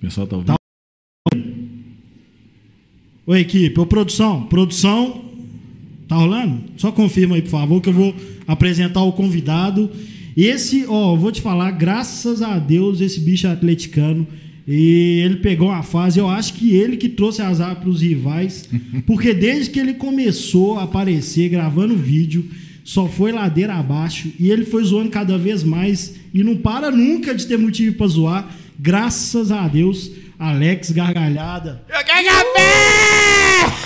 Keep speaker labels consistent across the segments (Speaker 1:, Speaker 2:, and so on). Speaker 1: pessoal tá ouvindo.
Speaker 2: Tá. Ô, equipe, ô, produção. Produção, tá rolando? Só confirma aí, por favor, que eu vou apresentar o convidado. Esse, ó, eu vou te falar, graças a Deus, esse bicho é atleticano. E ele pegou uma fase, eu acho que ele que trouxe azar para os rivais, porque desde que ele começou a aparecer gravando vídeo, só foi ladeira abaixo e ele foi zoando cada vez mais e não para nunca de ter motivo para zoar. Graças a Deus, Alex Gargalhada.
Speaker 3: Eu quero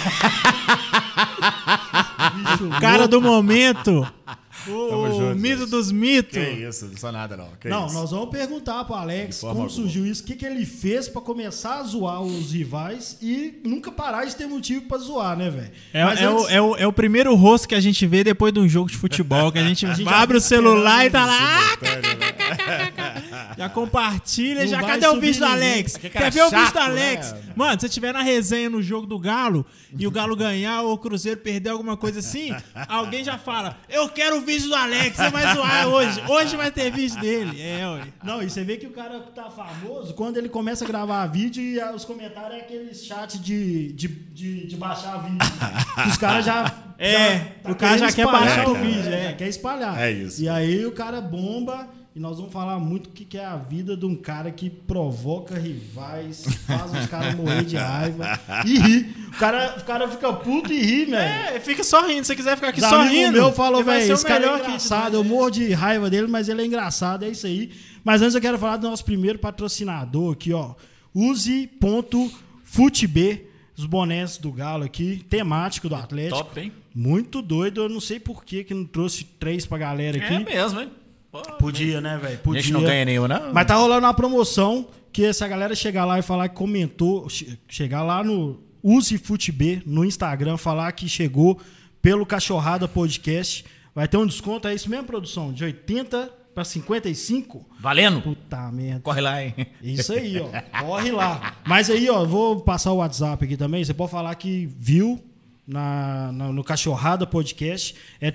Speaker 3: café!
Speaker 2: Bicho,
Speaker 3: Cara do momento.
Speaker 4: Tamo
Speaker 3: O
Speaker 4: junto,
Speaker 3: mito
Speaker 4: gente.
Speaker 3: dos mitos.
Speaker 4: Que É isso, não sou nada não. Que é
Speaker 2: Não,
Speaker 4: isso?
Speaker 2: nós vamos perguntar pro Alex
Speaker 4: De
Speaker 2: como
Speaker 4: forma alguma.
Speaker 2: surgiu isso, o que, que ele fez pra começar a zoar os rivais e nunca parar de ter motivo pra zoar, né, velho?
Speaker 3: É,
Speaker 2: Mas
Speaker 3: é o,
Speaker 2: antes-
Speaker 3: é, o, é o primeiro rosto que a gente vê depois de um jogo de futebol, que a gente,
Speaker 2: gente
Speaker 3: abre o celular e tá lá, ah,
Speaker 4: Pera, né?
Speaker 3: já compartilha,
Speaker 2: Não
Speaker 3: já
Speaker 2: vai
Speaker 3: cadê o
Speaker 2: subir
Speaker 3: vídeo do
Speaker 2: ninguém.
Speaker 3: Alex?
Speaker 4: Que cara
Speaker 3: Quer ver o vídeo
Speaker 4: chato,
Speaker 3: do Alex?
Speaker 4: né?
Speaker 3: Mano, se você tiver na resenha no jogo do Galo e o Galo ganhar ou o Cruzeiro perder alguma coisa assim, alguém já fala, eu quero o vídeo do Alex, você vai zoar hoje, hoje vai ter vídeo dele. É, ué.
Speaker 2: Não, e você vê que o cara que tá famoso, quando ele começa a gravar vídeo e ah, os comentários é aquele chat de, de, de, de baixar vídeo. né? Que os caras já. tá
Speaker 3: É, o cara já
Speaker 2: querendo
Speaker 3: quer
Speaker 2: espalhar
Speaker 3: baixar
Speaker 4: o
Speaker 2: vídeo, é, quer espalhar.
Speaker 4: É isso.
Speaker 2: E aí o cara bomba. E nós vamos falar muito o que, que é a vida de um cara que provoca rivais, faz os caras morrer de raiva e ri. O cara, o cara fica puto e ri, né? velho.
Speaker 3: É, fica só rindo, se você quiser ficar aqui
Speaker 2: Os
Speaker 3: só
Speaker 2: amigos
Speaker 3: rindo.
Speaker 2: meu falou,
Speaker 3: você vai
Speaker 2: velho,
Speaker 3: ser o
Speaker 2: esse cara
Speaker 3: melhor
Speaker 2: é
Speaker 3: aqui de
Speaker 2: engraçado.
Speaker 3: nós."
Speaker 2: Eu morro de raiva dele, mas ele é engraçado, é isso aí. Mas antes eu quero falar do nosso primeiro patrocinador aqui, ó. Use.futb, os bonés do Galo aqui, temático do Atlético.
Speaker 5: Top, hein?
Speaker 2: Muito doido, eu não sei por que que não trouxe três pra galera aqui.
Speaker 5: É mesmo, hein? Pô,
Speaker 2: Podia, né, velho?
Speaker 5: A
Speaker 2: Podia.
Speaker 5: gente não ganha nenhum, não.
Speaker 2: Mas tá rolando uma promoção que se a galera chegar lá e falar que comentou, che- chegar lá no Use Futb no Instagram, falar que chegou pelo Cachorrada Podcast, vai ter um desconto, é isso mesmo, produção? De 80 para 55?
Speaker 5: Valendo?
Speaker 2: Puta merda.
Speaker 5: Corre lá, hein?
Speaker 2: Isso aí, ó. Corre lá. Mas aí, ó, vou passar o WhatsApp aqui também. Você pode falar que viu na, na- no Cachorrada Podcast. É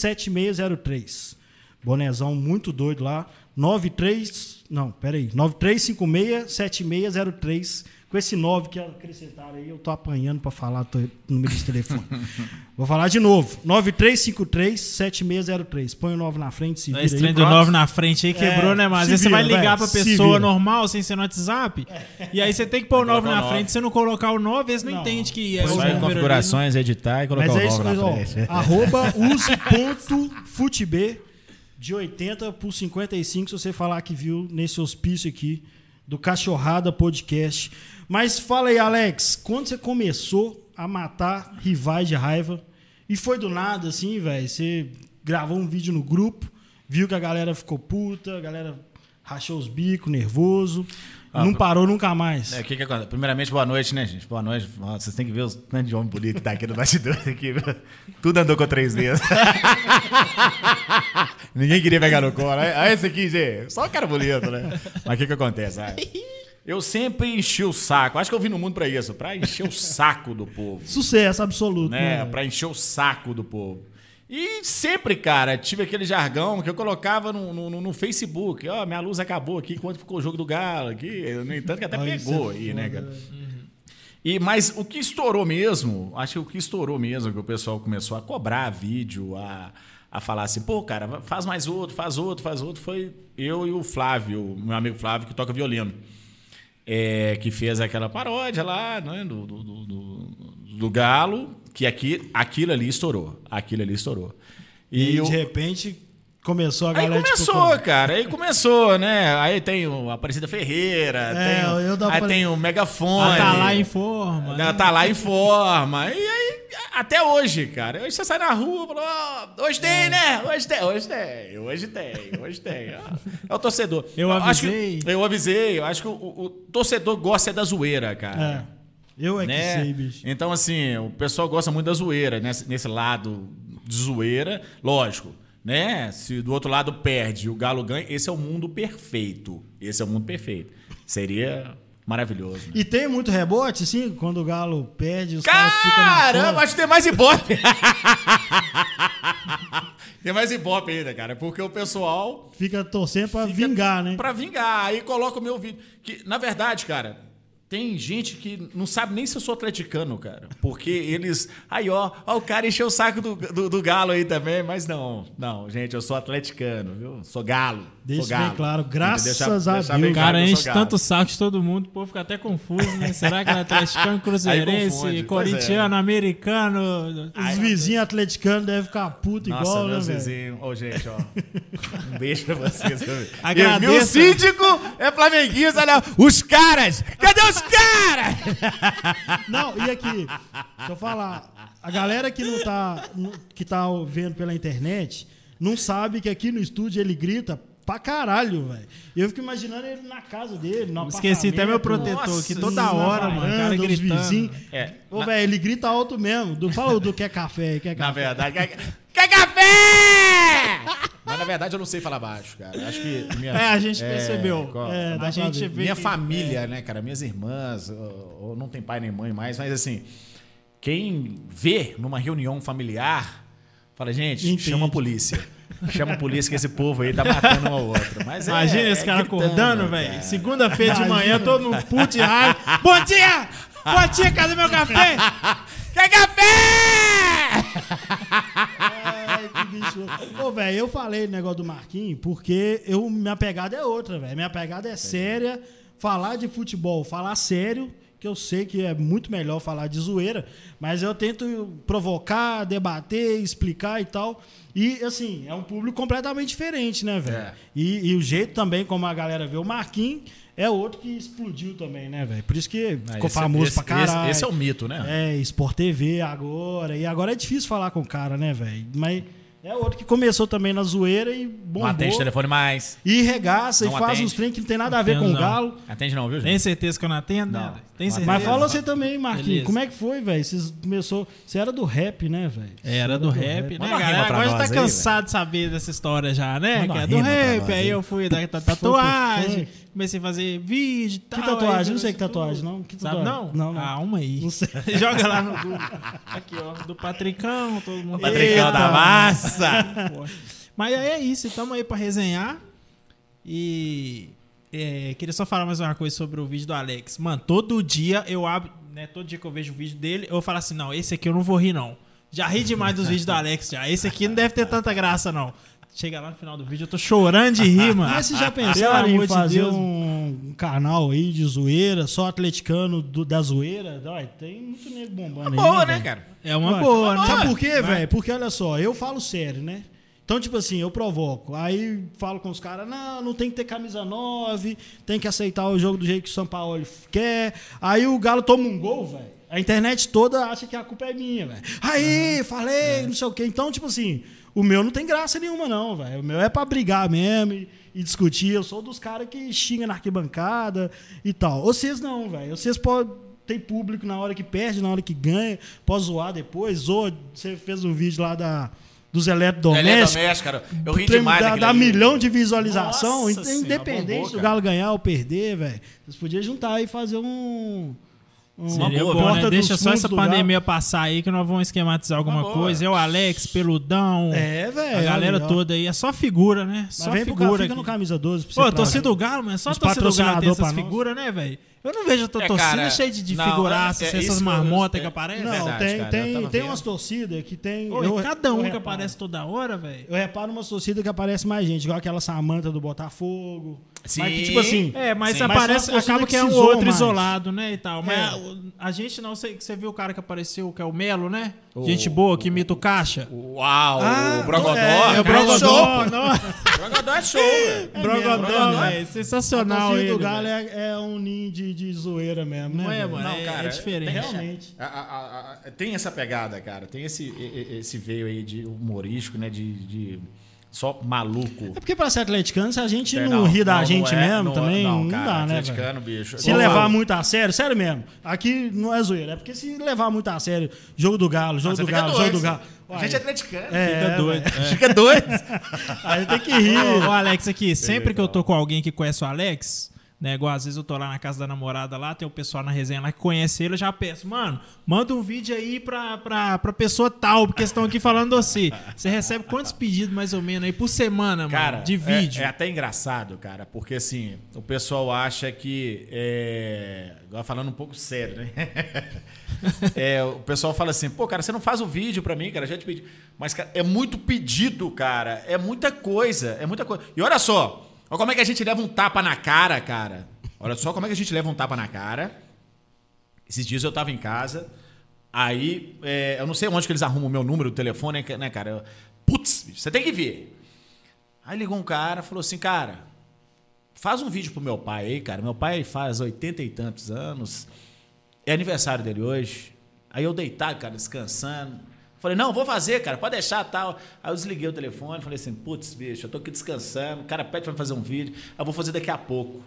Speaker 2: 319-9353-7603. Bonezão muito doido lá. 93. Não, peraí. 9356-7603. Com esse 9 que acrescentaram aí, eu tô apanhando pra falar o número de telefone. Vou falar de novo. 9353-7603. Põe o 9 na frente, se vira
Speaker 3: Esse trem
Speaker 2: aí,
Speaker 3: do
Speaker 2: pronto.
Speaker 3: 9 na frente aí quebrou,
Speaker 2: É,
Speaker 3: né, mas
Speaker 2: se
Speaker 3: aí você vai
Speaker 2: vira,
Speaker 3: ligar
Speaker 2: vai,
Speaker 3: pra
Speaker 2: se
Speaker 3: pessoa
Speaker 2: vira.
Speaker 3: normal, sem ser no WhatsApp, e aí você tem que pôr o 9
Speaker 5: colocar
Speaker 3: na
Speaker 5: o nove.
Speaker 3: frente, se não colocar o 9, eles não,
Speaker 2: Não.
Speaker 3: entendem que é o
Speaker 2: Só em
Speaker 3: número ali.
Speaker 4: configurações, editar e colocar
Speaker 2: Mas
Speaker 4: o
Speaker 2: é isso
Speaker 4: nome na
Speaker 2: mesmo, ó.
Speaker 4: frente.
Speaker 2: Arroba use.futb de 80 por 55, se você falar que viu nesse hospício aqui do Cachorrada Podcast. Mas fala aí, Alex, quando você começou a matar rivais de raiva e foi do nada assim, velho, você gravou um vídeo no grupo, viu que a galera ficou puta, a galera rachou os bicos, nervoso, não parou nunca mais.
Speaker 5: É,
Speaker 2: É,
Speaker 5: o que que acontece? Primeiramente, boa noite, né, gente? Boa noite. Ó, Vocês têm que ver os tanto de homem bonito que tá aqui no bastidor aqui. viu? Tudo andou com três meses. Ninguém queria pegar no colo. né? Olha esse aqui, gente. Só o cara bonito, né? Mas o que que acontece? Ah, Eu sempre enchi o saco. Acho que eu vim no mundo pra isso. Pra encher o saco do povo
Speaker 2: Sucesso absoluto, né?
Speaker 5: né?
Speaker 2: velho?
Speaker 5: Pra encher o saco do povo. E sempre, cara, tive aquele jargão que eu colocava no, no- no Facebook. Ó, minha luz acabou aqui enquanto ficou o jogo do Galo aqui. No entanto, que até
Speaker 2: Olha, isso
Speaker 5: pegou
Speaker 2: é
Speaker 5: aí,
Speaker 2: foda,
Speaker 5: né, cara?
Speaker 2: velho.
Speaker 5: E, mas o que estourou mesmo, acho que o que estourou mesmo, que o pessoal começou a cobrar vídeo, a, a falar assim, pô, cara, faz mais outro, faz outro, faz outro, foi eu e o Flávio, meu amigo Flávio, que toca violino. É, que fez aquela paródia lá, né, do, do, do- do- do Galo, que aqui, aquilo ali estourou. Aquilo ali estourou.
Speaker 2: E,
Speaker 5: eu-
Speaker 2: de
Speaker 3: é
Speaker 2: repente começou a
Speaker 5: Aí
Speaker 2: galera tipo,
Speaker 5: começou, cara. Aí começou, né? Aí tem o Aparecida Ferreira,
Speaker 2: É,
Speaker 5: tem, o-
Speaker 2: eu da
Speaker 5: aí
Speaker 2: Apare-
Speaker 5: tem o Megafone.
Speaker 3: Ah, tá lá em forma. né?
Speaker 5: Ela tá lá em forma. E aí, até hoje, cara. Hoje você sai na rua e fala, ó, hoje
Speaker 2: É.
Speaker 5: tem, né? Hoje tem, hoje tem, hoje tem, hoje tem. Ó, É o torcedor.
Speaker 3: Eu
Speaker 5: acho que-
Speaker 3: avisei.
Speaker 5: eu avisei. Eu acho que o, o- o torcedor gosta é da zoeira, cara.
Speaker 2: É. Eu é que
Speaker 5: Né?
Speaker 2: sei, bicho.
Speaker 5: Então, assim, o pessoal gosta muito da zoeira, né? nesse, nesse lado de zoeira. Lógico, né? Se do outro lado perde e o Galo ganha, esse é o mundo perfeito. Esse é o mundo perfeito. Seria maravilhoso. né?
Speaker 2: E tem muito rebote, sim, quando o Galo perde, os caras ficam na
Speaker 5: Caramba,
Speaker 2: fila.
Speaker 5: acho que tem mais ibope. Tem mais ibope ainda, cara, porque o pessoal
Speaker 2: Fica torcendo pra
Speaker 5: fica
Speaker 2: vingar, né?
Speaker 5: Pra vingar. Aí coloca o meu vídeo. Que, na verdade, cara, tem gente que não sabe nem se eu sou atleticano, cara. Porque eles. Aí, ó, ó, o cara encheu o saco do, do, do galo aí também, mas não. Não, gente, eu sou atleticano, viu? Sou galo.
Speaker 2: Deixa
Speaker 5: sou galo.
Speaker 2: bem claro,
Speaker 5: Tem que
Speaker 2: graças a
Speaker 5: bem
Speaker 2: Deus.
Speaker 3: O cara
Speaker 5: claro que eu
Speaker 3: enche
Speaker 5: sou galo.
Speaker 3: tanto o saco de todo mundo, o povo fica até confuso, né? Será que ele é atleticano,
Speaker 5: Aí confunde, pois
Speaker 3: cruzeirense,
Speaker 5: é.
Speaker 3: corintiano, americano?
Speaker 2: Os vizinhos atleticanos devem ficar puto
Speaker 5: Nossa,
Speaker 2: igual, né,
Speaker 5: meus
Speaker 2: velho?
Speaker 5: vizinhos. Ô, gente, ó. Um beijo pra vocês também.
Speaker 3: Agradeça.
Speaker 5: E o meu síndico é flamenguista, olha. Os caras! Cadê os caras?
Speaker 2: Não, e aqui, deixa eu falar. A galera que não tá, não- que tá vendo pela internet não sabe que aqui no estúdio ele grita pra caralho, velho. Eu fico imaginando ele na casa dele, no
Speaker 3: Esqueci até meu
Speaker 2: apartamento,
Speaker 3: protetor aqui
Speaker 5: Nossa,
Speaker 3: toda hora,
Speaker 2: na
Speaker 3: mano. O cara
Speaker 2: varanda, os
Speaker 3: gritando.
Speaker 2: vizinhos.
Speaker 5: É,
Speaker 2: Ô,
Speaker 5: na-
Speaker 2: velho, ele grita alto mesmo. Do, fala o do que é café, aí, que é
Speaker 5: Na
Speaker 2: café.
Speaker 5: verdade. Quer, quer café? Mas na verdade eu não sei falar baixo, cara. Acho que. Minha,
Speaker 3: É, a gente percebeu.
Speaker 5: qual-
Speaker 2: É, dá
Speaker 3: a
Speaker 2: pra
Speaker 3: gente
Speaker 2: ver.
Speaker 3: vê
Speaker 5: minha
Speaker 3: que- é.
Speaker 5: família, né, cara? Minhas irmãs, ou, ou não tem pai nem mãe mais, mas assim. Quem vê numa reunião familiar, fala, gente,
Speaker 2: Entende.
Speaker 5: chama a polícia. Chama a polícia que esse povo aí tá matando um ao outro. Mas é-
Speaker 3: Imagina
Speaker 5: é
Speaker 3: esse cara
Speaker 5: gritando,
Speaker 3: acordando,
Speaker 5: cara.
Speaker 3: velho. Segunda-feira de
Speaker 2: Imagina.
Speaker 3: manhã, todo mundo puto de raiva. Bom dia! Bom dia, cadê meu café?
Speaker 5: Quer café?
Speaker 2: Ai, que bicho louco. Ô, velho, eu falei do negócio do Marquinhos porque eu, minha pegada é outra, velho. Minha pegada é séria. Falar de futebol, falar sério, que eu sei que é muito melhor falar de zoeira, mas eu tento provocar, debater, explicar e tal. E, assim, é um público completamente diferente, né, velho?
Speaker 5: É.
Speaker 2: E, e o jeito também como a galera vê o Marquinhos é outro que explodiu também, né, velho? Por isso que ficou
Speaker 5: Ah, Esse-
Speaker 2: famoso
Speaker 5: esse-
Speaker 2: pra caralho.
Speaker 5: Esse, esse é o mito, né?
Speaker 2: É, Sport TV agora. E agora é difícil falar com o cara, né, velho? Mas é outro que começou também na zoeira e
Speaker 5: Não atende
Speaker 2: bombou.
Speaker 5: telefone mais.
Speaker 2: E regaça
Speaker 5: Não
Speaker 2: e faz
Speaker 5: atende.
Speaker 2: uns trem que não tem nada a ver com o
Speaker 3: Não.
Speaker 2: galo.
Speaker 5: Atende não, viu, gente?
Speaker 3: Tem certeza que eu não atendo?
Speaker 5: Não.
Speaker 3: Nada. Tem certeza.
Speaker 2: Mas fala você também, Marquinhos.
Speaker 3: Beleza.
Speaker 2: Como é que foi, velho? Você começou. Você era do rap, né, velho?
Speaker 3: Era do rap, né,
Speaker 5: Manda uma
Speaker 3: galera?
Speaker 5: rima pra
Speaker 3: Agora já tá
Speaker 5: nós aí,
Speaker 3: cansado de saber dessa história já, né?
Speaker 5: Manda
Speaker 3: Que
Speaker 5: uma
Speaker 3: é do
Speaker 5: rima pra
Speaker 3: rap,
Speaker 5: nós
Speaker 3: aí
Speaker 5: aí.
Speaker 3: eu fui da da
Speaker 2: Foi
Speaker 3: tatuagem,
Speaker 2: pro
Speaker 3: comecei a fazer vídeo e tal.
Speaker 2: Que tatuagem?
Speaker 3: aí
Speaker 2: Não sei que
Speaker 3: tudo.
Speaker 2: tatuagem, não. Que
Speaker 3: Sabe
Speaker 2: tatuagem?
Speaker 3: não?
Speaker 2: Não, não.
Speaker 3: Ah, uma aí.
Speaker 2: Não sei.
Speaker 3: Joga lá no Google. Aqui, ó, do Patricão, todo mundo.
Speaker 5: Patricão da massa!
Speaker 3: Pô. Mas aí é isso, estamos aí pra resenhar. E é, queria só falar mais uma coisa sobre o vídeo do Alex. Mano, todo dia eu abro, né? Todo dia que eu vejo o vídeo dele, eu falo assim: não, esse aqui eu não vou rir, não. Já ri demais dos vídeos do Alex, já. Esse aqui não deve ter tanta graça, não. Chega lá no final do vídeo, eu tô chorando de rir, mano.
Speaker 2: Mas você já
Speaker 3: Pelo
Speaker 2: pensou
Speaker 3: amor
Speaker 2: em
Speaker 3: de
Speaker 2: fazer
Speaker 3: Deus.
Speaker 2: um canal aí de zoeira, só atleticano do- da zoeira? Ó, tem muito nego bombando aí.
Speaker 5: Boa, né,
Speaker 2: velho?
Speaker 5: cara?
Speaker 3: É uma boa, né?
Speaker 2: Sabe por quê, velho? Porque olha só, eu falo sério, né? Então, tipo assim, eu provoco. Aí falo com os caras, não, não tem que ter camisa 9, tem que aceitar o jogo do jeito que o São Paulo quer. Aí o Galo toma um gol, velho. A internet toda acha que a culpa é minha, velho. Aí,
Speaker 3: É.
Speaker 2: falei, não sei o quê. Então, tipo assim, o meu não tem graça nenhuma, não, velho. O meu é pra brigar mesmo e, e discutir. Eu sou dos caras que xinga na arquibancada e tal. Vocês não, velho. Vocês podem tem público na hora que perde, na hora que ganha, pode zoar depois, ou você fez um vívídeo lá da, dos eletrodomésticos,
Speaker 5: Eletrodoméstico, cara. Eu ri
Speaker 2: prêmio
Speaker 3: um
Speaker 5: demais
Speaker 2: dá,
Speaker 5: daquele
Speaker 2: dá
Speaker 5: ali.
Speaker 2: milhão de visualização,
Speaker 5: Nossa
Speaker 2: ind-
Speaker 5: Senhora,
Speaker 2: independente
Speaker 5: bombou,
Speaker 2: do
Speaker 5: cara.
Speaker 2: Galo ganhar ou perder, velho. Vocês podiam juntar e fazer um... um
Speaker 3: Seria
Speaker 5: boa,
Speaker 3: bom,
Speaker 2: porta
Speaker 3: né?
Speaker 2: dos
Speaker 3: Deixa só
Speaker 2: fundos
Speaker 3: essa
Speaker 2: do Galo.
Speaker 3: pandemia passar aí que nós vamos esquematizar alguma
Speaker 5: boa.
Speaker 3: coisa. Eu, Alex, Peludão,
Speaker 2: É, velho.
Speaker 3: a galera
Speaker 2: olha, ó.
Speaker 3: toda aí. É só figura, né?
Speaker 2: Mas
Speaker 3: Só
Speaker 2: vem pro Galo,
Speaker 3: figura.
Speaker 2: fica
Speaker 3: aqui.
Speaker 2: no camisa 12. pra você
Speaker 3: Pô, a
Speaker 2: trazer.
Speaker 3: torcida do Galo, mas é só a
Speaker 2: Os
Speaker 3: torcida do Galo tem
Speaker 2: patrocinador
Speaker 3: essas
Speaker 2: pra nós.
Speaker 3: figuras, né, velho? Eu não vejo a tua
Speaker 5: É,
Speaker 3: torcida
Speaker 5: cara,
Speaker 3: cheia de, de
Speaker 5: não,
Speaker 3: figuraças,
Speaker 5: é, é
Speaker 3: essas
Speaker 5: isso que eu-
Speaker 3: marmotas
Speaker 5: é-
Speaker 3: que aparecem.
Speaker 2: Não,
Speaker 5: É verdade,
Speaker 2: tem,
Speaker 5: cara, eu
Speaker 2: tem,
Speaker 5: tava
Speaker 2: tem
Speaker 5: vendo.
Speaker 2: umas torcidas que tem...
Speaker 3: Ô, e
Speaker 2: eu-
Speaker 3: cada
Speaker 2: eu
Speaker 3: um que
Speaker 2: reparo.
Speaker 3: aparece toda hora, velho.
Speaker 2: Eu reparo umas torcidas que aparece mais gente, igual aquela Samanta do Botafogo.
Speaker 5: Sim.
Speaker 2: Mas que, tipo assim,
Speaker 3: É, mas
Speaker 5: Sim.
Speaker 2: Mas
Speaker 3: aparece,
Speaker 2: são as torcidas
Speaker 3: acaba
Speaker 2: que
Speaker 3: que é
Speaker 2: se
Speaker 3: um
Speaker 2: zoam
Speaker 3: outro
Speaker 2: mais.
Speaker 3: isolado, né, e tal. Mas
Speaker 2: É.
Speaker 3: a, o- a gente não, sei que você viu o cara que apareceu, que é o Melo, né? gente boa, que imita o Caixa.
Speaker 5: Uau,
Speaker 3: Ah,
Speaker 5: o Brogodó.
Speaker 2: é, é o
Speaker 5: cara,
Speaker 2: Brogodó.
Speaker 5: show, pô.
Speaker 3: não.
Speaker 5: Brogodó é show, velho.
Speaker 3: Brogodó,
Speaker 5: Brogodó.
Speaker 3: velho.
Speaker 2: A
Speaker 3: Sensacional
Speaker 2: torcida
Speaker 3: é. ele.
Speaker 2: do Galo
Speaker 3: velho.
Speaker 2: é, é um ninho de, de zoeira mesmo, né?
Speaker 3: Não é,
Speaker 2: velho?
Speaker 3: mano? é- é diferente.
Speaker 2: Realmente.
Speaker 5: A- a- a- a- tem essa pegada, cara. Tem esse, e- e- esse veio aí de humorístico, né? De, de só maluco.
Speaker 2: É porque pra ser atleticano, se a gente
Speaker 5: É,
Speaker 2: não, rir da
Speaker 5: não,
Speaker 2: gente
Speaker 5: não é,
Speaker 2: mesmo
Speaker 5: não-
Speaker 2: também, não,
Speaker 5: cara,
Speaker 2: dá, né, velho?
Speaker 5: atleticano, bicho.
Speaker 2: Se
Speaker 5: Ô,
Speaker 2: levar
Speaker 5: Paulo,
Speaker 2: muito a sério, sério mesmo. Aqui não é zoeira, é porque se levar muito a sério, jogo do Galo, jogo
Speaker 5: Ah, você
Speaker 2: do
Speaker 5: fica
Speaker 2: Galo,
Speaker 5: doido.
Speaker 2: jogo do Galo.
Speaker 5: A gente é atleticano.
Speaker 2: É,
Speaker 3: Fica doido.
Speaker 2: velho.
Speaker 5: Fica doido.
Speaker 2: Aí tem que rir.
Speaker 3: Ô, ô, Alex, aqui, sempre que eu tô com alguém que conhece o Alex, Né, igual às vezes eu tô lá na casa da namorada lá, tem o pessoal na resenha lá que conhece ele, eu já peço, mano, manda um vídeo aí pra, pra, pra pessoa tal, porque estão aqui falando assim. Você recebe quantos pedidos mais ou menos aí por semana,
Speaker 5: Cara,
Speaker 3: mano, de
Speaker 5: é-
Speaker 3: vídeo?
Speaker 5: É, até engraçado, cara, porque assim, o pessoal acha que. É... Agora falando um pouco sério, né? É, o pessoal fala assim, pô, cara, você não faz o vídeo pra mim, cara, já te pedi. Mas, cara, é muito pedido, cara. É muita coisa, é muita coisa. E olha só, olha como é que a gente leva um tapa na cara, cara. Olha só como é que a gente leva um tapa na cara. Esses dias eu tava em casa, aí é, eu não sei onde que eles arrumam o meu número do telefone, né, cara? Eu, Putz, bicho, você tem que ver. Aí ligou um cara, falou assim, cara, faz um vídeo pro meu pai aí, cara. Meu pai faz oitenta e tantos anos, é aniversário dele hoje. Aí eu deitado, cara, descansando. Falei, não, vou fazer, cara, pode deixar tal. Aí eu desliguei o telefone, falei assim, putz, bicho, eu tô aqui descansando, o cara pede pra fazer um vídeo, eu vou fazer daqui a pouco.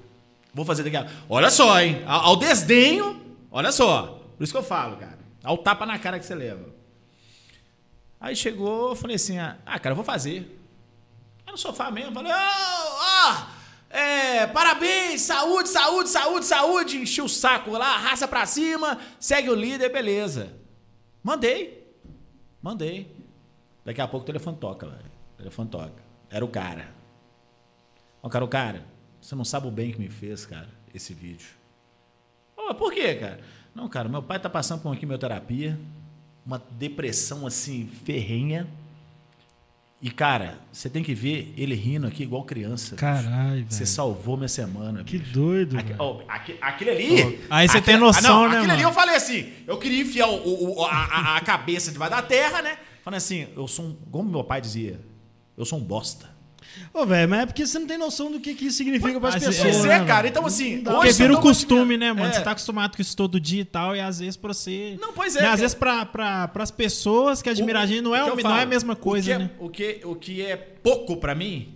Speaker 5: Vou fazer daqui a Olha só, hein? Ao ao desdenho, olha só. Por isso que eu falo, cara. Ao tapa na cara que você leva. Aí chegou, eu falei assim, ah, cara, eu vou fazer. Aí É no sofá mesmo, falei, ó, ó, é, parabéns, saúde, saúde, saúde, saúde. Enchi o saco lá, raça pra cima, segue o líder, beleza. Mandei, mandei. Daqui a pouco o telefone toca, velho. O telefone toca. Era o cara. Ó, cara, o cara, você não sabe o bem que me fez, cara, esse vídeo. Ô, por quê, cara? Não, cara, meu pai tá passando por uma quimioterapia, uma depressão assim, ferrenha. E, cara, você tem que ver ele rindo aqui igual criança.
Speaker 2: Caralho,
Speaker 5: Você
Speaker 2: velho.
Speaker 5: salvou minha semana.
Speaker 2: Que
Speaker 5: bicho.
Speaker 2: doido,
Speaker 5: Aqui-
Speaker 2: velho.
Speaker 5: ó, aqui- aquele ali.
Speaker 3: Hum. Aí você tem
Speaker 5: aquele-
Speaker 3: noção,
Speaker 5: ah, não,
Speaker 3: né,
Speaker 5: Aquele ali
Speaker 3: mano?
Speaker 5: eu falei assim: eu queria enfiar o- o- o- a, a- a cabeça debaixo da terra, né? Falando assim, eu sou um. Como meu pai dizia, eu sou um bosta.
Speaker 2: Ô, velho, mas é porque você não tem noção do que, que isso significa para as
Speaker 3: Mas-
Speaker 2: pessoas.
Speaker 5: Pois
Speaker 2: né,
Speaker 5: é,
Speaker 2: velho?
Speaker 5: cara. Então, assim.
Speaker 3: Porque
Speaker 5: hoje
Speaker 3: vira
Speaker 5: eu
Speaker 3: o
Speaker 5: tô-
Speaker 3: costume, né, mano?
Speaker 5: É.
Speaker 3: Você tá acostumado com isso todo dia e tal, e às vezes pra você.
Speaker 5: Não, pois é,
Speaker 3: Né? Às
Speaker 5: cara.
Speaker 3: vezes pra, pra, pras pessoas que admiram a gente não é,
Speaker 5: o que
Speaker 3: o-
Speaker 5: eu
Speaker 3: não é a
Speaker 5: falo,
Speaker 3: mesma coisa,
Speaker 5: o que é,
Speaker 3: né?
Speaker 5: O que, o que é pouco pra mim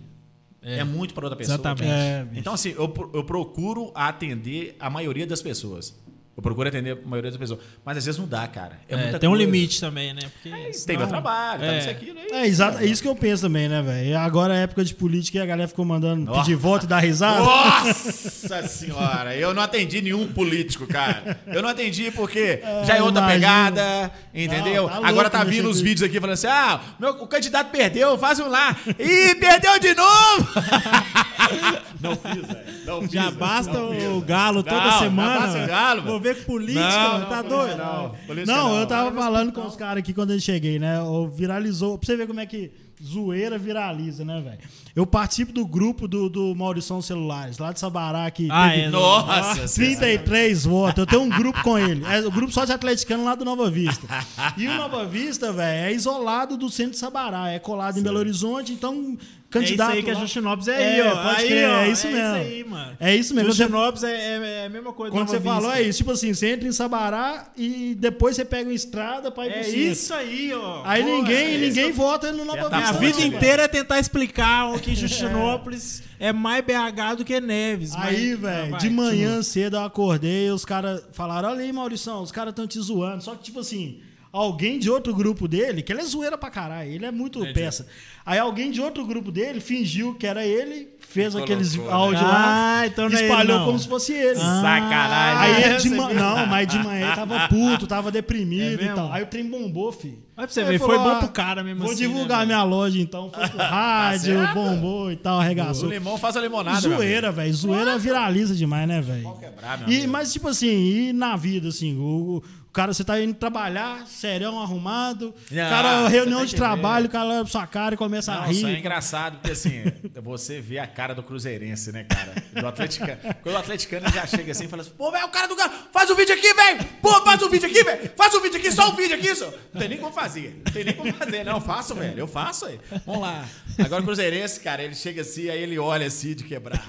Speaker 5: é, muito pra outra pessoa.
Speaker 3: Exatamente.
Speaker 5: cara.
Speaker 2: É, bicho.
Speaker 5: então, assim, eu, pro- eu procuro atender a maioria das pessoas. Eu procuro atender a maioria das pessoas. Mas às vezes não dá, cara. É
Speaker 3: É,
Speaker 5: muita
Speaker 3: tem um
Speaker 5: coisa.
Speaker 3: limite também, né? Porque
Speaker 5: É,
Speaker 3: senão-
Speaker 5: Tem meu trabalho,
Speaker 3: É.
Speaker 5: tá isso aqui.
Speaker 2: É, exato, é isso que eu penso também, né, velho? E Agora é época de política e a galera ficou mandando
Speaker 5: Nossa.
Speaker 2: pedir voto e dar risada.
Speaker 5: Nossa senhora, eu não atendi nenhum político, cara. Eu não atendi porque já é outra
Speaker 2: Ah, imagino.
Speaker 5: pegada, entendeu?
Speaker 2: Não, tá
Speaker 5: Agora
Speaker 2: louco
Speaker 5: tá
Speaker 2: mexer
Speaker 5: vindo
Speaker 2: com
Speaker 5: os
Speaker 2: isso.
Speaker 5: vídeos aqui falando assim: ah, meu, o candidato perdeu, faz um lá. Ih, perdeu de novo! Não fiz, velho. Não fiz.
Speaker 3: Já
Speaker 5: velho.
Speaker 3: basta
Speaker 5: Não fiz,
Speaker 3: o
Speaker 5: velho.
Speaker 3: galo toda
Speaker 5: Não, já
Speaker 3: semana.
Speaker 5: basta o galo,
Speaker 3: Vou
Speaker 5: velho.
Speaker 3: ver com política,
Speaker 5: Não,
Speaker 3: mano,
Speaker 5: não,
Speaker 3: tá
Speaker 5: política
Speaker 3: doido?
Speaker 5: não, política
Speaker 2: Não,
Speaker 5: não.
Speaker 2: eu tava falando com os caras aqui quando eu cheguei, né? Ou viralizou. Pra você ver como é que zoeira viraliza, né, velho? Eu participo do grupo do, do Maurição Celulares, lá de Sabará, que
Speaker 3: Ah,
Speaker 2: teve
Speaker 3: é, não.
Speaker 5: Nossa,
Speaker 2: 33 votos. Eu tenho um grupo com ele. É o grupo só de atleticano lá do Nova Vista. E o Nova Vista, velho, é isolado do centro de Sabará. É colado em Belo Horizonte, então candidato.
Speaker 3: é isso aí que é
Speaker 2: lá-
Speaker 3: Justinópolis, é aí, ó.
Speaker 2: pode
Speaker 3: aí,
Speaker 2: crer,
Speaker 3: ó,
Speaker 2: é isso mesmo.
Speaker 3: É isso aí, mano.
Speaker 2: É isso mesmo. Você-
Speaker 3: Justinópolis é, é- é a mesma coisa.
Speaker 2: Quando
Speaker 3: Nova
Speaker 2: você
Speaker 3: Vista.
Speaker 2: falou, é isso. Tipo assim, você entra em Sabará e depois você pega uma estrada pra ir pro
Speaker 3: É
Speaker 2: centro.
Speaker 3: isso aí, ó.
Speaker 2: Aí
Speaker 3: Boa,
Speaker 2: ninguém,
Speaker 3: é
Speaker 2: ninguém vota no Nova
Speaker 5: tá
Speaker 2: Vista.
Speaker 3: Minha
Speaker 5: bom,
Speaker 3: vida
Speaker 5: né,
Speaker 3: inteira é tentar explicar o que Justinópolis é mais BH do que Neves. mas-
Speaker 2: Aí,
Speaker 3: Ah,
Speaker 2: velho,
Speaker 3: vai,
Speaker 2: de manhã cedo eu acordei e os caras falaram: Olha aí, Maurição, os caras estão te zoando. Só que, tipo assim, alguém de outro grupo dele, que ele é zoeira pra caralho, ele é muito peça. Aí alguém de outro grupo dele fingiu que era ele, fez
Speaker 5: E
Speaker 2: aqueles
Speaker 5: colocou, né?
Speaker 2: áudios lá,
Speaker 3: Ah, então não é ele,
Speaker 2: espalhou
Speaker 3: não.
Speaker 2: como se fosse ele.
Speaker 5: Sacanagem.
Speaker 2: Aí ele de
Speaker 3: você
Speaker 2: manhã.
Speaker 3: viu?
Speaker 2: Não, mas de manhã ele tava puto, tava deprimido
Speaker 3: É
Speaker 2: e tal.
Speaker 3: mesmo?
Speaker 2: Aí o trem bombou, filho.
Speaker 3: Olha pra você
Speaker 2: Aí
Speaker 3: ver,
Speaker 2: ele
Speaker 3: foi
Speaker 2: falou,
Speaker 3: bom
Speaker 2: "Ah,
Speaker 3: pro cara mesmo
Speaker 2: Vou
Speaker 3: assim,
Speaker 2: divulgar
Speaker 3: né,
Speaker 2: minha loja então. Foi pro rádio,
Speaker 5: certo.
Speaker 2: bombou e tal,
Speaker 5: O
Speaker 2: arregaçou.
Speaker 5: limão faz a limonada. meu amigo.
Speaker 2: Zoeira, velho. Zoeira viraliza demais, né, velho?
Speaker 5: quebrar, meu
Speaker 2: E,
Speaker 5: amigo.
Speaker 2: mas, tipo assim, e na vida, assim, o, o cara, você tá indo trabalhar, serão arrumado,
Speaker 5: Não,
Speaker 2: cara,
Speaker 5: você
Speaker 2: reunião
Speaker 5: tem
Speaker 2: de
Speaker 5: que ver.
Speaker 2: trabalho, o cara olha pra sua cara e começa a
Speaker 5: Não, só é
Speaker 2: rir.
Speaker 5: engraçado, porque assim, você vê a cara do Cruzeirense, né, cara? Do atleticano. Quando o atleticano já chega assim e fala assim, pô, velho, o cara do cara, faz o vídeo aqui, velho! Pô, faz o vídeo aqui, velho! Faz o vídeo aqui, só o vídeo aqui, só! Não tem nem como fazer, não tem nem como fazer. Não, eu faço, velho, eu faço aí. Vamos lá. Agora o Cruzeirense, cara, ele chega assim, aí ele olha assim, de quebrada.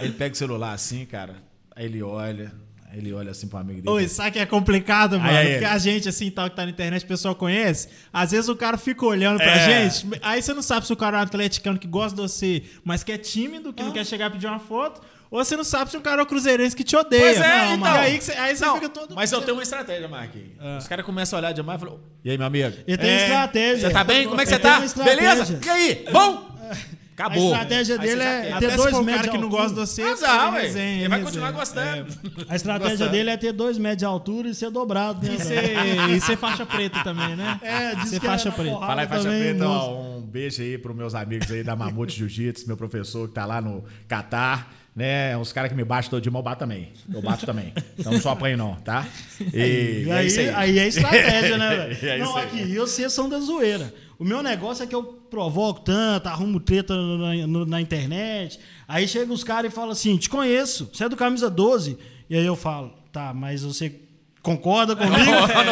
Speaker 5: Ele pega o celular assim, cara, aí ele olha, aí ele olha assim pro amigo dele.
Speaker 3: Oi, sabe que é complicado, mano?
Speaker 5: aí,
Speaker 3: Porque
Speaker 5: aí.
Speaker 3: a gente, assim, tal, que tá na internet, o pessoal conhece. Às vezes o cara fica olhando pra
Speaker 5: É.
Speaker 3: gente. Aí você não sabe se o cara é um atleticano que gosta de você, mas que é tímido, que não quer chegar e pedir uma foto. Ou você não sabe se o cara é o cruzeirense que te odeia.
Speaker 5: Pois é,
Speaker 3: Não,
Speaker 5: então.
Speaker 3: mano. E aí, que você, aí você
Speaker 5: Não,
Speaker 3: fica todo...
Speaker 5: Mas eu tenho uma estratégia, Marquinhos. Os caras começam a olhar demais e falam, e aí, meu amigo?
Speaker 2: Ele tem
Speaker 5: É.
Speaker 2: estratégia.
Speaker 5: Você tá bem? Como é que você
Speaker 2: Ele tem
Speaker 5: tá?
Speaker 2: uma estratégia.
Speaker 5: Beleza? E aí? Bom?
Speaker 2: A
Speaker 4: Acabou.
Speaker 2: estratégia dele é
Speaker 3: Até
Speaker 2: ter
Speaker 3: se
Speaker 2: dois
Speaker 3: for um
Speaker 2: metros.
Speaker 3: cara
Speaker 2: de
Speaker 3: que não
Speaker 2: altura.
Speaker 3: gosta de você,
Speaker 4: Azar, ué.
Speaker 3: resenha,
Speaker 4: Ele vai
Speaker 3: resenha.
Speaker 4: continuar gostando.
Speaker 2: A estratégia
Speaker 4: Gostando.
Speaker 5: né?
Speaker 2: dele é ter dois metros de altura e ser dobrado, né?
Speaker 3: E
Speaker 2: velho?
Speaker 3: ser, e ser é faixa preta também, né?
Speaker 2: É, diz
Speaker 3: Ser
Speaker 2: que
Speaker 3: faixa
Speaker 2: era
Speaker 3: preta.
Speaker 2: porrada
Speaker 4: Falar em faixa
Speaker 2: também,
Speaker 4: preta,
Speaker 2: nossa.
Speaker 4: ó, um beijo aí pros meus amigos aí da Mamute Jiu-Jitsu, meu professor que tá lá no Catar, né? Os caras que me batem todo dia, mas eu bato também. Eu bato também. Então não só apanho não, tá? E,
Speaker 2: E
Speaker 4: e
Speaker 2: aí,
Speaker 4: é isso aí.
Speaker 2: aí é estratégia, né,
Speaker 4: É
Speaker 2: velho?
Speaker 4: isso
Speaker 2: Não,
Speaker 4: aí.
Speaker 2: aqui, e vocês são da zoeira. O meu negócio é que eu provoco tanto, arrumo treta na, no- na internet. Aí chega os caras e falam assim: te conheço, você é do camisa 12. E aí eu falo, tá, mas você concorda comigo?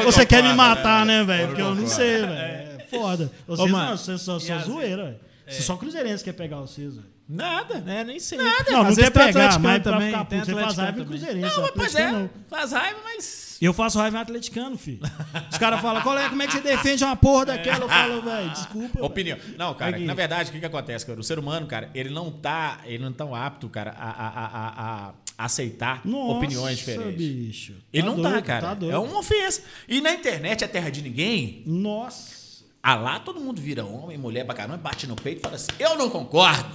Speaker 2: Ou você quer me matar, né, velho? Porque eu não sei, velho. É foda. Vocês,
Speaker 3: mano,
Speaker 2: não, vocês só
Speaker 3: e
Speaker 2: são
Speaker 3: as-
Speaker 2: zoeira, velho. Você
Speaker 4: É.
Speaker 2: Só Cruzeirense quer pegar vocês, velho.
Speaker 3: Nada, né? Nem sei. Nada.
Speaker 2: Não, não quer pegar, mas pra
Speaker 3: também.
Speaker 2: ficar
Speaker 3: tem
Speaker 2: puto, você faz
Speaker 3: atleticano
Speaker 2: raiva em
Speaker 3: também.
Speaker 2: Cruzeirense.
Speaker 4: Não, mas pois
Speaker 2: atleticano
Speaker 4: é.
Speaker 2: não.
Speaker 4: Faz raiva, mas.
Speaker 2: Eu faço raiva em atleticano, filho. Os caras falam, qual é, como é que você defende uma porra daquela? Eu falo, velho, desculpa. velho."
Speaker 4: Opinião. Não, cara,
Speaker 2: Aqui.
Speaker 4: na verdade, o que, que acontece, cara? O ser humano, cara, ele não tá, ele não tá apto, cara, a, a- a- a- a aceitar
Speaker 2: Nossa,
Speaker 4: opiniões diferentes.
Speaker 2: bicho.
Speaker 4: Ele não tá,
Speaker 2: doido,
Speaker 4: cara.
Speaker 2: Tá doido.
Speaker 4: é uma ofensa. E na internet é terra de ninguém.
Speaker 2: Nossa.
Speaker 4: Ah lá todo mundo vira homem, mulher pra caramba, bate no peito e fala assim: eu não concordo.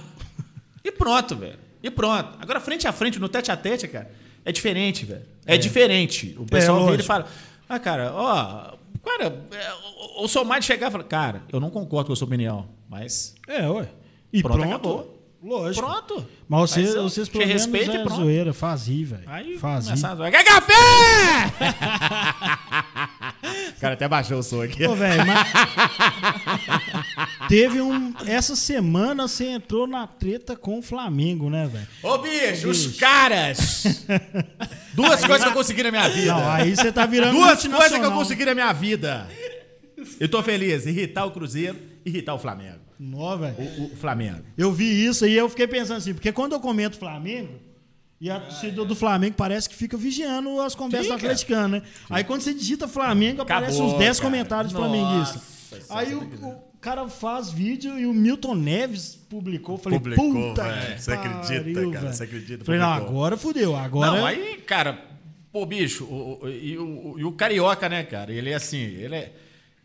Speaker 4: E pronto, velho. E pronto. Agora, frente a frente, no tete a tete, cara, é diferente, velho. É, diferente. O pessoal vira e
Speaker 2: lógico.
Speaker 4: fala: ah, cara, ó. Cara, é, eu sou mais de chegar e falar: cara, eu não concordo com a sua opinião, mas.
Speaker 2: É, ué. E
Speaker 4: Pronto,
Speaker 2: pronto.
Speaker 4: acabou.
Speaker 2: Lógico.
Speaker 4: Pronto.
Speaker 2: Mas vocês,
Speaker 4: eu
Speaker 2: vocês
Speaker 4: te
Speaker 2: pelo menos,
Speaker 4: respeito e
Speaker 2: é
Speaker 4: pronto.
Speaker 2: zoeira. Faz ir, velho.
Speaker 4: Aí
Speaker 2: Faz ir.
Speaker 4: começar a zoar. Quer café? O cara até baixou o som aqui.
Speaker 2: Ô, velho, mas... Teve um... Essa semana você entrou na treta com o Flamengo, né, velho?
Speaker 4: Ô, bicho, os
Speaker 2: É.
Speaker 4: caras! Duas coisas que eu consegui na minha vida.
Speaker 2: Não, aí você tá virando
Speaker 4: Duas coisas que eu
Speaker 2: multinacional.
Speaker 4: consegui na minha vida. Eu tô feliz. Irritar o Cruzeiro, irritar o Flamengo.
Speaker 2: Nó, velho.
Speaker 4: O, o Flamengo.
Speaker 2: Eu vi isso e eu fiquei pensando assim, porque quando eu comento Flamengo, e a torcida do Flamengo parece que fica vigiando as conversas
Speaker 4: Fica.
Speaker 2: do atleticano, né? Aí quando você digita Flamengo, aparece
Speaker 4: Acabou,
Speaker 2: uns 10
Speaker 4: cara.
Speaker 2: comentários
Speaker 4: Nossa,
Speaker 2: flamenguistas.
Speaker 4: isso
Speaker 2: Aí
Speaker 4: é
Speaker 2: o, o cara faz vídeo e o Milton Neves publicou. Falei,
Speaker 4: Publicou,
Speaker 2: puta
Speaker 4: velho.
Speaker 2: que
Speaker 4: Você acredita,
Speaker 2: pariu,
Speaker 4: cara?
Speaker 2: velho.
Speaker 4: Você acredita,
Speaker 2: Falei, não,
Speaker 4: publicou.
Speaker 2: agora fudeu, agora... é
Speaker 4: Não, aí, cara, pô, bicho, o- o- e, o, e o carioca, né, cara? Ele é assim, ele é.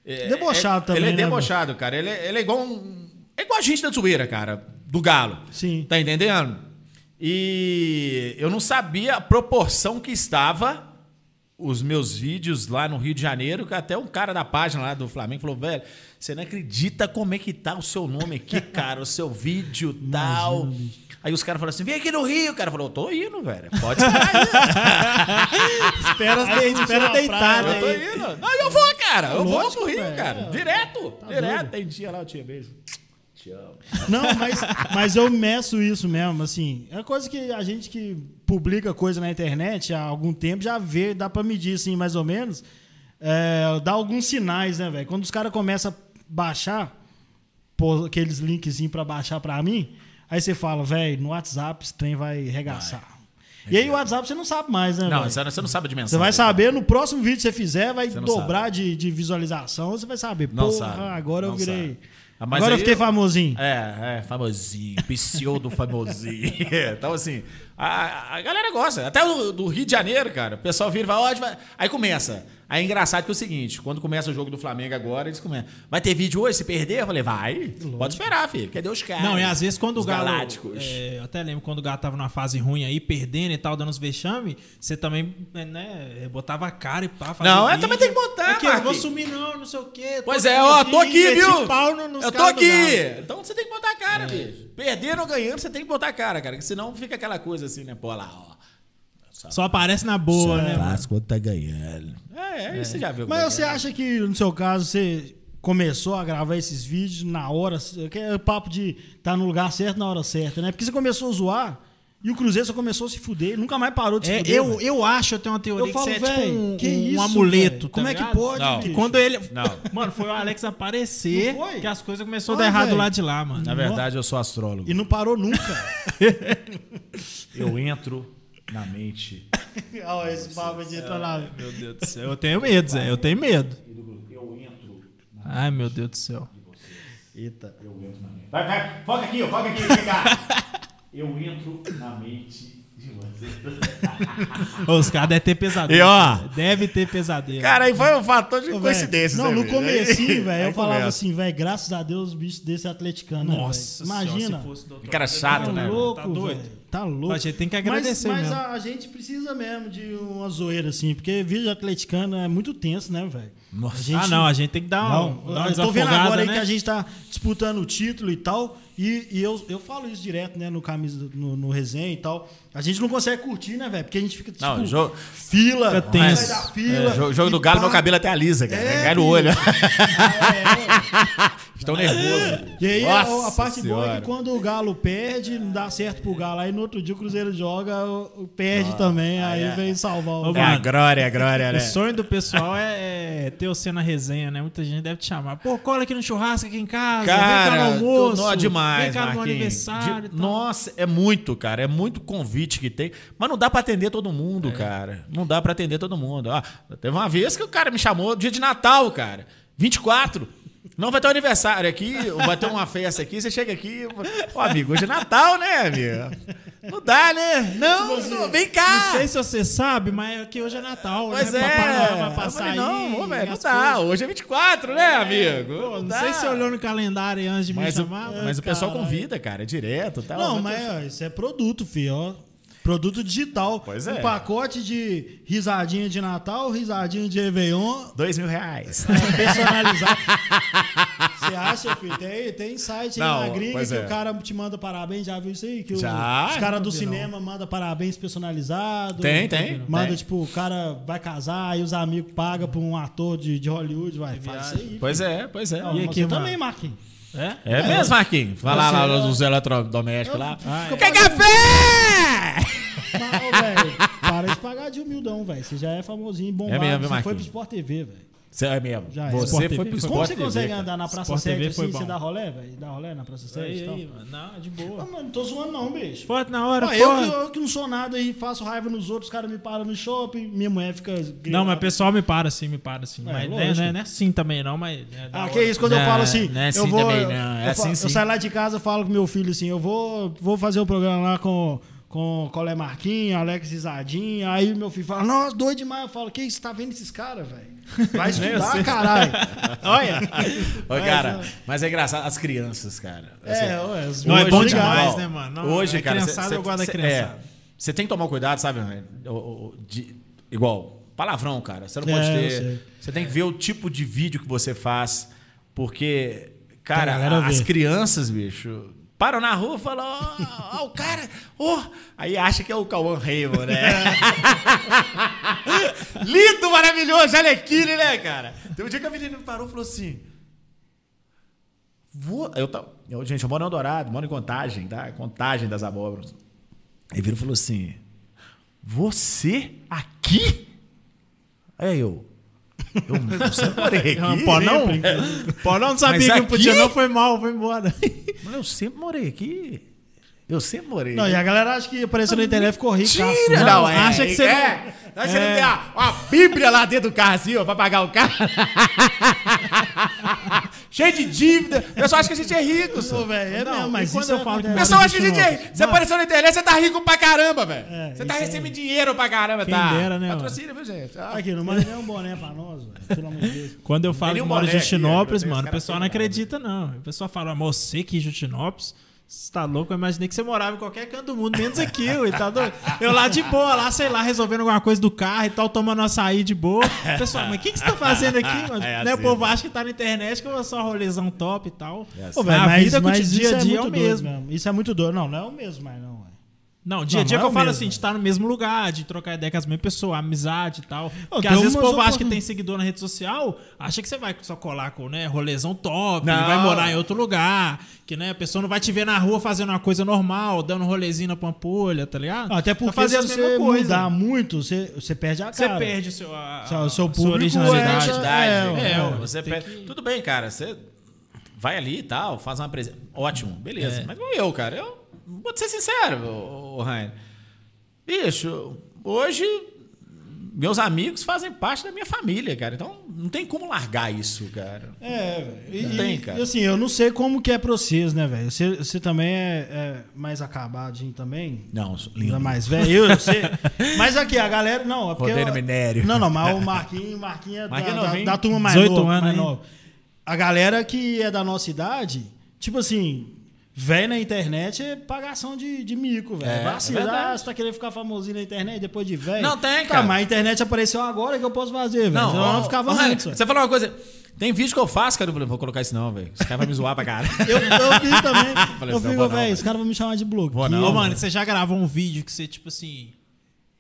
Speaker 4: é-
Speaker 2: Debochado
Speaker 4: é-
Speaker 2: também,
Speaker 4: Ele é
Speaker 2: né,
Speaker 4: debochado, cara. Ele é, ele é igual um. É igual a gente da zoeira, cara, do Galo.
Speaker 2: Sim.
Speaker 4: Tá entendendo? E eu não sabia a proporção que estava os meus vídeos lá no Rio de Janeiro, que até um cara da página lá do Flamengo falou, velho, você não acredita como é que tá o seu nome aqui, cara, o seu vídeo tal. Aí os caras falaram assim, vem aqui no Rio. O cara falou, eu tô indo, velho. Pode esperar
Speaker 2: espera, espera deitar,
Speaker 4: aí. eu tô
Speaker 2: né?
Speaker 4: indo. Não, eu vou, cara. Eu vou
Speaker 2: Lógico,
Speaker 4: pro Rio,
Speaker 2: velho. Tá
Speaker 4: cara. Direto. direto.
Speaker 2: doido.
Speaker 4: Tem dia lá, eu te beijo. Te amo.
Speaker 2: Não, mas, mas eu meço isso mesmo, assim. É coisa que a gente que publica coisa na internet há algum tempo já vê, dá pra medir, assim, mais ou menos. É, dá alguns sinais, né, velho? Quando os caras começam a baixar, pôr aqueles linkzinhos pra baixar pra mim, aí você fala, velho, no WhatsApp esse trem vai regaçar. E aí o WhatsApp você não sabe mais, né,
Speaker 4: Não,
Speaker 2: velho?
Speaker 4: você não- você não sabe a dimensão.
Speaker 2: Você vai
Speaker 4: cara.
Speaker 2: saber no próximo vídeo que você fizer, vai
Speaker 4: Você não
Speaker 2: dobrar de, de visualização, você vai saber.
Speaker 4: Não
Speaker 2: Porra,
Speaker 4: sabe,
Speaker 2: agora eu
Speaker 4: não
Speaker 2: virei.
Speaker 4: sabe. Ah, mas
Speaker 2: agora eu
Speaker 4: aí
Speaker 2: fiquei
Speaker 4: eu-
Speaker 2: famosinho.
Speaker 4: É, é, famosinho, pseudo famosinho. então, assim, a, a galera gosta. Até o, do Rio de Janeiro, cara, o pessoal vira e fala, ó, a gente vai- aí começa. Aí é engraçado que é o seguinte, quando começa o jogo do Flamengo agora, eles começam. Vai ter vídeo hoje, se perder? Eu falei, vai, pode esperar, filho. é Cadê os caras?
Speaker 2: é
Speaker 3: Não, e
Speaker 2: assim,
Speaker 3: às vezes quando
Speaker 4: Os
Speaker 3: o Galo.
Speaker 4: Galácticos.
Speaker 3: é, eu até lembro quando o Galo tava numa fase ruim aí, perdendo e tal, dando os vexame, você também, né, botava a cara e pá, fazia
Speaker 4: Não,
Speaker 3: um
Speaker 4: é,
Speaker 3: vídeo.
Speaker 4: também tem que botar,
Speaker 3: Aqui, eu não vou
Speaker 4: Marquinhos.
Speaker 3: sumir não, não sei o quê.
Speaker 4: Pois é, ó, tô aqui, viu? Eu tô aqui! Então você tem que botar a cara,
Speaker 2: É.
Speaker 4: bicho. Perdendo ou ganhando, você tem que botar a cara, cara. Que senão fica aquela coisa assim, né? Pô, lá, ó.
Speaker 3: Só aparece na boa, né? mano?
Speaker 4: quando tá ganhando. É, é, isso você já viu. como é
Speaker 2: Mas
Speaker 4: que
Speaker 2: você
Speaker 4: é.
Speaker 2: acha que, no seu caso, você começou a gravar esses vídeos na hora. Que é o papo de estar no lugar certo na hora certa, né? Porque você começou a zoar e o Cruzeiro só começou a se fuder. Nunca mais parou de se
Speaker 3: É,
Speaker 2: fuder.
Speaker 3: eu,
Speaker 2: velho.
Speaker 3: eu acho, eu tenho uma teoria
Speaker 2: Eu
Speaker 3: que
Speaker 2: falo,
Speaker 3: você é tipo
Speaker 2: velho,
Speaker 3: um,
Speaker 2: que
Speaker 3: um
Speaker 2: isso,
Speaker 3: amuleto.
Speaker 2: velho?
Speaker 3: tá
Speaker 2: Como é que
Speaker 3: ligado?
Speaker 2: pode,
Speaker 4: Não.
Speaker 2: bicho?
Speaker 3: Quando ele.
Speaker 4: Não.
Speaker 3: Mano, foi o Alex aparecer
Speaker 2: Não foi?
Speaker 3: que as coisas começaram a
Speaker 2: Foi,
Speaker 3: dar errado
Speaker 2: velho.
Speaker 3: lá de lá, mano.
Speaker 4: Na verdade, eu sou astrólogo.
Speaker 2: E não parou nunca.
Speaker 4: Eu entro na mente.
Speaker 2: Olha esse papo de entrar lá.
Speaker 3: Meu Deus do céu. Eu tenho medo, Zé. Eu tenho medo.
Speaker 4: Eu entro.
Speaker 3: Ai, meu Deus do céu.
Speaker 2: Eita.
Speaker 4: É, Vai, vai. Foca aqui, ó. Foca aqui, vem cá. Eu entro na mente
Speaker 3: Ô, Os caras devem ter pesadelo.
Speaker 4: E, ó.
Speaker 3: Deve ter pesadelo.
Speaker 4: Cara, aí foi um fator de
Speaker 2: Ô, véi,
Speaker 4: coincidência.
Speaker 2: Não,
Speaker 4: né,
Speaker 2: no
Speaker 4: velho?
Speaker 2: comecinho,
Speaker 4: Aí-
Speaker 2: velho,
Speaker 4: aí
Speaker 2: eu falava
Speaker 4: começa.
Speaker 2: assim, velho, graças a Deus, bicho desse atleticano. né,
Speaker 3: Nossa
Speaker 2: velho?
Speaker 3: senhora,
Speaker 2: Imagina.
Speaker 3: se fosse doutor-
Speaker 4: Cara chato,
Speaker 2: tá
Speaker 4: né?
Speaker 2: louco,
Speaker 3: Tá doido.
Speaker 2: velho. Tá louco.
Speaker 3: A gente tem que agradecer
Speaker 2: Mas, mas
Speaker 3: mesmo.
Speaker 2: a, a gente precisa mesmo de uma zoeira, assim, porque vídeo atleticano é muito tenso, né, velho?
Speaker 4: Nossa.
Speaker 2: A gente-
Speaker 3: Ah, não, a gente tem que dar,
Speaker 2: Não,
Speaker 3: um, dar uma
Speaker 2: eu tô vendo agora
Speaker 3: desafogada,
Speaker 2: aí
Speaker 3: né?
Speaker 2: que a gente tá disputando o título e tal. E, e eu, eu falo isso direto, né, no camisa do- no, no resenha e tal. A gente não consegue curtir, né, velho? Porque a gente fica tipo,
Speaker 4: Não, jogo-
Speaker 2: fila,
Speaker 3: Fica
Speaker 2: vai
Speaker 3: tenso.
Speaker 2: dar fila.
Speaker 4: É, jogo, jogo
Speaker 2: e
Speaker 4: do Galo,
Speaker 2: pá.
Speaker 4: meu cabelo até alisa, cara.
Speaker 2: É,
Speaker 4: cai no
Speaker 2: filho.
Speaker 4: olho.
Speaker 2: É,
Speaker 4: Estou nervoso.
Speaker 2: é. E aí a- a,
Speaker 4: Nossa
Speaker 2: parte boa é
Speaker 4: Senhora.
Speaker 2: que quando o Galo perde, não dá certo pro Galo. Aí no outro dia o Cruzeiro joga, o- o perde também. Aí
Speaker 4: é.
Speaker 2: vem salvar o.
Speaker 3: Ô,
Speaker 4: É a
Speaker 3: mano,
Speaker 4: glória, a glória, né?
Speaker 3: O sonho do pessoal é, é ter você na resenha, né? Muita gente deve te chamar. Pô, cola aqui no churrasco aqui em casa, vem cá no
Speaker 4: Cara, tô-
Speaker 3: almoço.
Speaker 4: nó demais,
Speaker 3: Vem cá no
Speaker 4: Marquinhos.
Speaker 3: aniversário.
Speaker 4: De-
Speaker 3: e tal.
Speaker 4: Nossa, é muito, cara. É muito convite que tem. Mas não dá pra atender todo
Speaker 3: É.
Speaker 4: mundo, cara. Não dá pra atender todo mundo. Ah, teve uma vez que o cara me chamou dia de Natal, cara. 24. Não, vai ter um aniversário aqui, vai ter uma festa aqui, você chega aqui. Ô, amigo, hoje é Natal, né, amigo? Não dá, né? Não, não, vem cá!
Speaker 3: Tipo assim, Não sei se você sabe, mas aqui hoje é Natal.
Speaker 4: Pois
Speaker 3: né?
Speaker 4: é,
Speaker 3: Papai Noel vai
Speaker 4: Eu
Speaker 3: passar
Speaker 4: falei,
Speaker 3: aí.
Speaker 4: não, ô, velho, não
Speaker 3: as
Speaker 4: dá.
Speaker 3: coisas.
Speaker 4: Hoje é 24, né, amigo?
Speaker 3: Pô, não sei se você olhou no calendário aí antes de
Speaker 4: mas,
Speaker 3: me
Speaker 4: o,
Speaker 3: chamar.
Speaker 4: mas o pessoal
Speaker 2: caralho.
Speaker 4: convida, cara, é direto e tal.
Speaker 2: Não,
Speaker 4: Vai ter-
Speaker 2: mas ó, isso é produto, filho. ó. Produto digital.
Speaker 4: Pois
Speaker 2: Um
Speaker 4: é.
Speaker 2: pacote de risadinha de Natal, risadinha de Réveillon,
Speaker 4: Dois mil reais.
Speaker 2: personalizado. Você acha, filho? Tem, tem site
Speaker 4: Não,
Speaker 2: aí na gringa
Speaker 4: pois
Speaker 2: que
Speaker 4: é.
Speaker 2: o cara te manda parabéns, já viu isso aí? Que o-
Speaker 4: Já?
Speaker 2: os caras do
Speaker 3: Não vi,
Speaker 2: cinema mandam parabéns personalizado.
Speaker 4: Tem, tem,
Speaker 2: Manda,
Speaker 4: tem.
Speaker 2: tipo, o cara vai casar e os amigos pagam pra um ator de, de Hollywood. Vai, faz isso aí.
Speaker 4: Pois é, pois é.
Speaker 2: Não,
Speaker 3: E
Speaker 2: mas
Speaker 3: aqui,
Speaker 2: você
Speaker 3: mano?
Speaker 2: também, Marquinhos.
Speaker 3: É?
Speaker 4: É mesmo, Marquinhos? Vai lá, lá
Speaker 2: Você-
Speaker 4: nos eletrodomésticos lá.
Speaker 2: Ah, é.
Speaker 4: é um- Quer café?
Speaker 2: Mas, ô, velho, para de pagar de humildão, velho. Você já é famosinho, bombado.
Speaker 4: É mesmo, viu,
Speaker 2: você foi
Speaker 4: Marquinhos?
Speaker 2: pro Sport TV, velho.
Speaker 4: Você é mesmo.
Speaker 2: Já é.
Speaker 4: Você
Speaker 2: Sport
Speaker 4: foi
Speaker 3: TV.
Speaker 4: pro Sport
Speaker 2: Como você
Speaker 4: TV,
Speaker 2: consegue
Speaker 4: cara.
Speaker 2: andar na Praça
Speaker 3: Sport
Speaker 2: 7
Speaker 3: TV foi
Speaker 2: assim? Você
Speaker 3: bom.
Speaker 2: dá rolé, velho? Dá rolé na Praça 7 e
Speaker 3: Aí,
Speaker 2: tal?
Speaker 3: aí, mano. Não, de
Speaker 2: Ah,
Speaker 3: boa.
Speaker 2: mano, não tô zoando não, bicho.
Speaker 3: Forte na hora,
Speaker 2: Ó,
Speaker 3: porra.
Speaker 2: eu, que, eu que não sou nada e faço raiva nos outros, os caras me param no shopping, minha mulher fica.
Speaker 3: Não, mas
Speaker 2: grilada.
Speaker 3: o pessoal me para assim, me para assim.
Speaker 2: É,
Speaker 3: mas né,
Speaker 2: lógico.
Speaker 3: né, não é assim também, não, mas. né, da
Speaker 2: Ah,
Speaker 3: hora.
Speaker 2: que isso, quando eu
Speaker 4: Não,
Speaker 2: falo assim.
Speaker 4: não é
Speaker 2: eu
Speaker 4: assim
Speaker 2: vou,
Speaker 4: também,
Speaker 2: eu-
Speaker 4: não, é
Speaker 2: eu
Speaker 4: assim
Speaker 2: falo- Eu
Speaker 4: sim.
Speaker 2: saio lá de casa falo com meu filho assim: eu vou, vou fazer o programa lá com. Com Colé Marquinhos, Alex Isadinho, aí meu filho fala, nossa, doido demais. Eu falo, que isso, tá vendo esses caras, velho? Vai estudar, caralho. Olha.
Speaker 4: Ô,
Speaker 2: Mas,
Speaker 4: cara,
Speaker 2: ó.
Speaker 4: mas é engraçado as crianças, cara. Assim,
Speaker 2: É, ué, os-
Speaker 3: Não, é
Speaker 4: Hoje,
Speaker 3: bom
Speaker 4: cara,
Speaker 3: demais,
Speaker 4: ó,
Speaker 3: né, mano? Não,
Speaker 4: hoje,
Speaker 3: é
Speaker 4: cara,
Speaker 3: criançada, eu gosto da
Speaker 4: cê-
Speaker 3: criançada.
Speaker 4: Você tem que tomar cuidado, sabe? né? O- o- o- de- igual, palavrão, cara. Você não pode
Speaker 2: É, eu sei.
Speaker 4: ter. Você tem que ver o tipo de vídeo que você faz. Porque,
Speaker 2: Pra galera
Speaker 4: cara, as
Speaker 2: ver.
Speaker 4: crianças, bicho. Param na rua e falam, ó, ó, o cara, ó. Aí acha que é o Cauã Raymond, né? Lindo, maravilhoso, Alequine, né, cara? Tem um dia que a menina me parou e falou assim. Vou, eu, ta- eu, gente, eu moro em Eldorado, moro em Contagem, tá? Contagem das abóboras. Aí virou e falou assim: Você aqui? Aí eu. Eu você morei
Speaker 2: É
Speaker 4: aqui.
Speaker 3: Não, pô, não.
Speaker 4: né?
Speaker 3: Pô, não sabia
Speaker 4: Mas
Speaker 3: que não podia,
Speaker 4: aqui?
Speaker 3: não. Foi mal, foi embora.
Speaker 4: Mas eu sempre morei aqui. Eu sempre morei.
Speaker 2: Não, e a galera acha que apareceu na internet e ficou rico.
Speaker 4: Tira!
Speaker 2: Não,
Speaker 4: Não, é,
Speaker 3: acha que você
Speaker 4: é. Acha que ele tem a, a Bíblia lá dentro do carro, assim, ó, pra pagar o carro. Cheio de dívida. O pessoal acha que a gente é rico,
Speaker 2: Ô,
Speaker 4: senhor.
Speaker 2: velho, é
Speaker 3: Não,
Speaker 2: mesmo,
Speaker 3: e
Speaker 2: mas
Speaker 3: quando
Speaker 2: isso
Speaker 3: eu falo que
Speaker 4: O
Speaker 2: acontece.
Speaker 4: pessoal acha que a gente é rico. Você
Speaker 3: Mano.
Speaker 4: apareceu na internet, você tá rico pra caramba, velho.
Speaker 2: É,
Speaker 4: você tá
Speaker 2: isso
Speaker 4: recebendo dinheiro pra caramba,
Speaker 3: Quem
Speaker 4: tá?
Speaker 3: dera, né,
Speaker 4: Patrocínio, viu, gente? Ah,
Speaker 2: Aqui, não manda nem um boné pra nós, velho. Pelo amor de Deus.
Speaker 3: Quando eu falo
Speaker 4: Tem
Speaker 3: que
Speaker 4: um
Speaker 3: moro em
Speaker 4: boné aqui,
Speaker 3: Justinópolis,
Speaker 4: né? Os
Speaker 3: mano, o
Speaker 4: caras
Speaker 3: pessoal
Speaker 4: têm
Speaker 3: não
Speaker 4: nada.
Speaker 3: acredita, não. O pessoal fala, mas você que em Justinópolis? Você tá louco? Eu imaginei que você morava em qualquer canto do mundo, menos aqui, ué, tá doido? Eu lá de boa, lá, sei lá, resolvendo alguma coisa do carro e tal, tomando açaí de boa. Pessoal, mas o que, que você tá fazendo aqui, mano?
Speaker 4: É
Speaker 3: né, o
Speaker 4: assim,
Speaker 3: povo acha que tá na internet, que eu sou um rolezão top e tal.
Speaker 4: assim.
Speaker 2: Pô,
Speaker 3: Pô,
Speaker 2: velho,
Speaker 3: velho, a
Speaker 2: mas-
Speaker 3: vida com o
Speaker 2: mas isso
Speaker 3: dia a dia é, o
Speaker 2: muito doido
Speaker 3: mesmo.
Speaker 2: Isso é muito doido. Não, não é o mesmo, mas não, velho.
Speaker 3: Não, dia a
Speaker 2: Não,
Speaker 3: dia
Speaker 2: não é
Speaker 3: que
Speaker 2: o
Speaker 3: eu falo
Speaker 2: mesmo,
Speaker 3: assim,
Speaker 2: né?
Speaker 3: de estar no mesmo lugar, de trocar ideia com as mesmas pessoas, amizade e tal. Porque
Speaker 2: tem
Speaker 3: às vezes o
Speaker 2: umas
Speaker 3: povo acha que
Speaker 2: oportun-
Speaker 3: tem seguidor na rede social, acha que você vai só colar com, né, rolezão top,
Speaker 4: Não.
Speaker 3: vai morar em outro lugar, que, né, a pessoa não vai te ver na rua fazendo uma coisa normal, dando um rolezinho na pampulha, tá ligado?
Speaker 2: Até
Speaker 3: Tá
Speaker 2: porque
Speaker 3: fazendo
Speaker 2: se você mudar muito, você, você perde a
Speaker 3: Você
Speaker 2: cara.
Speaker 3: perde o seu, a,
Speaker 2: Seu-
Speaker 3: a
Speaker 2: seu
Speaker 3: sua
Speaker 2: público
Speaker 3: originalidade.
Speaker 2: é-
Speaker 4: identidade.
Speaker 3: é,
Speaker 4: né,
Speaker 3: ué,
Speaker 4: cara? você
Speaker 3: tem
Speaker 4: pede- Tudo bem, cara. Você vai ali e tal, faz uma presença. Ótimo, beleza. Mas não eu, cara. Eu vou te ser sincero, ô, ô, Rainer. Bicho, hoje meus amigos fazem parte da minha família, cara. Então não tem como largar isso, cara.
Speaker 2: É, velho. E-
Speaker 4: Tem,
Speaker 2: e,
Speaker 4: cara.
Speaker 2: e assim, eu não sei como que é pra vocês, né, velho? Você, você também é, é mais acabadinho também?
Speaker 4: Não,
Speaker 2: Ainda mais velho, eu, eu sei. Mas aqui, a galera. Não, é porque.
Speaker 4: Rodeio
Speaker 2: eu-
Speaker 4: no minério.
Speaker 2: Não, não, mas o Marquinhos, Marquinhos é da,
Speaker 4: Marquinhos é
Speaker 2: da,
Speaker 4: novinho.
Speaker 2: da turma mais
Speaker 3: 18
Speaker 2: nova,
Speaker 3: anos
Speaker 2: mais
Speaker 3: ainda.
Speaker 2: nova. A galera que é da nossa idade, tipo assim, velho na internet é pagação de, de mico, velho.
Speaker 4: É,
Speaker 2: Vacila,
Speaker 4: é verdade.
Speaker 2: ah, você tá querendo ficar famosinho na internet depois de velho.
Speaker 4: Não, tem,
Speaker 2: Tá,
Speaker 4: cara.
Speaker 2: mas a internet apareceu agora que eu posso fazer, velho.
Speaker 4: Não,
Speaker 2: Senão
Speaker 4: ó,
Speaker 2: eu ficava
Speaker 4: ó, é,
Speaker 2: antes,
Speaker 4: Você
Speaker 2: velho.
Speaker 4: falou uma coisa. Tem vídeo que eu faço, cara. Eu falei, vou colocar isso não, velho. Esse cara vai me zoar pra cara.
Speaker 2: Eu, eu fiz também.
Speaker 4: Falei,
Speaker 2: eu
Speaker 4: não, vou
Speaker 2: fico,
Speaker 4: não,
Speaker 2: velho,
Speaker 4: velho.
Speaker 2: os caras vão me chamar de blogueiro.
Speaker 4: Vou não.
Speaker 3: Ô, mano, você já gravou um vídeo que você, tipo assim,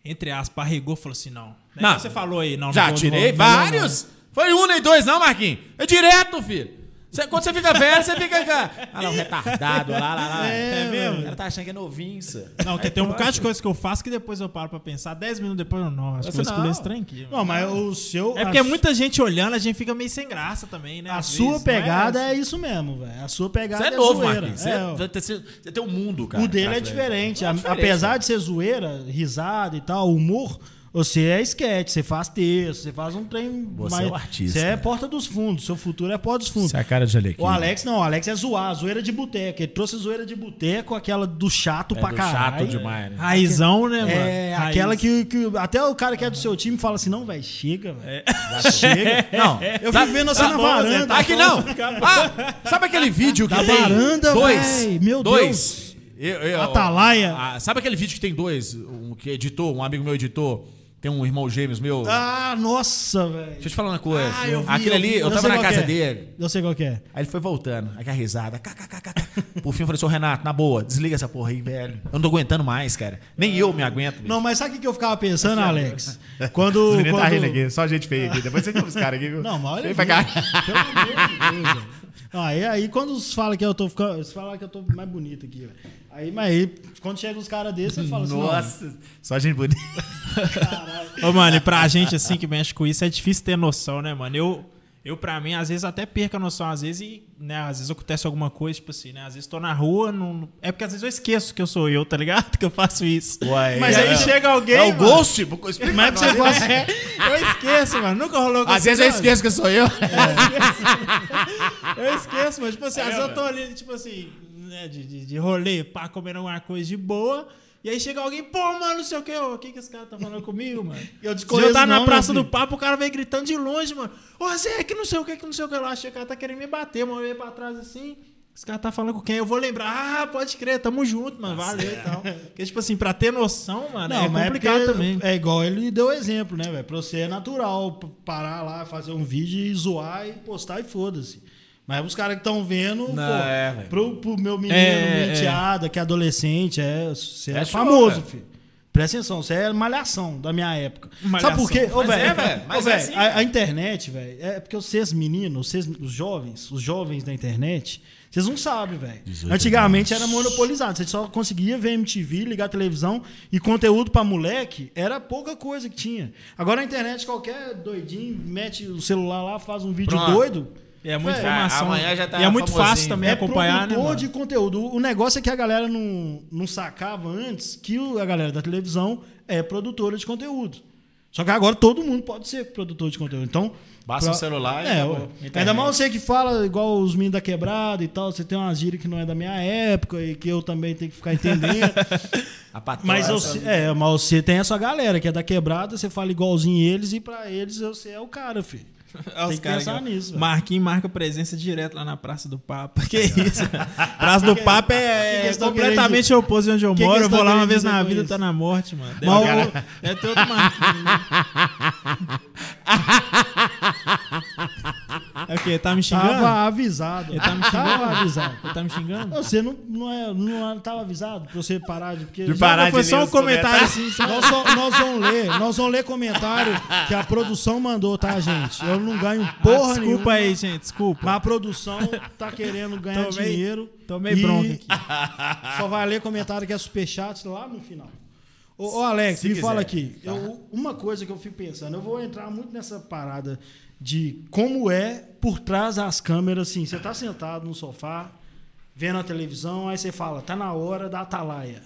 Speaker 3: entre aspas, arregou e falou assim, não. Né?
Speaker 4: Não.
Speaker 3: Você falou aí, não. não
Speaker 4: Já
Speaker 3: vou-
Speaker 4: tirei
Speaker 3: não vou- não vou,
Speaker 4: vários. Foi um nem dois, não, Marquinhos. É direto, filho. Você- quando você fica velho, você fica. cara, Ah, lá, um retardado, lá, lá, lá.
Speaker 2: É,
Speaker 4: mesmo? O cara tá achando que é novinho, isso.
Speaker 3: Não, porque tem um bocado de coisa que eu faço que depois eu paro pra pensar. Dez minutos depois eu não. Acho que eu
Speaker 4: Você
Speaker 3: vou escolher
Speaker 4: não.
Speaker 3: esse trem aqui. mano.
Speaker 2: Não, mas o seu.
Speaker 3: É porque
Speaker 2: a-
Speaker 3: é muita gente olhando, a gente fica meio sem graça também, né?
Speaker 2: A
Speaker 3: às
Speaker 2: sua
Speaker 3: vezes, não é?
Speaker 2: pegada é, isso mesmo, velho. A sua pegada
Speaker 4: Você
Speaker 2: é,
Speaker 4: é novo,
Speaker 2: zoeira.
Speaker 4: Marquinhos. Você,
Speaker 2: É,
Speaker 4: é-
Speaker 2: ó.
Speaker 4: você- você- você tem um mundo, cara.
Speaker 2: o dele é
Speaker 4: Cara,
Speaker 2: diferente.
Speaker 4: é
Speaker 2: A-
Speaker 4: diferente,
Speaker 2: Apesar
Speaker 4: cara.
Speaker 2: de ser zoeira, risada e tal, humor, você é sketch, você faz texto, você faz um trem.
Speaker 4: Você é o artista.
Speaker 2: Você é porta dos fundos, seu futuro é porta dos fundos.
Speaker 4: Isso é a cara de Alequim.
Speaker 2: O Alex não, o Alex é zoar, zoeira de boteco. Ele trouxe zoeira de boteco, aquela do chato
Speaker 4: É
Speaker 2: pra
Speaker 4: do
Speaker 2: caralho.
Speaker 4: chato demais, né?
Speaker 3: Raizão, né, mano?
Speaker 2: É,
Speaker 3: Raiz.
Speaker 2: aquela que, que até o cara que é do seu time fala assim: não, velho, chega, velho. Chega.
Speaker 4: Não.
Speaker 2: Eu fico vendo você
Speaker 4: tá
Speaker 2: na
Speaker 4: bom,
Speaker 2: varanda.
Speaker 4: Zé, tá aqui não. Ah, sabe aquele vídeo que
Speaker 2: Da
Speaker 4: tem
Speaker 2: varanda,
Speaker 4: dois,
Speaker 2: véi, meu
Speaker 4: dois. Eu- eu-
Speaker 2: Atalaia.
Speaker 4: Ah, sabe aquele vídeo que tem dois, um que editou, um amigo meu editou, tem um irmão gêmeos meu.
Speaker 2: Ah, nossa,
Speaker 4: Deixa eu
Speaker 2: velho.
Speaker 4: te falar uma coisa.
Speaker 2: Ah, eu vi,
Speaker 4: aquele
Speaker 2: eu
Speaker 4: ali,
Speaker 2: vi.
Speaker 4: eu,
Speaker 2: Eu
Speaker 4: tava
Speaker 2: sei
Speaker 4: na
Speaker 2: qual que
Speaker 4: casa
Speaker 2: é.
Speaker 4: dele.
Speaker 2: Eu sei qual que é.
Speaker 4: Aí ele foi voltando, aquela risada. kkkk. Por fim, eu falei, seu Renato, na boa, desliga essa porra aí, velho. Eu não tô aguentando mais, cara. Nem eu me aguento. bicho.
Speaker 2: Não, mas sabe o que que eu ficava pensando, Alex? Quando.
Speaker 5: Os meninos tá
Speaker 2: quando-
Speaker 5: rindo aqui, só gente feia aqui. Depois você que os caras aqui, viu?
Speaker 2: Não, mas olha.
Speaker 5: Vem
Speaker 2: Pelo
Speaker 5: pra cá.
Speaker 2: amor de Deus, velho. Não, aí, aí quando os falam que eu tô ficando. Eles falam que eu tô mais bonito aqui, velho. Aí, mas aí, quando chega os caras desses, você fala assim. Nossa.
Speaker 5: Nossa, só gente bonita.
Speaker 3: Ô, mano, e pra gente, assim, que mexe com isso, é difícil ter noção, né, mano? Eu, eu pra mim, às vezes até perco a noção, às vezes, e, né, às vezes acontece alguma coisa, tipo assim, né? Às vezes tô na rua, não... é porque às vezes eu esqueço que eu sou eu, tá ligado? Que eu faço isso.
Speaker 5: Uai,
Speaker 3: Mas
Speaker 2: é.
Speaker 3: aí chega alguém.
Speaker 4: é o
Speaker 3: mano,
Speaker 4: Ghost? Explica
Speaker 2: Mas é pra você falar.
Speaker 3: É, eu esqueço, mano. Nunca rolou com
Speaker 4: Às
Speaker 3: você,
Speaker 4: vezes eu
Speaker 3: não?
Speaker 4: esqueço que sou eu.
Speaker 3: Eu esqueço, mas, tipo assim, às vezes eu tô ali, tipo assim, né, de, de, de rolê, pá, comendo alguma coisa de boa. E aí chega alguém, pô, mano, não sei o que, o que que esse cara tá falando comigo, mano?
Speaker 2: Eu
Speaker 3: Se
Speaker 2: desconheço
Speaker 3: eu tá
Speaker 2: não,
Speaker 3: na
Speaker 2: meu
Speaker 3: Praça do
Speaker 2: filho.
Speaker 3: Papo, o cara vem gritando de longe, mano. Ô, Zé, que não sei o que, que não sei o que lá. Achei que o cara tá querendo me bater, mano. Eu olhei pra trás assim, esse cara tá falando com quem? Eu vou lembrar. Ah, pode crer, tamo junto, mano, valeu e tal. Porque, tipo assim, pra ter noção, mano,
Speaker 2: Não,
Speaker 3: é
Speaker 2: mas é
Speaker 3: complicado
Speaker 2: porque
Speaker 3: também.
Speaker 2: É igual ele deu o exemplo, né, velho? Pra você é natural p- parar lá, fazer um vídeo e zoar e postar e foda-se. Mas os caras que estão vendo, pô,
Speaker 4: é, velho.
Speaker 2: pro, pro meu menino,
Speaker 3: É,
Speaker 2: minha enteada, que é adolescente, é, você é,
Speaker 4: É show,
Speaker 2: famoso,
Speaker 4: velho.
Speaker 2: filho. Presta atenção, você é malhação da minha época. Sabe
Speaker 3: Malhação.
Speaker 2: por quê? Ô,
Speaker 4: Mas
Speaker 2: velho,
Speaker 4: é, velho,
Speaker 2: ô,
Speaker 4: mas é
Speaker 2: velho,
Speaker 4: assim,
Speaker 2: a- a, internet, velho, é porque vocês meninos, vocês, os jovens, os jovens da internet, vocês não sabem, velho.
Speaker 3: é
Speaker 4: 18
Speaker 2: Antigamente era monopolizado, você só conseguia ver MTV, ligar a televisão e conteúdo pra moleque era pouca coisa que tinha. Agora a internet qualquer doidinho mete o celular lá, faz um vídeo
Speaker 4: Pronto.
Speaker 2: doido.
Speaker 3: É muita
Speaker 2: Véi,
Speaker 3: informação.
Speaker 4: amanhã já tá
Speaker 3: e é muito
Speaker 4: famosinho.
Speaker 3: fácil também
Speaker 2: É
Speaker 3: acompanhar, né?
Speaker 2: produtor
Speaker 3: mano?
Speaker 2: de conteúdo. O negócio é que a galera não, não sacava antes que o- a galera da televisão é produtora de conteúdo. Só que agora todo mundo pode ser produtor de conteúdo. Então.
Speaker 4: Basta
Speaker 2: pra-
Speaker 4: um celular e
Speaker 2: É,
Speaker 4: acabou.
Speaker 2: ué.
Speaker 4: Internet.
Speaker 2: ainda mais você que fala igual os meninos da quebrada e tal. Você tem umas gírias que não é da minha época e que eu também tenho que ficar entendendo.
Speaker 4: A né? patroa,
Speaker 2: mas, eu,
Speaker 4: sabe?
Speaker 2: é, mas você tem a sua galera que é da quebrada, você fala igualzinho eles e pra eles você é o cara, filho.
Speaker 3: Olha
Speaker 2: Tem
Speaker 3: os
Speaker 2: que
Speaker 3: caras
Speaker 2: pensar
Speaker 3: aqui, ó.
Speaker 2: nisso, velho.
Speaker 3: Marquinhos marca presença direto lá na Praça do Papo. Que isso? Praça do Papo
Speaker 2: que
Speaker 3: é,
Speaker 2: eles tão
Speaker 3: completamente oposto de onde eu
Speaker 2: que
Speaker 3: moro.
Speaker 2: eles
Speaker 3: eu vou
Speaker 2: tão
Speaker 3: lá uma
Speaker 2: querendo
Speaker 3: vez
Speaker 2: dizer
Speaker 3: na
Speaker 2: com
Speaker 3: vida,
Speaker 2: isso?
Speaker 3: tá na morte, mano. Deve,
Speaker 2: Mas o-
Speaker 3: é todo
Speaker 2: né?
Speaker 3: Marquinhos. é o quê? Tá me xingando?
Speaker 2: Tava avisado.
Speaker 3: Ele tá me xingando?
Speaker 2: Tava avisado.
Speaker 3: Ele tá me xingando?
Speaker 2: Não, Você não, não, é, não tava avisado pra você parar de. Porque
Speaker 5: De parar
Speaker 3: Foi
Speaker 5: de
Speaker 3: só
Speaker 5: ler
Speaker 3: um
Speaker 5: os
Speaker 3: comentário
Speaker 5: comentários.
Speaker 3: assim.
Speaker 2: Nós, só- nós vamos ler, nós vamos ler comentário que a produção mandou, tá, gente? Eu não ganho porra
Speaker 3: Porra, Ah, desculpa
Speaker 2: nenhuma.
Speaker 3: aí, gente. Desculpa.
Speaker 2: Mas a produção tá querendo ganhar
Speaker 3: Tomei-
Speaker 2: dinheiro.
Speaker 3: tomei
Speaker 2: e
Speaker 3: bronca aqui.
Speaker 2: Só vai ler comentário que é superchat lá no final. Ô, ô, Alex,
Speaker 4: Se
Speaker 2: me
Speaker 4: quiser.
Speaker 2: fala aqui.
Speaker 3: Tá.
Speaker 2: Eu- uma coisa que eu fico pensando, eu vou entrar muito nessa parada de como é por trás das câmeras, assim. Você tá sentado no sofá, vendo a televisão, aí você fala, tá na hora da atalaia.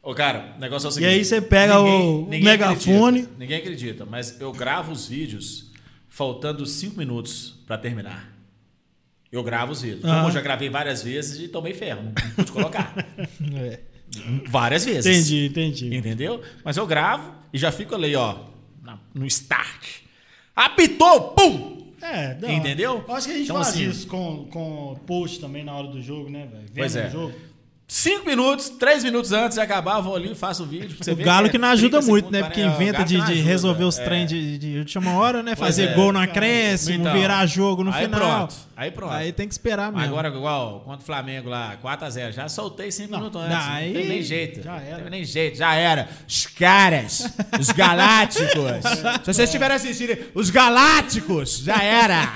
Speaker 4: Ô, cara, o negócio é o
Speaker 2: E
Speaker 4: seguinte.
Speaker 2: aí você pega o- o megafone.
Speaker 4: acredita, ninguém acredita, mas eu gravo os vídeos faltando cinco minutos pra terminar. Eu gravo os vídeos.
Speaker 3: Aham.
Speaker 4: Como eu já gravei várias vezes e tomei ferro. Não pude colocar.
Speaker 3: É.
Speaker 4: várias vezes.
Speaker 2: Entendi, entendi.
Speaker 4: Entendeu? Mas eu gravo e já fico ali, ó, na- no start. Apitou, pum!
Speaker 2: É, dá.
Speaker 4: Entendeu?
Speaker 2: Eu acho que a gente
Speaker 4: Então,
Speaker 2: faz
Speaker 4: assim-
Speaker 2: isso com, com post também na hora do jogo, né, velho? Vendo
Speaker 4: Pois é.
Speaker 2: o jogo.
Speaker 4: Cinco minutos, três minutos antes de acabar, vou ali, faço o vídeo. pra você
Speaker 3: O
Speaker 4: ver
Speaker 3: Galo
Speaker 4: é
Speaker 3: que não ajuda
Speaker 4: 30
Speaker 3: muito,
Speaker 4: segundos,
Speaker 3: né? Porque
Speaker 4: quarenta- é, o
Speaker 3: inventa
Speaker 4: Galo
Speaker 3: de,
Speaker 4: não
Speaker 3: de
Speaker 4: ajuda,
Speaker 3: resolver os
Speaker 4: é.
Speaker 3: trem de, de última hora, né?
Speaker 4: Pois
Speaker 3: Fazer
Speaker 4: é.
Speaker 3: gol no acréscimo,
Speaker 4: Então,
Speaker 3: virar jogo no
Speaker 4: aí
Speaker 3: final.
Speaker 4: pronto, aí pronto.
Speaker 3: Aí tem que esperar mesmo.
Speaker 4: Agora, igual, contra o Flamengo lá, 4x0. Já soltei 5 minutos antes.
Speaker 3: daí-
Speaker 4: não teve nem jeito.
Speaker 3: já era.
Speaker 4: Não teve nem jeito, já era. Os caras, os galácticos. Se vocês estiverem assistindo, os galácticos, já era.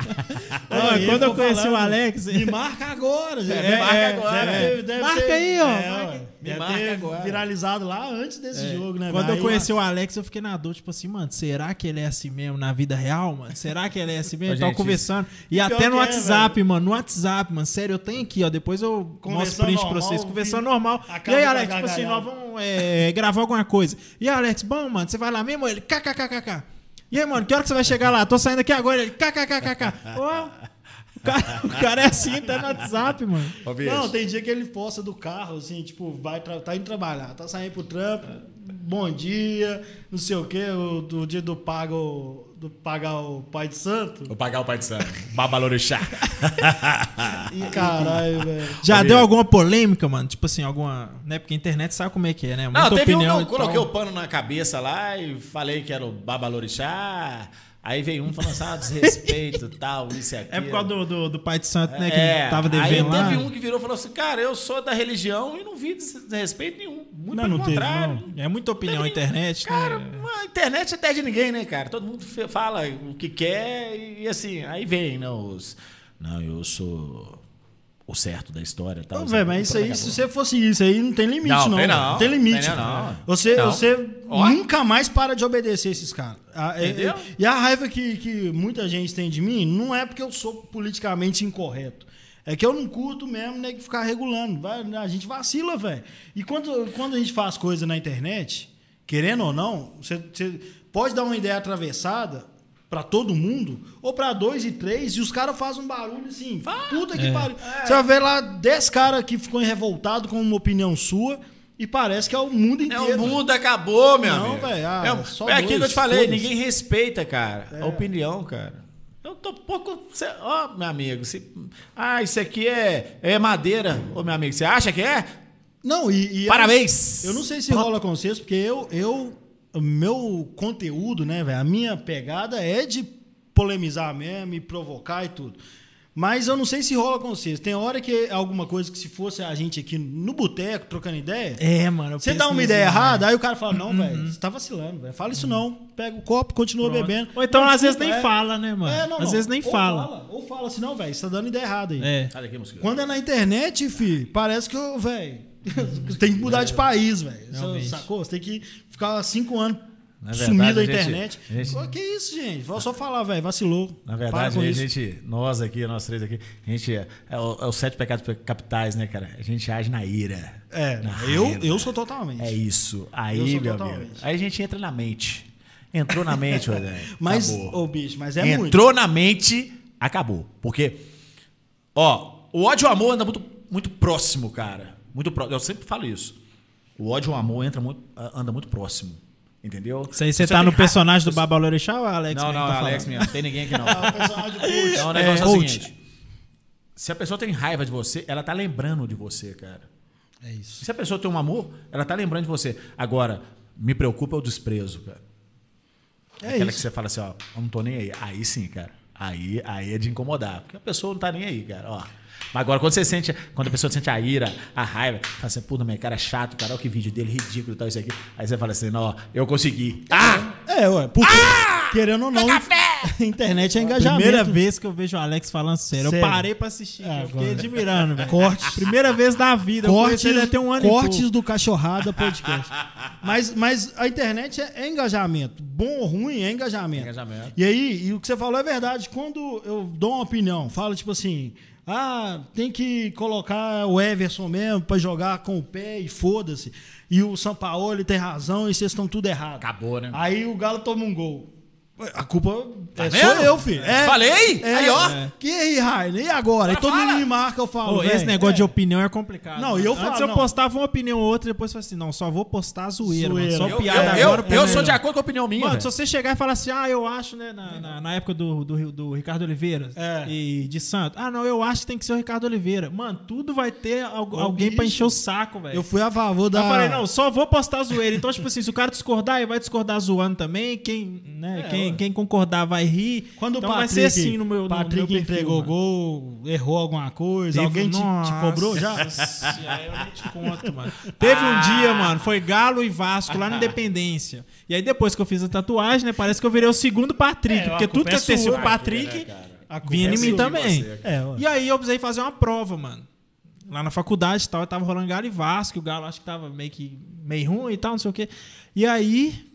Speaker 3: Ô,
Speaker 2: Aí ele
Speaker 3: quando eu
Speaker 2: ficou
Speaker 3: conheci
Speaker 2: falando,
Speaker 3: o Alex. É,
Speaker 2: Me marca agora, gente. É,
Speaker 4: me marca agora,
Speaker 2: deve ter- deve
Speaker 3: Marca
Speaker 2: ter-
Speaker 3: aí, ó,
Speaker 2: é,
Speaker 3: marca.
Speaker 2: ué,
Speaker 4: Me
Speaker 2: deve
Speaker 4: marca
Speaker 2: ter
Speaker 4: agora. É.
Speaker 2: viralizado lá antes desse jogo, né?
Speaker 3: É. Quando
Speaker 2: velho?
Speaker 3: eu
Speaker 2: Aí,
Speaker 3: conheci o Alex, eu fiquei na dor, tipo assim, mano, será que ele é assim mesmo na vida real, mano? Será que ele é assim mesmo?
Speaker 4: Ô,
Speaker 3: Tava
Speaker 4: gente,
Speaker 3: conversando. E,
Speaker 2: pior
Speaker 3: até
Speaker 2: que
Speaker 3: no
Speaker 2: é,
Speaker 3: WhatsApp, mano. No WhatsApp, mano. Sério, eu tenho aqui, ó. Depois eu mostro
Speaker 2: Conversando
Speaker 3: print pra
Speaker 2: normal,
Speaker 3: vocês. Conversando
Speaker 2: vi-
Speaker 3: normal. E
Speaker 2: acaba
Speaker 3: aí,
Speaker 2: com a
Speaker 3: Alex, tipo assim, nós
Speaker 2: gargalhada.
Speaker 3: vamos é, gravar alguma coisa. E aí, Alex, bom, mano, você vai lá mesmo? Ele, kkkk. E aí, mano, que hora que você vai chegar lá? Tô saindo aqui agora. Ele, kkkk. Ó, o cara, o cara é assim, até no WhatsApp, mano.
Speaker 4: Ô, bicho.
Speaker 2: Não, tem dia que ele posta do carro, assim, tipo, vai tra- tá indo trabalhar, tá saindo pro trampo, bom dia, não sei o quê, o, do dia do pago, do pagar o pai de santo.
Speaker 4: Vou pagar o pai de santo. Babalorixá.
Speaker 2: Ih, caralho, velho.
Speaker 3: Já
Speaker 4: Ô,
Speaker 3: deu
Speaker 4: Bia.
Speaker 3: alguma polêmica, mano? Tipo assim, alguma. Né? Porque a internet sabe como é que é, né?
Speaker 4: Não, teve um que
Speaker 3: e
Speaker 4: eu
Speaker 3: tal.
Speaker 4: coloquei o pano na cabeça lá e falei que era o Babalorixá. Aí veio um falando assim, ah, desrespeito, tal, isso e aquilo.
Speaker 3: É por causa do, do, do pai de santo, né? Que
Speaker 4: É,
Speaker 3: tava devendo
Speaker 4: aí
Speaker 3: lá.
Speaker 4: teve um que virou e falou assim, cara, eu sou da religião e não vi desrespeito nenhum. Muito
Speaker 3: Não,
Speaker 4: pelo
Speaker 3: não teve,
Speaker 4: contrário.
Speaker 3: não. É muita opinião
Speaker 4: um Teve
Speaker 3: na
Speaker 4: nem-
Speaker 3: internet,
Speaker 4: Cara,
Speaker 3: né?
Speaker 4: a internet até de ninguém, né, cara? Todo mundo fe- fala o que quer e, e assim, aí vem, né, os... Não, eu sou o certo da história e tal.
Speaker 2: Não, velho, mas isso aí, se você fosse isso aí, não tem limite,
Speaker 4: Não,
Speaker 2: não.
Speaker 4: tem não.
Speaker 2: velho. Não tem limite.
Speaker 4: Tem não,
Speaker 2: velho.
Speaker 4: não.
Speaker 2: Você,
Speaker 4: Não.
Speaker 2: você
Speaker 4: Ó.
Speaker 2: nunca mais para de obedecer esses caras. Ah, é-
Speaker 4: Entendeu?
Speaker 2: é- E a raiva que, que muita gente tem de mim não é porque eu sou politicamente incorreto. É que eu não curto mesmo, né, que ficar regulando. Vai- a gente vacila, velho. E quando, quando a gente faz coisa na internet, querendo ou não, você, você pode dar uma ideia atravessada pra todo mundo, ou pra dois e três, e os caras fazem um barulho assim, puta que pariu.
Speaker 4: É.
Speaker 2: Você vai ver lá 10 caras que ficam revoltados com uma opinião sua, e parece que é o mundo
Speaker 4: É,
Speaker 2: inteiro.
Speaker 4: o mundo acabou, meu
Speaker 2: Não,
Speaker 4: amigo.
Speaker 2: velho, ah,
Speaker 4: é um-
Speaker 2: só
Speaker 4: é aquilo que eu
Speaker 2: dois,
Speaker 4: te falei,
Speaker 2: foda-se.
Speaker 4: ninguém respeita, cara,
Speaker 2: é.
Speaker 4: a opinião, cara. Eu tô pouco. cê- Ó, meu amigo, se, ah, isso aqui é, é madeira. Ô, meu amigo, você acha que é?
Speaker 2: Não, e, e
Speaker 4: Parabéns!
Speaker 2: Eu não sei se rola com vocês, porque eu, eu o meu conteúdo, né, velho, a minha pegada é de polemizar mesmo e provocar e tudo. Mas eu não sei se rola com vocês. Tem hora que alguma coisa que se fosse a gente aqui no boteco trocando ideia,
Speaker 3: É, mano. eu
Speaker 2: você
Speaker 3: penso
Speaker 2: dá uma
Speaker 3: nisso, Uhum.
Speaker 2: ideia
Speaker 3: mano.
Speaker 2: errada, aí o cara fala: "Não, velho, você tá vacilando, velho. Fala isso não. Pega o copo, continua
Speaker 3: Pronto.
Speaker 2: bebendo."
Speaker 3: Ou então,
Speaker 2: Não,
Speaker 3: às vezes,
Speaker 2: desculpa,
Speaker 3: nem
Speaker 2: é.
Speaker 3: fala, né, mano?
Speaker 2: É, não,
Speaker 3: às
Speaker 2: não.
Speaker 3: vezes nem
Speaker 2: Ou
Speaker 3: fala.
Speaker 2: Ou fala assim: "Não, velho, você tá dando ideia errada aí."
Speaker 3: É.
Speaker 4: Olha aqui, mosquito.
Speaker 2: Quando é na internet, fi, parece que eu, velho, tem que mudar de país, velho. Você
Speaker 3: Realmente.
Speaker 2: Sacou? Você tem que ficar cinco anos
Speaker 4: Na
Speaker 2: sumido
Speaker 4: verdade,
Speaker 2: da
Speaker 4: a gente-
Speaker 2: internet.
Speaker 4: a gente-
Speaker 2: Pô, que isso, gente? Vou só falar, velho, vacilou.
Speaker 4: Na
Speaker 2: Para
Speaker 4: verdade,
Speaker 2: com
Speaker 4: a
Speaker 2: isso.
Speaker 4: gente, nós aqui, nós três aqui, a gente é, é o- é os sete pecados capitais, né, cara? A gente age na ira.
Speaker 2: É,
Speaker 4: na
Speaker 2: eu,
Speaker 4: raiva.
Speaker 2: eu sou totalmente.
Speaker 4: É isso.
Speaker 2: Eu
Speaker 4: Aí,
Speaker 2: sou
Speaker 4: meu
Speaker 2: totalmente.
Speaker 4: amigo. Aí a gente entra na mente. Entrou na mente, Rogério.
Speaker 2: mas,
Speaker 4: Acabou.
Speaker 2: ô bicho, mas é muito.
Speaker 4: Entrou na mente, acabou. Porque, ó, o ódio e o amor anda muito, muito próximo, cara. Muito próximo. Eu sempre falo isso. O ódio e o amor entra muito, a- anda muito próximo. Entendeu?
Speaker 3: Isso aí você
Speaker 4: Você
Speaker 3: tá
Speaker 4: tem
Speaker 3: no
Speaker 4: ra-
Speaker 3: personagem do Babalorixá ou é o Alex?
Speaker 4: Não,
Speaker 3: mesmo
Speaker 4: não,
Speaker 3: que tá
Speaker 4: Alex,
Speaker 3: falando?
Speaker 4: minha, não tem ninguém aqui não.
Speaker 2: É o personagem coach.
Speaker 4: Então, o negócio é, o
Speaker 3: coach.
Speaker 4: seguinte. Se a pessoa tem raiva de você, ela tá lembrando de você, cara.
Speaker 2: É isso.
Speaker 4: Se a pessoa tem um amor, ela tá lembrando de você. Agora, me preocupa o desprezo, cara.
Speaker 2: É
Speaker 4: Aquela que
Speaker 2: isso.
Speaker 4: você fala assim, ó, eu não tô nem aí. Aí sim, cara. Aí, aí é de incomodar. Porque a pessoa não tá nem aí, cara, ó. Mas agora, quando você sente, quando a pessoa sente a ira, a raiva, fala assim, puta, meu cara é chato, cara, olha que vídeo dele, ridículo e tal, isso aqui. Aí você fala assim, não, ó, eu consegui. Ah!
Speaker 2: É, ué, porque, querendo ou não, a internet é engajamento.
Speaker 3: Primeira vez que eu vejo o Alex falando sério. Eu
Speaker 2: Sério.
Speaker 3: parei pra assistir.
Speaker 2: Ah,
Speaker 4: É,
Speaker 3: eu fiquei
Speaker 2: agora.
Speaker 3: admirando, velho.
Speaker 2: Cortes.
Speaker 3: Primeira vez na vida. eu conheci
Speaker 2: Cortes,
Speaker 3: ele até um ano
Speaker 2: cortes
Speaker 3: e pouco.
Speaker 2: do Cachorrada Podcast. mas, mas a internet é, é engajamento. Bom ou ruim é engajamento.
Speaker 4: Engajamento.
Speaker 2: E aí, e o que você falou é verdade. Quando eu dou uma opinião, falo tipo assim. Ah, tem que colocar o Everson mesmo pra jogar com o pé e foda-se. E o Sampaoli tem razão e vocês estão tudo errado.
Speaker 4: Acabou, né?
Speaker 2: Aí o Galo toma um gol. A culpa
Speaker 4: Tá
Speaker 2: é
Speaker 4: vendo?
Speaker 2: sou eu, filho. É,
Speaker 4: Falei?
Speaker 2: é,
Speaker 4: Aí, ó.
Speaker 2: é. Que aí, Rainer? E agora? E todo
Speaker 4: fala.
Speaker 2: mundo me marca, eu falo.
Speaker 3: Ô, esse
Speaker 2: "Véi,
Speaker 3: negócio
Speaker 2: é,
Speaker 3: de opinião é complicado.
Speaker 2: Não, e eu
Speaker 3: Antes
Speaker 2: falo,
Speaker 3: eu
Speaker 2: não.
Speaker 3: postava uma opinião ou outra, depois eu falava assim, não, só vou postar zoeira, mano.
Speaker 2: Zoeira.
Speaker 3: Só
Speaker 4: Eu,
Speaker 3: piada
Speaker 4: eu-
Speaker 3: agora.
Speaker 4: eu-
Speaker 3: pra
Speaker 4: eu
Speaker 3: melhor.
Speaker 4: sou de acordo com a opinião minha.
Speaker 3: Mano,
Speaker 4: velho.
Speaker 3: se você chegar e falar assim, ah, eu acho, né, na, na, na época do, do, do Ricardo Oliveira
Speaker 2: É.
Speaker 3: e de Santo, ah, não, eu acho que tem que ser o Ricardo Oliveira. Mano, tudo vai ter al- alguém pra
Speaker 2: bicho.
Speaker 3: encher o saco, velho.
Speaker 2: Eu fui a favor da.
Speaker 3: É Eu falei, não, só vou postar zoeira. Então, tipo assim, se o cara discordar, ele vai discordar zoando também. Quem, né, quem, quem concordar vai rir.
Speaker 2: É, Quando
Speaker 3: então
Speaker 2: o Patrick,
Speaker 3: vai ser assim no meu no
Speaker 2: Patrick
Speaker 3: meu perfil,
Speaker 2: entregou
Speaker 3: mano.
Speaker 2: gol, errou alguma coisa,
Speaker 3: Teve- um
Speaker 2: alguém te, te
Speaker 3: Nossa
Speaker 2: cobrou já?
Speaker 3: Senhora, eu nem te conto, mano. Teve um dia, mano, foi Galo e Vasco lá na Independência. E aí depois que eu fiz a tatuagem, né, parece que eu virei o segundo Patrick.
Speaker 2: É, a
Speaker 3: porque tudo
Speaker 2: culpa
Speaker 3: que né,
Speaker 2: é
Speaker 3: acontecia
Speaker 2: sua,
Speaker 3: com o Patrick
Speaker 2: A culpa
Speaker 3: vinha
Speaker 2: é
Speaker 3: em mim
Speaker 2: sua.
Speaker 3: também.
Speaker 2: É, ó.
Speaker 3: E aí eu precisei fazer uma prova, mano. Lá na faculdade e tal, eu tava rolando Galo e Vasco, o Galo acho que tava meio que meio ruim e tal, não sei o quê. E aí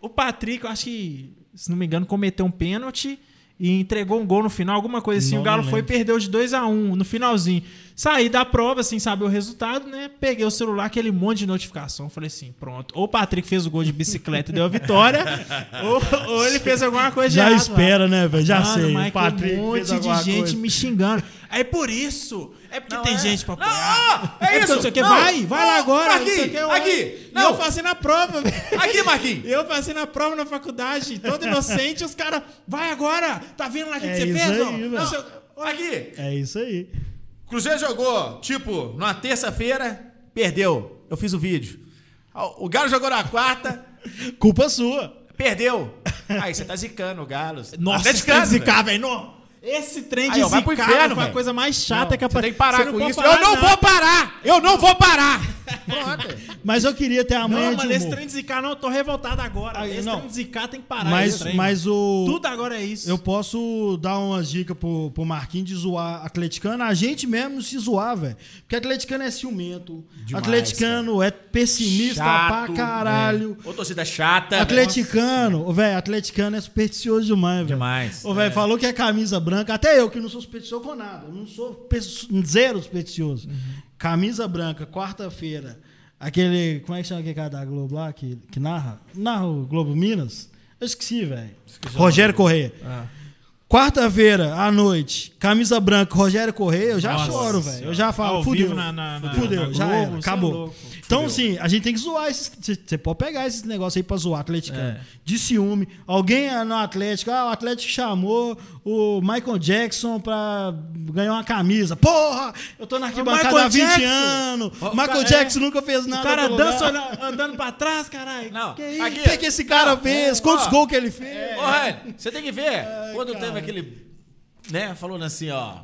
Speaker 3: o Patrick, eu acho que, se não me engano, cometeu um pênalti e entregou um gol no final, alguma coisa assim.
Speaker 2: Não,
Speaker 3: o Galo
Speaker 2: não
Speaker 3: foi e
Speaker 2: lembro.
Speaker 3: perdeu de 2 a 1 no finalzinho. Saí da prova sem saber o resultado, né? Peguei o celular, aquele monte de notificação. Falei assim, pronto. Ou o Patrick fez o gol de bicicleta e deu a vitória, ou, ou ele fez alguma coisa de
Speaker 2: Já
Speaker 3: errado lá.
Speaker 2: espera, né, velho?
Speaker 4: Tá
Speaker 2: Já
Speaker 3: Mano,
Speaker 2: sei.
Speaker 3: mas
Speaker 2: O Patrick
Speaker 3: um monte
Speaker 2: fez
Speaker 3: de
Speaker 2: alguma
Speaker 3: gente
Speaker 2: coisa.
Speaker 3: me xingando. É por isso. É porque
Speaker 4: Não,
Speaker 3: tem
Speaker 4: é-
Speaker 3: gente pra
Speaker 4: Não,
Speaker 3: apoiar.
Speaker 4: é
Speaker 3: porque
Speaker 4: isso.
Speaker 3: não sei o quê.
Speaker 4: Não,
Speaker 3: vai, vai lá
Speaker 4: não,
Speaker 3: agora. não sei o
Speaker 4: aqui,
Speaker 3: quê, eu-
Speaker 4: aqui.
Speaker 3: E
Speaker 4: Não.
Speaker 3: Eu fazendo a prova, velho.
Speaker 4: Aqui, Marquinhos.
Speaker 3: Eu fazendo a prova na faculdade, todo inocente, os caras, vai agora! Tá vendo lá o que,
Speaker 2: É
Speaker 3: que você
Speaker 2: isso
Speaker 3: fez,
Speaker 2: aí,
Speaker 3: ó?
Speaker 2: velho.
Speaker 3: Não sei o-
Speaker 4: Aqui.
Speaker 2: É isso aí.
Speaker 4: Cruzeiro jogou, tipo, numa terça-feira, perdeu. Eu fiz o vídeo. O Galo jogou na quarta,
Speaker 2: Culpa sua.
Speaker 4: perdeu. Aí você tá zicando o Galo. Você tá
Speaker 3: Nossa,
Speaker 4: até
Speaker 3: esse trem de
Speaker 4: zicando, velho.
Speaker 3: zicar, velho, não! Esse trem de
Speaker 4: Aí, ó, vai
Speaker 3: zicar
Speaker 4: pro
Speaker 3: velho,
Speaker 4: inferno,
Speaker 3: foi a
Speaker 4: velho.
Speaker 3: coisa mais chata que a
Speaker 4: Você tem que parar
Speaker 3: não
Speaker 4: com
Speaker 3: pode
Speaker 4: isso.
Speaker 3: parar,
Speaker 4: eu não, vou parar! Eu não vou parar! Pronto.
Speaker 2: Mas eu queria ter a
Speaker 3: Não,
Speaker 2: manha de
Speaker 3: mano, esse
Speaker 2: humor.
Speaker 3: trem de zicar não, eu tô revoltado agora.
Speaker 2: Aí,
Speaker 3: esse
Speaker 2: não.
Speaker 3: trem de zicar tem que parar.
Speaker 2: Mas,
Speaker 3: esse trem.
Speaker 2: mas o...
Speaker 3: Tudo agora é isso.
Speaker 2: Eu posso dar umas dicas pro, pro Marquinhos de zoar atleticano, a gente mesmo se zoar, velho. Porque atleticano é ciumento,
Speaker 4: Demais,
Speaker 2: atleticano é pessimista pra caralho.
Speaker 4: Ô, torcida é chata.
Speaker 2: Atleticano, ô, velho, atleticano é supersticioso demais, velho.
Speaker 4: Demais.
Speaker 2: Ô, velho, falou que é camisa branca. Até eu que não sou supersticioso com nada. Eu não sou pe- zero
Speaker 3: Uhum.
Speaker 2: supersticioso. Camisa branca, quarta-feira. Aquele. Como é que chama aquele cara da Globo lá que, que narra? Narra o Globo Minas? Eu esqueci, velho. Rogério Correia.
Speaker 3: Ah.
Speaker 2: Quarta-feira à noite, camisa branca, Rogério Correia, eu já
Speaker 3: Nossa
Speaker 2: choro, velho. Eu já falo,
Speaker 3: Ao
Speaker 2: fudeu.
Speaker 3: vivo na- na- na-
Speaker 2: fudeu,
Speaker 3: na
Speaker 2: já
Speaker 3: Globo,
Speaker 2: era,
Speaker 3: cê é
Speaker 2: acabou.
Speaker 3: louco.
Speaker 2: Então, assim, a gente tem que zoar esses. Você pode pegar esses negócios aí pra zoar atleticano.
Speaker 4: É.
Speaker 2: De ciúme. Alguém é no Atlético, ah, o Atlético chamou o Michael Jackson pra ganhar uma camisa. Porra! Eu tô na arquibancada
Speaker 3: Michael
Speaker 2: há 20
Speaker 3: Jackson!
Speaker 2: anos.
Speaker 4: Ó, é.
Speaker 2: Michael
Speaker 3: cara,
Speaker 2: Jackson nunca fez
Speaker 3: o
Speaker 2: nada.
Speaker 3: cara
Speaker 2: pelo lugar.
Speaker 3: dança olha- andando pra trás, caralho.
Speaker 4: Não,
Speaker 3: que isso?
Speaker 4: aqui.
Speaker 2: O que, que esse cara fez? Quantos
Speaker 4: ó.
Speaker 2: gols que ele fez?
Speaker 4: Ô, Rani, você tem que ver. quando teve aquele. Né, falando assim, ó.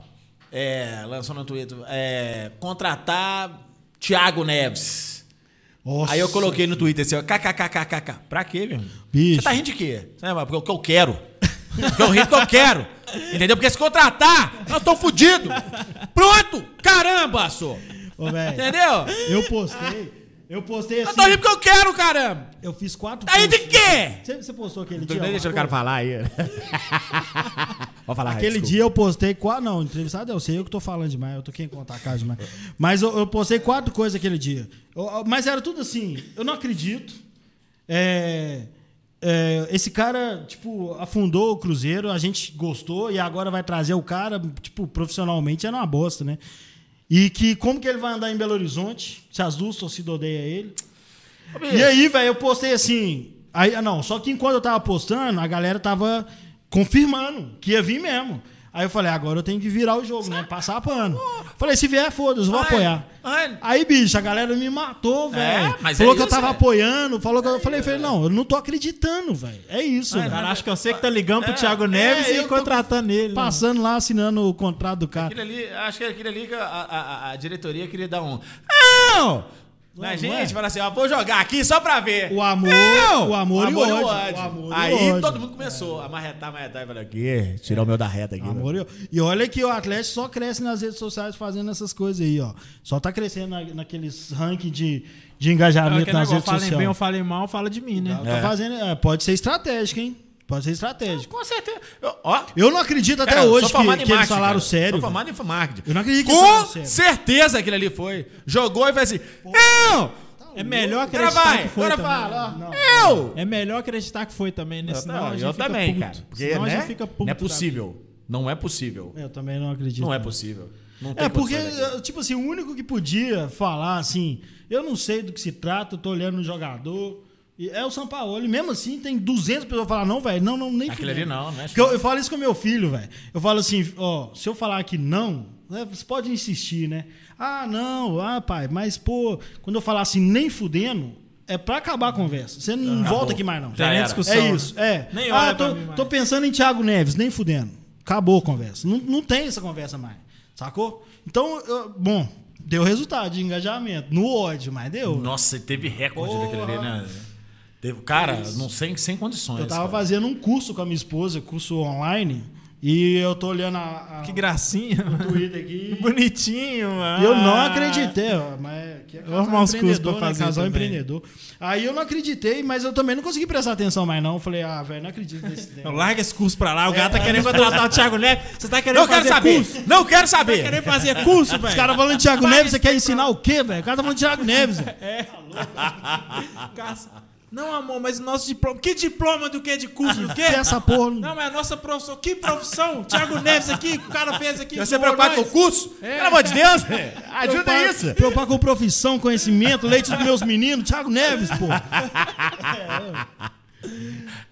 Speaker 4: É, lançou no Twitter. É, contratar Thiago Neves.
Speaker 2: Nossa.
Speaker 4: Aí eu coloquei no Twitter assim, ó. KKKKKK. Pra quê, meu irmão?
Speaker 2: Bicho.
Speaker 4: Você tá rindo de quê? Você lembra? Porque é o que eu quero. Porque eu rindo que eu quero. Entendeu? Porque se contratar, nós estamos fodidos. Pronto! Caramba, só.
Speaker 2: Ô, velho.
Speaker 4: Entendeu?
Speaker 2: Eu postei. Eu postei
Speaker 4: Eu
Speaker 2: assim.
Speaker 4: tô tá rindo porque eu quero, caramba!
Speaker 2: Eu fiz quatro.
Speaker 4: Tá rindo de
Speaker 2: posts.
Speaker 4: quê?
Speaker 2: Você, você postou aquele dia?
Speaker 4: Deixa deixando o
Speaker 2: Marcos?
Speaker 4: cara falar aí. Pode falar,
Speaker 2: Aquele dia eu postei quatro. Não, entrevistado é eu sei, eu que tô falando demais, eu tô quem contar a casa demais. Mas eu, eu postei quatro coisas aquele dia. Eu- eu- mas era tudo assim, eu não acredito. É, é, esse cara, tipo, afundou o Cruzeiro, a gente gostou e agora vai trazer o cara, tipo, profissionalmente era uma bosta, né? E que como que ele vai andar em Belo Horizonte se as duas torcidas odeiam ele? E aí, velho, eu postei assim. Aí, ah, não, só que enquanto eu tava postando, a galera tava confirmando que ia vir mesmo. Aí eu falei, agora eu tenho que virar o jogo, né? Passar pano. Falei, se vier, foda-se, vou apoiar. Aí, bicho, a galera me matou, velho.
Speaker 4: mas
Speaker 2: falou
Speaker 4: é
Speaker 2: que eu
Speaker 4: isso,
Speaker 2: tava
Speaker 4: é.
Speaker 2: apoiando, falou que eu falei, falei, não, eu não tô acreditando, velho. É isso,
Speaker 3: Cara,
Speaker 2: velho.
Speaker 3: acho que eu sei que tá ligando pro Thiago Neves
Speaker 2: é, eu tô
Speaker 3: e contratando ele. né?
Speaker 2: Passando lá, assinando o contrato do cara.
Speaker 4: Aquilo ali, acho que aquilo ali que a, a- a- a diretoria queria dar um. Não!
Speaker 2: Não, não
Speaker 4: Mas, gente,
Speaker 2: é?
Speaker 4: fala assim, ó, vou jogar aqui só pra ver.
Speaker 2: O amor,
Speaker 4: Não!
Speaker 2: o amor, e o ódio.
Speaker 4: ódio.
Speaker 2: O amor e
Speaker 4: Aí
Speaker 2: o ódio.
Speaker 4: todo mundo começou a marretar, marretar e falou aqui, tirar o meu da reta aqui. né?"
Speaker 2: Amor, eu- e olha que o Atlético só cresce nas redes sociais fazendo essas coisas aí, ó. Só tá crescendo na- naqueles ranking de, de
Speaker 3: É
Speaker 2: engajamento
Speaker 3: aquele
Speaker 2: nas
Speaker 3: negócio,
Speaker 2: redes
Speaker 3: falem bem ou
Speaker 2: sociais.
Speaker 3: falem mal, fala de mim, né?
Speaker 2: Tá fazendo, é, pode ser estratégico, hein? Pode ser estratégico.
Speaker 4: Com certeza. Eu- Ó,
Speaker 2: Eu não acredito até
Speaker 4: cara,
Speaker 2: hoje
Speaker 4: sou formado
Speaker 2: que,
Speaker 4: em
Speaker 2: que eles
Speaker 4: marketing,
Speaker 2: falaram
Speaker 4: cara.
Speaker 2: sério.
Speaker 4: Sou
Speaker 2: velho.
Speaker 4: formado em marketing.
Speaker 2: Eu não acredito que eles
Speaker 4: Com
Speaker 2: falaram sério.
Speaker 4: certeza aquele ali foi. Jogou e fez assim. Eu!
Speaker 3: É melhor
Speaker 4: Agora
Speaker 3: acreditar
Speaker 4: vai,
Speaker 3: que foi
Speaker 4: agora
Speaker 3: também.
Speaker 4: fala. ó.
Speaker 2: Não.
Speaker 4: Eu!
Speaker 3: É melhor acreditar que foi também, né?
Speaker 4: Eu
Speaker 3: Senão
Speaker 4: não,
Speaker 3: a gente
Speaker 4: eu
Speaker 3: fica
Speaker 4: também,
Speaker 3: puto.
Speaker 4: cara.
Speaker 5: Porque,
Speaker 3: Senão a gente
Speaker 5: né?
Speaker 3: fica puto
Speaker 4: Não é
Speaker 3: da vida.
Speaker 4: possível. Não é possível.
Speaker 2: Eu também não acredito.
Speaker 4: Não é possível. Não tem
Speaker 2: É porque,
Speaker 4: condições daquilo.
Speaker 2: tipo assim, o único que podia falar assim, eu não sei do que se trata, eu tô olhando no jogador. e É o Sampaoli. Mesmo assim, tem 200 pessoas que falam, não, velho, não, não, nem
Speaker 4: Aquilo ali
Speaker 2: fudendo.
Speaker 4: não, né?
Speaker 2: Porque eu, eu falo isso com meu filho, velho. Eu falo assim, ó, se eu falar que não, né, você pode insistir, né? Ah, não, ah, pai, mas, pô, quando eu falar assim, nem fudendo, é pra acabar a conversa. Você não volta aqui mais, não.
Speaker 4: Já
Speaker 3: Tem
Speaker 4: era.
Speaker 3: discussão.
Speaker 2: É
Speaker 3: né?
Speaker 2: isso, é.
Speaker 3: Nem
Speaker 2: ah,
Speaker 3: olha
Speaker 2: tô,
Speaker 3: pra mim mais.
Speaker 2: tô pensando em Thiago Neves, nem fudendo. Acabou a conversa. Não, não tem essa conversa mais, sacou? Então, eu- bom, deu resultado de engajamento. No ódio, mas deu.
Speaker 4: Nossa, teve recorde
Speaker 2: Porra.
Speaker 4: daquele ali, né? Teve, cara, não sem, sem condições.
Speaker 2: eu tava
Speaker 4: cara.
Speaker 2: fazendo um curso com a minha esposa, curso online, e eu tô olhando a, a
Speaker 3: Que gracinha,
Speaker 2: o
Speaker 3: mano.
Speaker 2: Twitter aqui.
Speaker 3: Bonitinho, mano.
Speaker 2: E eu não acreditei, ó, mas que é
Speaker 3: Vou arrumar uns cursos pra
Speaker 2: né?
Speaker 3: fazer
Speaker 2: casal
Speaker 3: também.
Speaker 2: empreendedor. Aí eu não acreditei, mas eu também não consegui prestar atenção mais não. Eu Falei, ah, velho, não acredito nesse
Speaker 3: Não,
Speaker 2: tempo.
Speaker 3: larga esse curso pra lá. O
Speaker 2: É.
Speaker 3: gato tá querendo contratar o Thiago Neves. Você tá querendo
Speaker 4: Não quero
Speaker 3: fazer
Speaker 4: saber!
Speaker 3: curso?
Speaker 4: Não quero
Speaker 3: Tá
Speaker 4: saber!
Speaker 3: querendo fazer curso, velho?
Speaker 2: Os caras falando de Thiago
Speaker 3: Vai,
Speaker 2: Neves, você
Speaker 3: esse
Speaker 2: quer ensinar o quê, velho? O cara tá falando de Thiago Neves, velho.
Speaker 3: Caça. Não, amor, mas o nosso diploma. Que diploma do que? De curso do quê?
Speaker 2: Que é essa porra. não-
Speaker 3: Não, mas a nossa profissão. Que profissão? Thiago Neves aqui, o cara fez aqui.
Speaker 4: Você é
Speaker 3: zoou
Speaker 4: preocupado com
Speaker 3: nós.
Speaker 4: o curso? Pelo amor de Deus! Ajuda
Speaker 2: Preocupar-
Speaker 4: isso!
Speaker 2: Preocupar com profissão, conhecimento, leite dos meus meninos, Thiago Neves, pô.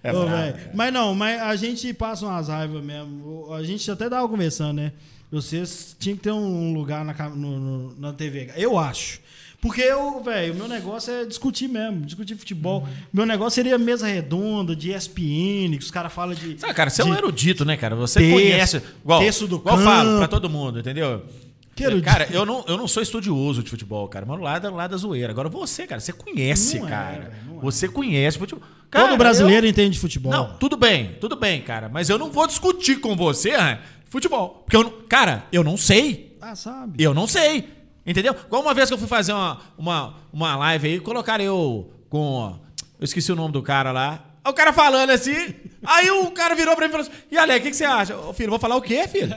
Speaker 4: É
Speaker 2: Ô, velho. Mas não, mas a gente passa umas raivas mesmo. O- A gente até tava conversando, né? Vocês tinham que ter um lugar na, ca- no- no- na TV. Eu acho. Porque eu, velho, o meu negócio é discutir mesmo, discutir futebol. Meu negócio seria mesa redonda, de ESPN, que os caras falam de.
Speaker 4: Sabe, cara, você é
Speaker 2: de-
Speaker 4: um erudito, né, cara? Você
Speaker 2: Texto,
Speaker 4: conhece. Igual,
Speaker 2: texto do
Speaker 4: igual eu falo
Speaker 2: campo.
Speaker 4: pra todo mundo, entendeu? É,
Speaker 2: Que erudito.
Speaker 4: Cara, eu não, eu não sou estudioso de futebol, cara. Mas lá da, lá da zoeira. Agora você, cara, você conhece,
Speaker 2: Não é,
Speaker 4: cara.
Speaker 2: velho, não é.
Speaker 4: Você conhece futebol. Cara,
Speaker 2: Todo brasileiro entende de futebol.
Speaker 4: eu- Não, tudo bem, tudo bem, cara. Mas eu não vou discutir com você né, futebol. Porque eu não. Cara, eu não sei.
Speaker 2: Ah, sabe?
Speaker 4: Eu não sei. Entendeu? Igual uma vez que eu fui fazer uma, uma, uma live aí, colocaram eu com. Eu esqueci o nome do cara lá. Aí O cara falando assim. Aí o cara virou pra mim e falou assim: E Alex, o que, que você acha? Ô, filho, eu vou falar o quê, filho?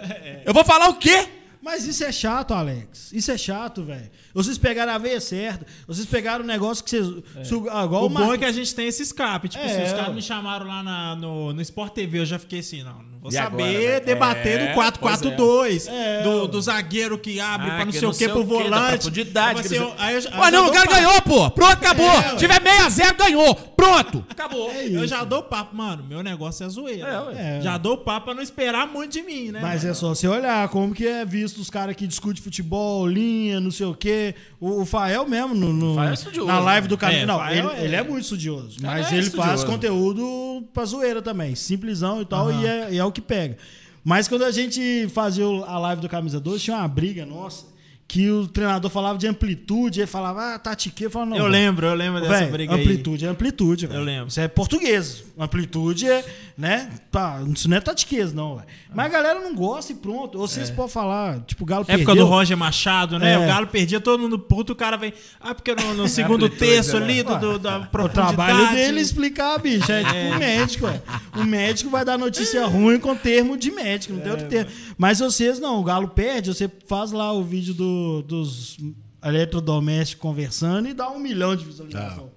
Speaker 4: Eu vou falar o quê?
Speaker 2: Mas isso é chato, Alex. Isso é chato, velho. Vocês pegaram a veia certa. Vocês pegaram o negócio que vocês. sugam- ah, igual
Speaker 3: O
Speaker 2: o Mar-
Speaker 3: bom é que a gente tem esse escape. Tipo,
Speaker 2: É,
Speaker 3: se os caras
Speaker 2: ué.
Speaker 3: me chamaram lá na- no, no Sport TV, eu já fiquei assim, não, não vou
Speaker 4: E
Speaker 3: saber
Speaker 4: agora, velho?
Speaker 3: debater
Speaker 4: É,
Speaker 3: do 4-4-2,
Speaker 2: é.
Speaker 3: do, do zagueiro que abre
Speaker 4: Ah,
Speaker 3: pra não
Speaker 4: que
Speaker 3: sei o
Speaker 4: não
Speaker 3: que
Speaker 4: sei
Speaker 3: pro
Speaker 4: o quê, da
Speaker 3: volante.
Speaker 4: profundidade,
Speaker 3: Mas,
Speaker 4: que
Speaker 3: assim,
Speaker 4: não
Speaker 3: eu- aí eu já-
Speaker 4: Olha,
Speaker 3: eu já
Speaker 4: não,
Speaker 3: dou
Speaker 4: o cara
Speaker 3: papo.
Speaker 4: ganhou, pô! Pronto, acabou!
Speaker 2: É, ué.
Speaker 4: Tiver 6x0, ganhou! Pronto!
Speaker 3: Acabou. eu já dou papo, mano. Meu negócio é zoeira.
Speaker 4: É, ué.
Speaker 2: É.
Speaker 3: Já dou papo pra não esperar muito de mim, né?
Speaker 2: Mas
Speaker 3: mano?
Speaker 2: é só você olhar como que é visto os caras que discutem futebol, linha, não sei o quê. O, o Fael mesmo, no, no-
Speaker 4: Fael é estudioso,
Speaker 2: na live do
Speaker 3: É,
Speaker 2: canal. não,
Speaker 3: Fael
Speaker 2: ele
Speaker 3: é-
Speaker 2: ele é... muito estudioso. Mas
Speaker 4: é
Speaker 2: ele faz
Speaker 4: estudioso.
Speaker 2: conteúdo pra zoeira também. Simplesão e tal, e, é, e é o que pega. Mas quando a gente fazia o- a live do Camisa 12, tinha uma briga nossa. Que o treinador falava de amplitude, ele falava, ah, tatique, eu falava, não.
Speaker 3: Eu
Speaker 2: velho,
Speaker 3: lembro, eu lembro dessa
Speaker 2: Véi,
Speaker 3: briga aí.
Speaker 2: amplitude é amplitude, velho.
Speaker 3: Eu lembro.
Speaker 2: Isso é português. Amplitude é, né? Tá, isso não é tatiquez, não, velho. Mas a galera não gosta e pronto. Ou
Speaker 3: É.
Speaker 2: vocês podem falar, tipo, o Galo
Speaker 3: Época É do
Speaker 2: perdeu.
Speaker 3: Roger Machado, né?
Speaker 2: É.
Speaker 3: O Galo perdia, todo mundo puto, o cara vem. Ah, porque no, no segundo
Speaker 4: Amplitude,
Speaker 3: terço
Speaker 4: né?
Speaker 3: ali do, do- da
Speaker 2: O
Speaker 3: profundidade.
Speaker 2: trabalho dele é explicar, bicho. É, tipo um médico, velho. O médico vai dar notícia ruim com termo de médico, não tem outro termo. Mas vocês não, o Galo perde, você faz lá o vídeo do- dos eletrodomésticos conversando e dá um milhão de visualização.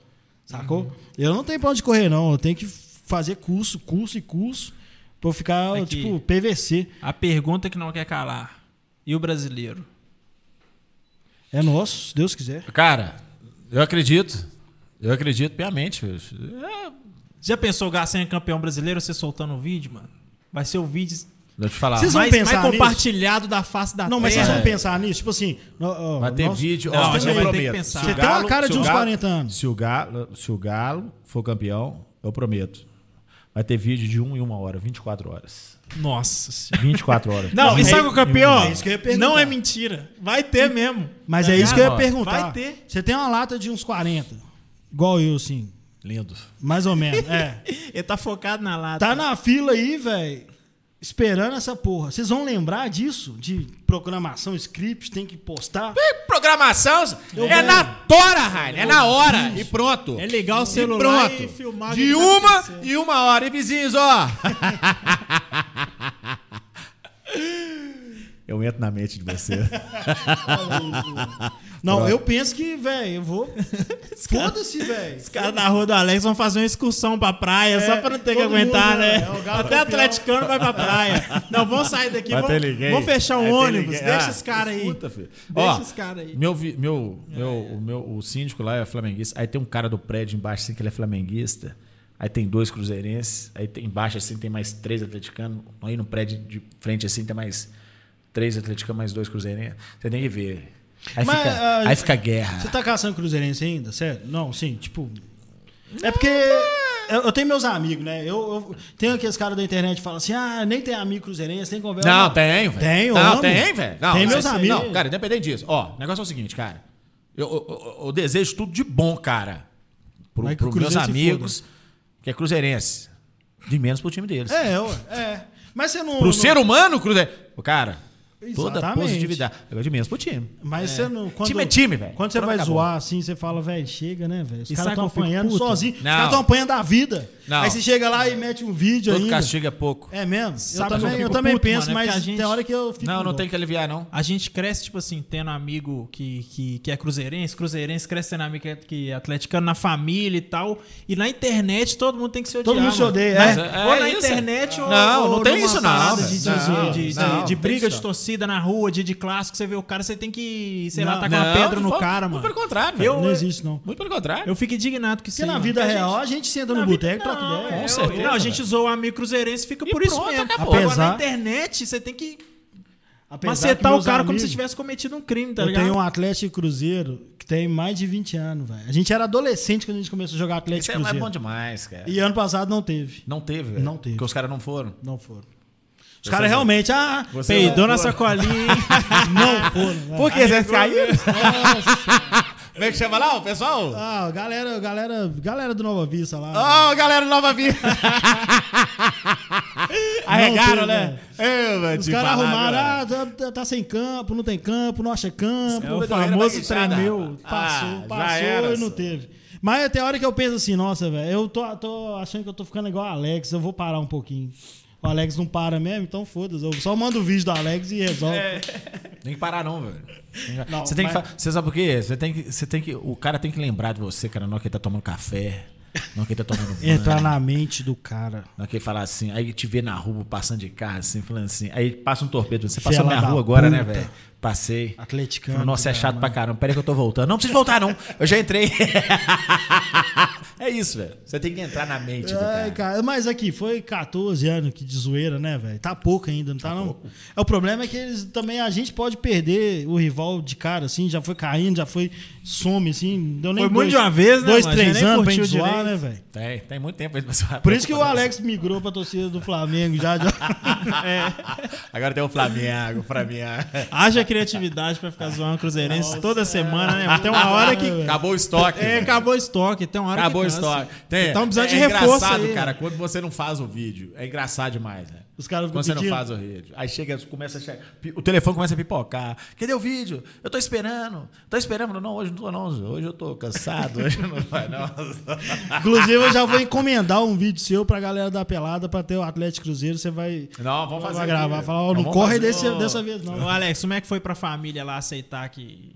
Speaker 2: Sacou? Eu não tenho pra onde correr, não. Eu tenho que fazer curso, curso e curso pra eu ficar,
Speaker 3: Aqui.
Speaker 2: tipo, PVC.
Speaker 3: A pergunta que não quer calar. E o brasileiro?
Speaker 2: É nosso, se Deus quiser.
Speaker 4: Cara, eu acredito. Eu acredito piamente. É,
Speaker 3: Já pensou o Galo sendo campeão brasileiro, você soltando o vídeo, mano? Vai ser o vídeo
Speaker 4: Deixa eu te falar.
Speaker 2: Vocês vão
Speaker 3: mais, mais
Speaker 2: pensar nisso?
Speaker 3: compartilhado da face da
Speaker 2: Não, mas
Speaker 3: terra.
Speaker 2: vocês vão pensar nisso? Tipo assim. no- ó,
Speaker 4: Vai ter
Speaker 2: nosso-
Speaker 4: vídeo.
Speaker 3: Não,
Speaker 4: ó,
Speaker 3: a
Speaker 4: eu
Speaker 3: gente vai ter que
Speaker 4: prometo.
Speaker 3: pensar.
Speaker 4: Se o
Speaker 3: Você
Speaker 2: tem uma
Speaker 5: é
Speaker 2: cara
Speaker 4: se
Speaker 2: de
Speaker 4: o
Speaker 2: uns
Speaker 4: Galo-
Speaker 2: 40 anos.
Speaker 4: Se o, Galo, se o Galo for campeão, eu prometo. Vai ter vídeo de 1 em 1 hora, 24 horas.
Speaker 3: Nossa senhora.
Speaker 4: 24 horas.
Speaker 3: Não,
Speaker 4: Um
Speaker 3: e
Speaker 4: em-
Speaker 3: sabe o que é o pior?
Speaker 2: É isso que eu ia perguntar.
Speaker 3: não é mentira. Vai ter mesmo.
Speaker 2: Mas
Speaker 3: Tá
Speaker 2: é isso que eu ia
Speaker 4: Vai
Speaker 2: perguntar.
Speaker 3: ter.
Speaker 2: Você tem uma lata de uns 40. Igual eu, assim.
Speaker 4: Lindo.
Speaker 2: Mais ou menos. É.
Speaker 3: Ele tá focado na lata.
Speaker 2: Tá na fila aí, velho. esperando essa porra. Vocês vão lembrar disso? De programação, script, tem que postar?
Speaker 4: Programação é
Speaker 2: vou-
Speaker 4: na tora, Rainer. É na hora. E pronto.
Speaker 3: É ligar o celular
Speaker 4: pronto.
Speaker 3: e filmar. o que
Speaker 4: De
Speaker 3: tá
Speaker 4: uma
Speaker 3: acontecendo.
Speaker 4: e uma hora. E vizinhos, ó.
Speaker 5: Eu entro na mente de você.
Speaker 2: Não, eu penso que, velho, eu vou. Foda-se, velho.
Speaker 3: Os caras da rua do Alex vão fazer uma excursão pra praia só pra não ter que
Speaker 2: É, todo mundo,
Speaker 3: aguentar,
Speaker 2: né?
Speaker 3: né?
Speaker 2: É o galo
Speaker 3: Até
Speaker 2: campeão.
Speaker 3: atleticano vai pra praia. Não, vão sair daqui,
Speaker 4: Até
Speaker 3: vão,
Speaker 4: liguei.
Speaker 3: vão fechar um
Speaker 4: Até
Speaker 3: ônibus.
Speaker 4: liguei.
Speaker 3: Deixa
Speaker 4: Ah,
Speaker 3: os caras aí.
Speaker 4: escuta, filho.
Speaker 3: Deixa
Speaker 4: Ó,
Speaker 3: os caras aí. É.
Speaker 4: Meu, vi- meu, meu, o meu, o síndico lá é flamenguista. Aí tem um cara do prédio embaixo assim que ele é flamenguista. Aí tem dois cruzeirenses. Aí tem embaixo assim tem mais três atleticanos. Aí no prédio de frente assim tem mais três atleticanos, mais dois cruzeirenses. Você tem que ver. Aí,
Speaker 2: Mas,
Speaker 4: fica,
Speaker 2: ah,
Speaker 4: aí fica guerra.
Speaker 2: Você tá caçando cruzeirense ainda? Sério? Não, sim, tipo. É porque. Eu, eu tenho meus amigos, né? Eu, eu tenho aqueles caras da internet que falam assim: ah, nem tem amigo cruzeirense, tem conversa.
Speaker 4: Não, tem, velho.
Speaker 2: Tenho,
Speaker 4: Não,
Speaker 2: amo.
Speaker 4: tem, velho. Não,
Speaker 2: Tem
Speaker 4: mas
Speaker 2: meus
Speaker 4: isso-
Speaker 2: amigos.
Speaker 4: Não, cara, independente disso. Ó, o negócio é o seguinte, cara. Eu, eu- eu- eu desejo tudo de bom, cara. Pro,
Speaker 2: Mas que o
Speaker 4: pros meus
Speaker 2: Cruzeiro se
Speaker 4: amigos, que é cruzeirense. De menos pro time deles.
Speaker 2: É, eu, é. Mas você não.
Speaker 4: Pro
Speaker 2: não-
Speaker 4: ser humano, cruzeiro. Cara, toda
Speaker 2: Exatamente.
Speaker 4: positividade. É de menos pro time.
Speaker 2: Mas você não. Quando,
Speaker 4: Time é time, velho.
Speaker 2: Quando você
Speaker 4: Pronto,
Speaker 2: vai
Speaker 4: acabou.
Speaker 2: zoar assim, você fala, velho, chega, né, velho? Os
Speaker 3: E
Speaker 2: caras
Speaker 3: sabe
Speaker 2: estão
Speaker 3: que eu fico
Speaker 2: apanhando
Speaker 3: puto?
Speaker 2: sozinho. Os
Speaker 4: Não.
Speaker 2: caras estão apanhando a vida.
Speaker 4: Não.
Speaker 2: Aí você chega lá e mete um vídeo
Speaker 4: Todo
Speaker 2: ainda.
Speaker 4: castigo é pouco.
Speaker 2: É mesmo?
Speaker 3: Sabe
Speaker 2: eu
Speaker 3: que eu
Speaker 2: também, eu
Speaker 3: fico
Speaker 2: também
Speaker 3: puto,
Speaker 2: penso,
Speaker 3: mano, é porque
Speaker 2: mas
Speaker 3: a gente-
Speaker 2: tem hora que eu fico.
Speaker 4: Não, não
Speaker 2: louco.
Speaker 4: tem que aliviar, não.
Speaker 3: A gente cresce, tipo assim, tendo amigo que, que, que é cruzeirense, cruzeirense cresce tendo amigo que é, que é atleticano na família e tal. E na internet todo mundo tem que se odiar.
Speaker 2: Todo mundo se
Speaker 3: mano.
Speaker 2: odeia,
Speaker 3: Mas,
Speaker 2: é.
Speaker 3: Ou
Speaker 4: É
Speaker 3: na
Speaker 4: isso.
Speaker 3: internet ou
Speaker 4: Não,
Speaker 3: ou
Speaker 4: não tem
Speaker 3: numa
Speaker 4: isso não,
Speaker 3: parada
Speaker 4: velho.
Speaker 3: De, de,
Speaker 4: Não,
Speaker 3: de- de-
Speaker 4: não,
Speaker 3: de
Speaker 4: não tem
Speaker 3: briga
Speaker 4: isso
Speaker 3: de
Speaker 4: não.
Speaker 3: torcida na rua, dia de clássico, você vê o cara, você tem que, sei lá,
Speaker 2: Não,
Speaker 3: tá com uma pedra no
Speaker 4: Não,
Speaker 3: cara,
Speaker 4: muito
Speaker 3: mano.
Speaker 4: Pelo contrário,
Speaker 3: Eu-
Speaker 4: velho.
Speaker 2: Não existe, não.
Speaker 4: Muito pelo contrário.
Speaker 3: Eu fico indignado com isso.
Speaker 2: Porque na
Speaker 3: aí,
Speaker 2: vida
Speaker 3: mano.
Speaker 2: real a gente senta no
Speaker 3: Na vida-
Speaker 2: boteco, troca
Speaker 3: não,
Speaker 2: ideia.
Speaker 3: é,
Speaker 4: Com certeza,
Speaker 3: Não, a gente
Speaker 4: velho.
Speaker 3: zoa o amigo cruzeirense fica
Speaker 4: E
Speaker 3: por isso
Speaker 4: pronto,
Speaker 3: mesmo.
Speaker 4: acabou.
Speaker 3: Agora
Speaker 2: Apesar-
Speaker 3: na internet você tem que
Speaker 2: Apesar
Speaker 3: macetar
Speaker 2: que
Speaker 3: tá o
Speaker 2: meus
Speaker 3: cara como
Speaker 2: amigos-
Speaker 3: se tivesse cometido um crime, tá
Speaker 2: eu
Speaker 3: ligado?
Speaker 2: tenho um Atlético e Cruzeiro que tem mais de 20 anos, velho. A gente era adolescente quando a gente começou a jogar
Speaker 4: Isso
Speaker 2: Atlético
Speaker 4: é,
Speaker 2: e
Speaker 4: mas é bom
Speaker 2: Cruzeiro.
Speaker 4: demais, cara.
Speaker 2: E ano passado não teve.
Speaker 4: Não teve, velho.
Speaker 2: Não teve.
Speaker 4: Porque os caras não foram.
Speaker 2: Não foram. Os
Speaker 4: Você
Speaker 2: caras
Speaker 3: é
Speaker 4: vai-
Speaker 2: realmente, ah,
Speaker 4: Você vai-
Speaker 3: Peidou na sacolinha, hein?
Speaker 2: não né? foram. velho.
Speaker 4: que vocês caíram? Como é que chama lá, o pessoal?
Speaker 2: Ah, galera, galera, galera do Nova Vista lá.
Speaker 4: Ó, galera Nova Vida.
Speaker 2: tem,
Speaker 4: Arregaram, né? Eu, velho,
Speaker 2: é. Os
Speaker 4: te
Speaker 2: caras
Speaker 4: falar,
Speaker 2: arrumaram,
Speaker 4: velho.
Speaker 2: ah, tá, tá sem campo, não tem campo, não acha campo.
Speaker 4: É o
Speaker 2: o
Speaker 4: doido,
Speaker 2: famoso
Speaker 4: né, cara?
Speaker 2: tremeu,
Speaker 4: Ah,
Speaker 2: passou,
Speaker 4: já
Speaker 2: passou
Speaker 4: era,
Speaker 2: e não
Speaker 4: só.
Speaker 2: teve. Mas até a hora que eu penso assim, nossa, velho, eu tô, tô achando que eu tô ficando igual o Alex, eu vou parar um pouquinho. O Alex não para mesmo, então foda-se. Eu só mando o vídeo do Alex e resolve.
Speaker 4: É. Tem que parar, não, velho.
Speaker 2: Não,
Speaker 4: Você tem que.
Speaker 2: mas-
Speaker 4: fa- Você sabe por quê? Você tem que. Você tem que. O cara tem que lembrar de você, cara. Não é que ele tá tomando café. Não é que ele tá tomando banho.
Speaker 2: Entrar na mente do cara.
Speaker 4: Não é que ele fala assim, aí te vê na rua passando de carro, assim, falando assim. Aí passa um torpedo. Você
Speaker 2: Fela
Speaker 4: passou minha
Speaker 2: da
Speaker 4: rua agora, né,
Speaker 2: puta.
Speaker 4: velho? Passei.
Speaker 2: Atleticano.
Speaker 4: Falei, Nossa, é
Speaker 2: cara,
Speaker 4: chato
Speaker 2: mano.
Speaker 4: pra caramba. Peraí que eu tô voltando. Não preciso voltar, não. Eu já entrei. é isso, velho. Você tem que entrar na mente do
Speaker 2: Ai,
Speaker 4: cara.
Speaker 2: cara, mas aqui, foi 14 anos que de zoeira, né, velho? Tá pouco ainda, não tá, não? É, o problema é que eles também, a gente pode perder o rival de cara, assim, já foi caindo, já foi some, assim, não deu nem
Speaker 3: Foi
Speaker 2: dois-
Speaker 3: muito de uma vez, né,
Speaker 2: Dois,
Speaker 3: mano?
Speaker 2: três
Speaker 3: Já nem
Speaker 2: anos pra gente
Speaker 3: curtiu
Speaker 2: zoar, né,
Speaker 3: direito. É
Speaker 2: velho?
Speaker 4: Tem, tem muito tempo aí pra zoar.
Speaker 2: Por isso que o Alex migrou pra torcida do Flamengo já. É. já.
Speaker 4: Agora tem o Flamengo, um Flamengo.
Speaker 3: Haja criatividade pra ficar zoando o Cruzeirense toda semana, né? Tem uma hora que.
Speaker 4: Acabou o estoque.
Speaker 3: É,
Speaker 4: velho.
Speaker 3: acabou o estoque, tem uma hora
Speaker 4: Acabou o
Speaker 3: que. cansa.
Speaker 4: estoque.
Speaker 3: Então precisando
Speaker 4: é
Speaker 3: de reforço.
Speaker 4: engraçado,
Speaker 3: aí, né?
Speaker 4: cara, quando você não faz o vídeo. É engraçado demais, né?
Speaker 2: Os caras ficam
Speaker 4: Quando você não
Speaker 2: pedindo.
Speaker 4: faz o vídeo. Aí chega, começa a chegar. pi- O telefone começa a pipocar. Cadê o vídeo? Eu tô esperando. Tô esperando. Não, hoje não tô, não. Hoje eu tô cansado. Hoje não vai, não.
Speaker 2: Inclusive, eu já vou encomendar um vídeo seu pra galera da pelada pra ter o Atlético Cruzeiro. Você vai,
Speaker 4: Não, vamos fazer
Speaker 2: vai
Speaker 4: aqui,
Speaker 2: gravar,
Speaker 4: velho.
Speaker 2: falar, ó,
Speaker 3: Então
Speaker 4: Não,
Speaker 2: não
Speaker 4: vamos
Speaker 2: corre
Speaker 4: fazer,
Speaker 2: desse-
Speaker 4: ó.
Speaker 2: dessa vez, não.
Speaker 3: Ô, Alex, como é que foi pra família lá aceitar que,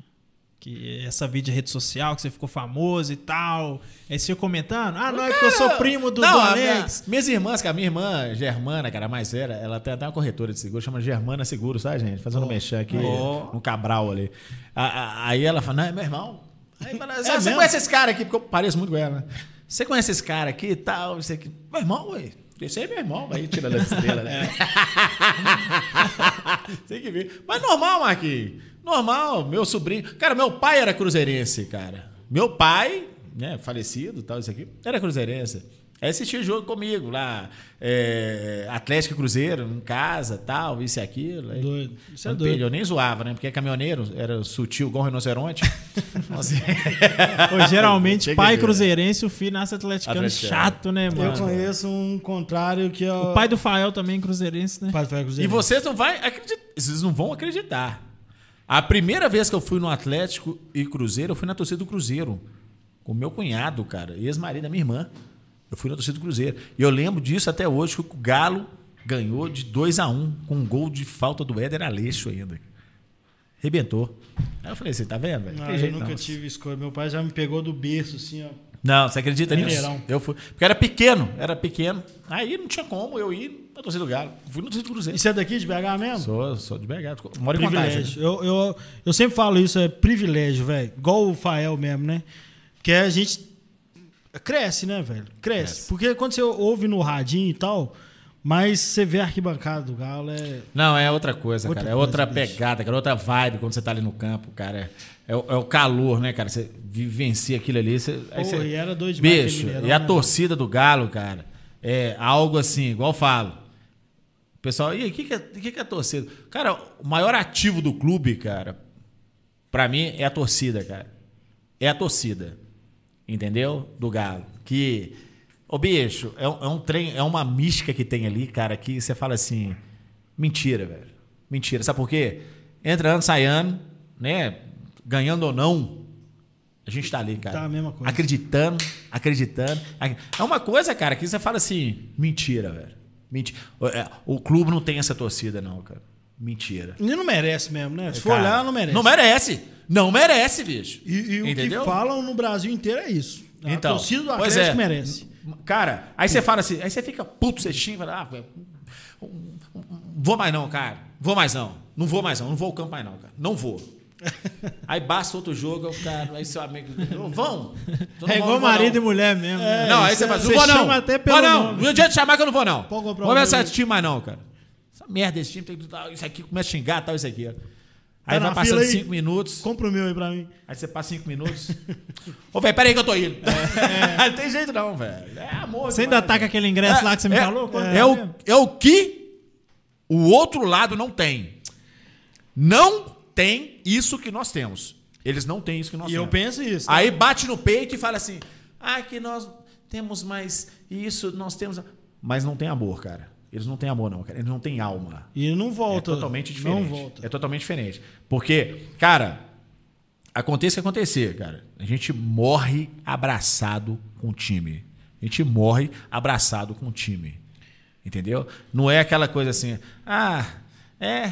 Speaker 3: que essa vídeo é rede social, que você ficou famoso e tal? Aí você comentando, ah, não, é porque eu sou primo do, do
Speaker 4: Não, a minha-
Speaker 3: Alex.
Speaker 4: minhas irmãs, que a minha irmã Germana, cara, a mais velha, ela tem até uma corretora de seguro, chama Germana Seguros, tá, gente? Fazendo um mexer aqui no Cabral ali. A- a- Aí ela fala, não, é meu irmão. Aí fala, "Ah, você
Speaker 2: mesmo?
Speaker 4: conhece esse cara aqui? Porque eu pareço muito com ela, né? Você conhece esse cara aqui e tal, isso aqui. Meu irmão, ué. Esse aí é meu irmão, aí tira da estrela, né? Tem que ver. Mas normal, Marquinhos. Normal, meu sobrinho. Cara, meu pai era cruzeirense, cara. Meu pai, né, falecido e tal, isso aqui, era cruzeirense. Aí assistia jogo comigo lá, é, Atlético e Cruzeiro, em casa, tal, isso e aquilo. Aí,
Speaker 2: Doido. Isso é
Speaker 4: quando
Speaker 2: doido.
Speaker 4: perdeu, Eu nem zoava, né? Porque caminhoneiro era sutil, igual um rinoceronte. Então, assim,
Speaker 3: Pô, geralmente,
Speaker 5: Chega
Speaker 3: pai
Speaker 5: de ver.
Speaker 3: cruzeirense, o filho nasce atleticano.
Speaker 4: Atleticano.
Speaker 3: Chato, né,
Speaker 2: Eu
Speaker 3: mano?
Speaker 2: conheço um contrário que é
Speaker 3: O pai do Fael também é cruzeirense, né?
Speaker 2: Pai do Fé Cruzeiro.
Speaker 4: e vocês não, vai acreditar, vocês não vão acreditar. A primeira vez que eu fui no Atlético e Cruzeiro, eu fui na torcida do Cruzeiro. Com meu cunhado, cara, ex-marido da minha irmã. Eu fui na torcida do Cruzeiro. E eu lembro disso até hoje, que o Galo ganhou de 2 a 1 com um gol de falta do Éder Aleixo ainda. Arrebentou. Aí eu falei assim, tá vendo, velho?
Speaker 2: Não,
Speaker 4: Tem
Speaker 2: Ah, eu
Speaker 4: jeito
Speaker 2: nunca
Speaker 4: não.
Speaker 2: tive escolha. Meu pai já me pegou do berço, assim, ó.
Speaker 4: Não, você acredita nisso?
Speaker 2: Mineirão.
Speaker 4: Eu fui. Porque era pequeno, era pequeno. Aí não tinha como eu ir na torcida do Galo. Fui na torcida do Cruzeiro.
Speaker 2: Isso é daqui de BH mesmo?
Speaker 4: Sou, sou de BH. Moro em contagem.
Speaker 2: privilégio. Eu, eu, eu sempre falo isso, é privilégio, velho. Igual o Fael mesmo, né? Porque a gente cresce, né, velho? Cresce. Porque quando você ouve no radinho e tal, mas você vê a arquibancada do Galo, é...
Speaker 4: Não, é outra coisa,
Speaker 2: Outra
Speaker 4: cara. É
Speaker 2: coisa,
Speaker 4: outra
Speaker 2: bicho.
Speaker 4: pegada, cara. É outra vibe quando você tá ali no campo, cara. É, é o- é o calor, né, cara? Você vivencia aquilo ali. Você,
Speaker 2: Pô,
Speaker 4: aí você-
Speaker 2: e era doido demais
Speaker 4: Bicho,
Speaker 2: aquele Mineirão,
Speaker 4: e a
Speaker 2: né,
Speaker 4: torcida do Galo, cara, é algo assim, igual eu falo. O Pessoal, e aí, o que, que, é, o que, que é a torcida? Cara, o maior ativo do clube, cara, pra mim é a torcida, cara. É a torcida. Entendeu? Do Galo. Que. Ô, bicho, é, um- é um trem, é uma mística que tem ali, cara, que você fala assim. Mentira, velho. Mentira. Sabe por quê? Entra ano, sai ano, né? Ganhando ou não, a gente tá ali, cara.
Speaker 2: Tá a mesma coisa.
Speaker 4: Acreditando, acreditando. ac- É uma coisa, cara, que você fala assim, mentira, velho. Mentira. O clube não tem essa torcida, não, cara. Mentira.
Speaker 2: E não merece mesmo, né? Se for
Speaker 4: Cara,
Speaker 2: olhar, não merece.
Speaker 4: Não merece. Não merece, bicho.
Speaker 2: E, e o que falam no Brasil inteiro é isso. A
Speaker 4: Então,
Speaker 2: torcida do
Speaker 4: pois
Speaker 2: Atlético
Speaker 4: é.
Speaker 2: merece.
Speaker 4: Cara, aí você fala assim, aí você fica puto, você xinga, fala, ah, velho, um- um- um- vou mais não, cara. Vou mais não. Não vou mais não, não vou ao campo mais não, cara. Não vou. Aí basta outro jogo, eu, cara, aí seu amigo, não vão. Então não
Speaker 3: É
Speaker 4: vão,
Speaker 3: igual
Speaker 4: não vou,
Speaker 3: marido e
Speaker 4: não.
Speaker 3: mulher mesmo. né?
Speaker 4: não, aí
Speaker 2: isso
Speaker 4: você um
Speaker 2: é- você
Speaker 4: fala, não vou não.
Speaker 2: chama até
Speaker 4: vou
Speaker 2: pelo
Speaker 4: não.
Speaker 2: nome.
Speaker 4: Não adianta chamar que eu não vou não.
Speaker 2: Pode comprar
Speaker 4: Vou
Speaker 2: um
Speaker 4: ver esse
Speaker 2: dois.
Speaker 4: time mais não, cara. Essa merda desse time, tem que tal, isso aqui, começa a xingar, tal, isso aqui.
Speaker 2: Tá
Speaker 4: Aí
Speaker 2: na
Speaker 4: vai passando
Speaker 2: fila aí?
Speaker 4: cinco minutos.
Speaker 2: Compra o meu aí pra mim.
Speaker 4: Aí você passa cinco minutos. Ô, velho, peraí que eu tô indo.
Speaker 2: É,
Speaker 4: não tem jeito não, velho. É amor.
Speaker 3: Você ainda
Speaker 4: demais,
Speaker 3: tá com
Speaker 4: velho.
Speaker 3: aquele ingresso lá que você me
Speaker 4: é,
Speaker 3: falou? Quanto tá
Speaker 4: É, é o, é o que o outro lado não tem. Não tem isso que nós temos. Eles não têm isso que nós
Speaker 2: E eu
Speaker 4: temos.
Speaker 2: penso isso.
Speaker 4: Aí bate no peito e fala assim: ah, que nós temos mais isso, nós temos. Mas não tem amor, cara. Eles não têm amor, não, cara. Eles não têm alma.
Speaker 2: E não volta.
Speaker 4: É totalmente diferente.
Speaker 2: Não volta.
Speaker 4: É totalmente diferente. Porque, cara, aconteça o que acontecer, cara. A gente morre abraçado com o time. A gente morre abraçado com o time. Entendeu? Não é aquela coisa assim, ah, é.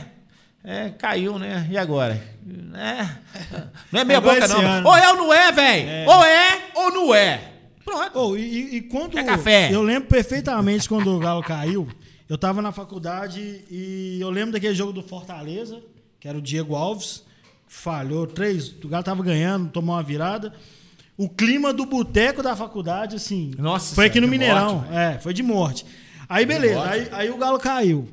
Speaker 4: É, caiu, né? E agora? É. Não é meia
Speaker 2: Agora
Speaker 4: boca,
Speaker 2: esse
Speaker 4: não.
Speaker 2: ano.
Speaker 4: Ou é ou não é, velho. Ou é ou não é. Pronto.
Speaker 2: Oh, e, e- e quando.
Speaker 4: Quer café?
Speaker 2: Eu lembro perfeitamente quando o Galo caiu. Eu tava na faculdade e eu lembro daquele jogo do Fortaleza, que era o Diego Alves. Falhou três. O Galo tava ganhando, tomou uma virada. O clima do boteco da faculdade, assim.
Speaker 4: Nossa
Speaker 2: Foi aqui no
Speaker 4: Senhora, de
Speaker 2: Mineirão.
Speaker 4: morte,
Speaker 2: é, foi de morte. Aí, beleza.
Speaker 4: morte.
Speaker 2: aí, aí o Galo caiu.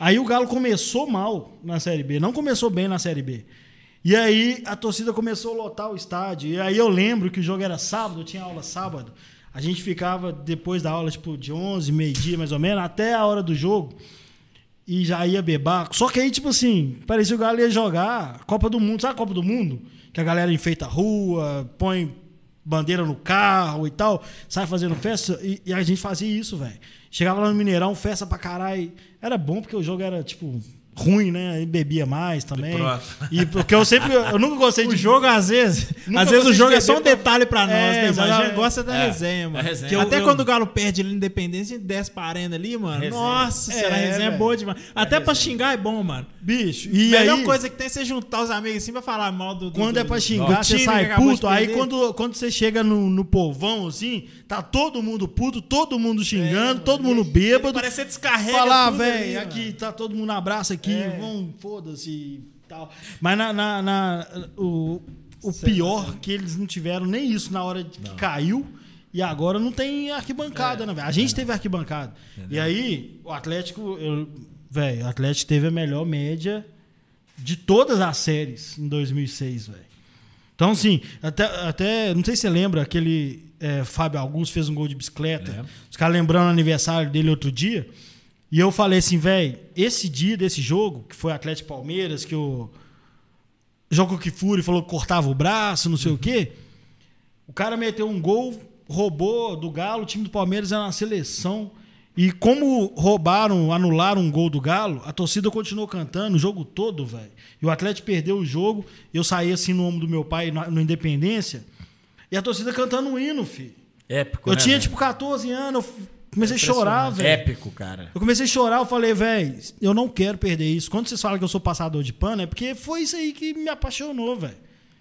Speaker 2: Aí o Galo começou mal na Série B, não começou bem na Série B. E aí a torcida começou a lotar o estádio. E aí eu lembro que o jogo era sábado, eu tinha aula sábado. A gente ficava depois da aula, tipo, de 11, meio-dia mais ou menos, até a hora do jogo. E já ia bebar. Só que aí, tipo assim, parecia que o Galo ia jogar Copa do Mundo. Sabe a Copa do Mundo? Que a galera enfeita a rua, põe bandeira no carro e tal, sai fazendo festa. E, e a gente fazia isso, velho. Chegava lá no Mineirão, festa pra caralho. Era bom porque o jogo era, tipo, ruim, né? Aí bebia mais também.
Speaker 4: pronto.
Speaker 2: E porque eu sempre. Eu nunca gostei
Speaker 3: O
Speaker 2: de
Speaker 3: jogo, às vezes,
Speaker 2: Nunca
Speaker 3: às vezes o
Speaker 2: gostei
Speaker 3: jogo
Speaker 2: de
Speaker 3: é só um
Speaker 2: beber pra-
Speaker 3: detalhe pra nós,
Speaker 2: É,
Speaker 3: né, mano? A gente
Speaker 2: exatamente.
Speaker 3: gosta da
Speaker 4: É,
Speaker 3: resenha, mano.
Speaker 4: é resenha.
Speaker 3: Que eu- Até
Speaker 2: eu-
Speaker 3: quando o Galo perde ali na Independência, a gente desce pra arena ali, mano.
Speaker 4: Resenha.
Speaker 3: Nossa, será a
Speaker 2: É,
Speaker 3: resenha é
Speaker 2: velho.
Speaker 3: boa demais. Até pra xingar é bom, mano.
Speaker 2: Bicho. E
Speaker 3: a melhor
Speaker 2: aí,
Speaker 3: coisa que tem é você juntar os amigos assim pra falar mal do. do-
Speaker 2: Quando
Speaker 3: do-
Speaker 2: é pra
Speaker 3: do
Speaker 2: xingar, você
Speaker 3: time que
Speaker 2: sai
Speaker 3: acabou de
Speaker 2: puto. Aí
Speaker 3: perder.
Speaker 2: quando, quando você chega no, no povão, assim, tá todo mundo puto, todo mundo xingando, todo mundo bêbado.
Speaker 3: É, Parece que você descarrega.
Speaker 2: Falar,
Speaker 3: tudo ali,
Speaker 2: velho,
Speaker 3: mano. É.
Speaker 2: aqui tá todo mundo abraça aqui, vão, foda-se e tal. Mas na, na- na- o, o pior que eles não tiveram nem isso na hora de que caiu. E agora não tem
Speaker 3: É.
Speaker 2: arquibancada, né, velho? A gente teve arquibancada. E aí, o Atlético, eu- velho, o Atlético teve a melhor média de todas as séries em 2006, velho. Então, assim, até, até não sei se você lembra, aquele é, Fábio Augusto fez um gol de bicicleta. Os caras lembrando o aniversário dele outro dia. E eu falei assim, velho, esse dia desse jogo, que foi Atlético e Palmeiras, que o Jogo Kifuri falou que cortava o braço, não sei o quê. O cara meteu um gol, roubou do Galo, o time do Palmeiras era na seleção. E como roubaram, anularam um gol do Galo, a torcida continuou cantando o jogo todo, velho. E o Atlético perdeu o jogo, eu saí assim no ombro do meu pai, na- no Independência, e a torcida cantando um hino, filho.
Speaker 4: Épico,
Speaker 2: Eu
Speaker 4: né,
Speaker 2: tinha,
Speaker 4: velho?
Speaker 2: tipo, 14 anos, eu f- comecei a chorar,
Speaker 4: Impressionante. É,
Speaker 2: velho.
Speaker 4: Épico, cara.
Speaker 2: Eu comecei a chorar, eu falei, velho, eu não quero perder isso. Quando vocês falam que eu sou passador de pano, é porque foi isso aí que me apaixonou, velho.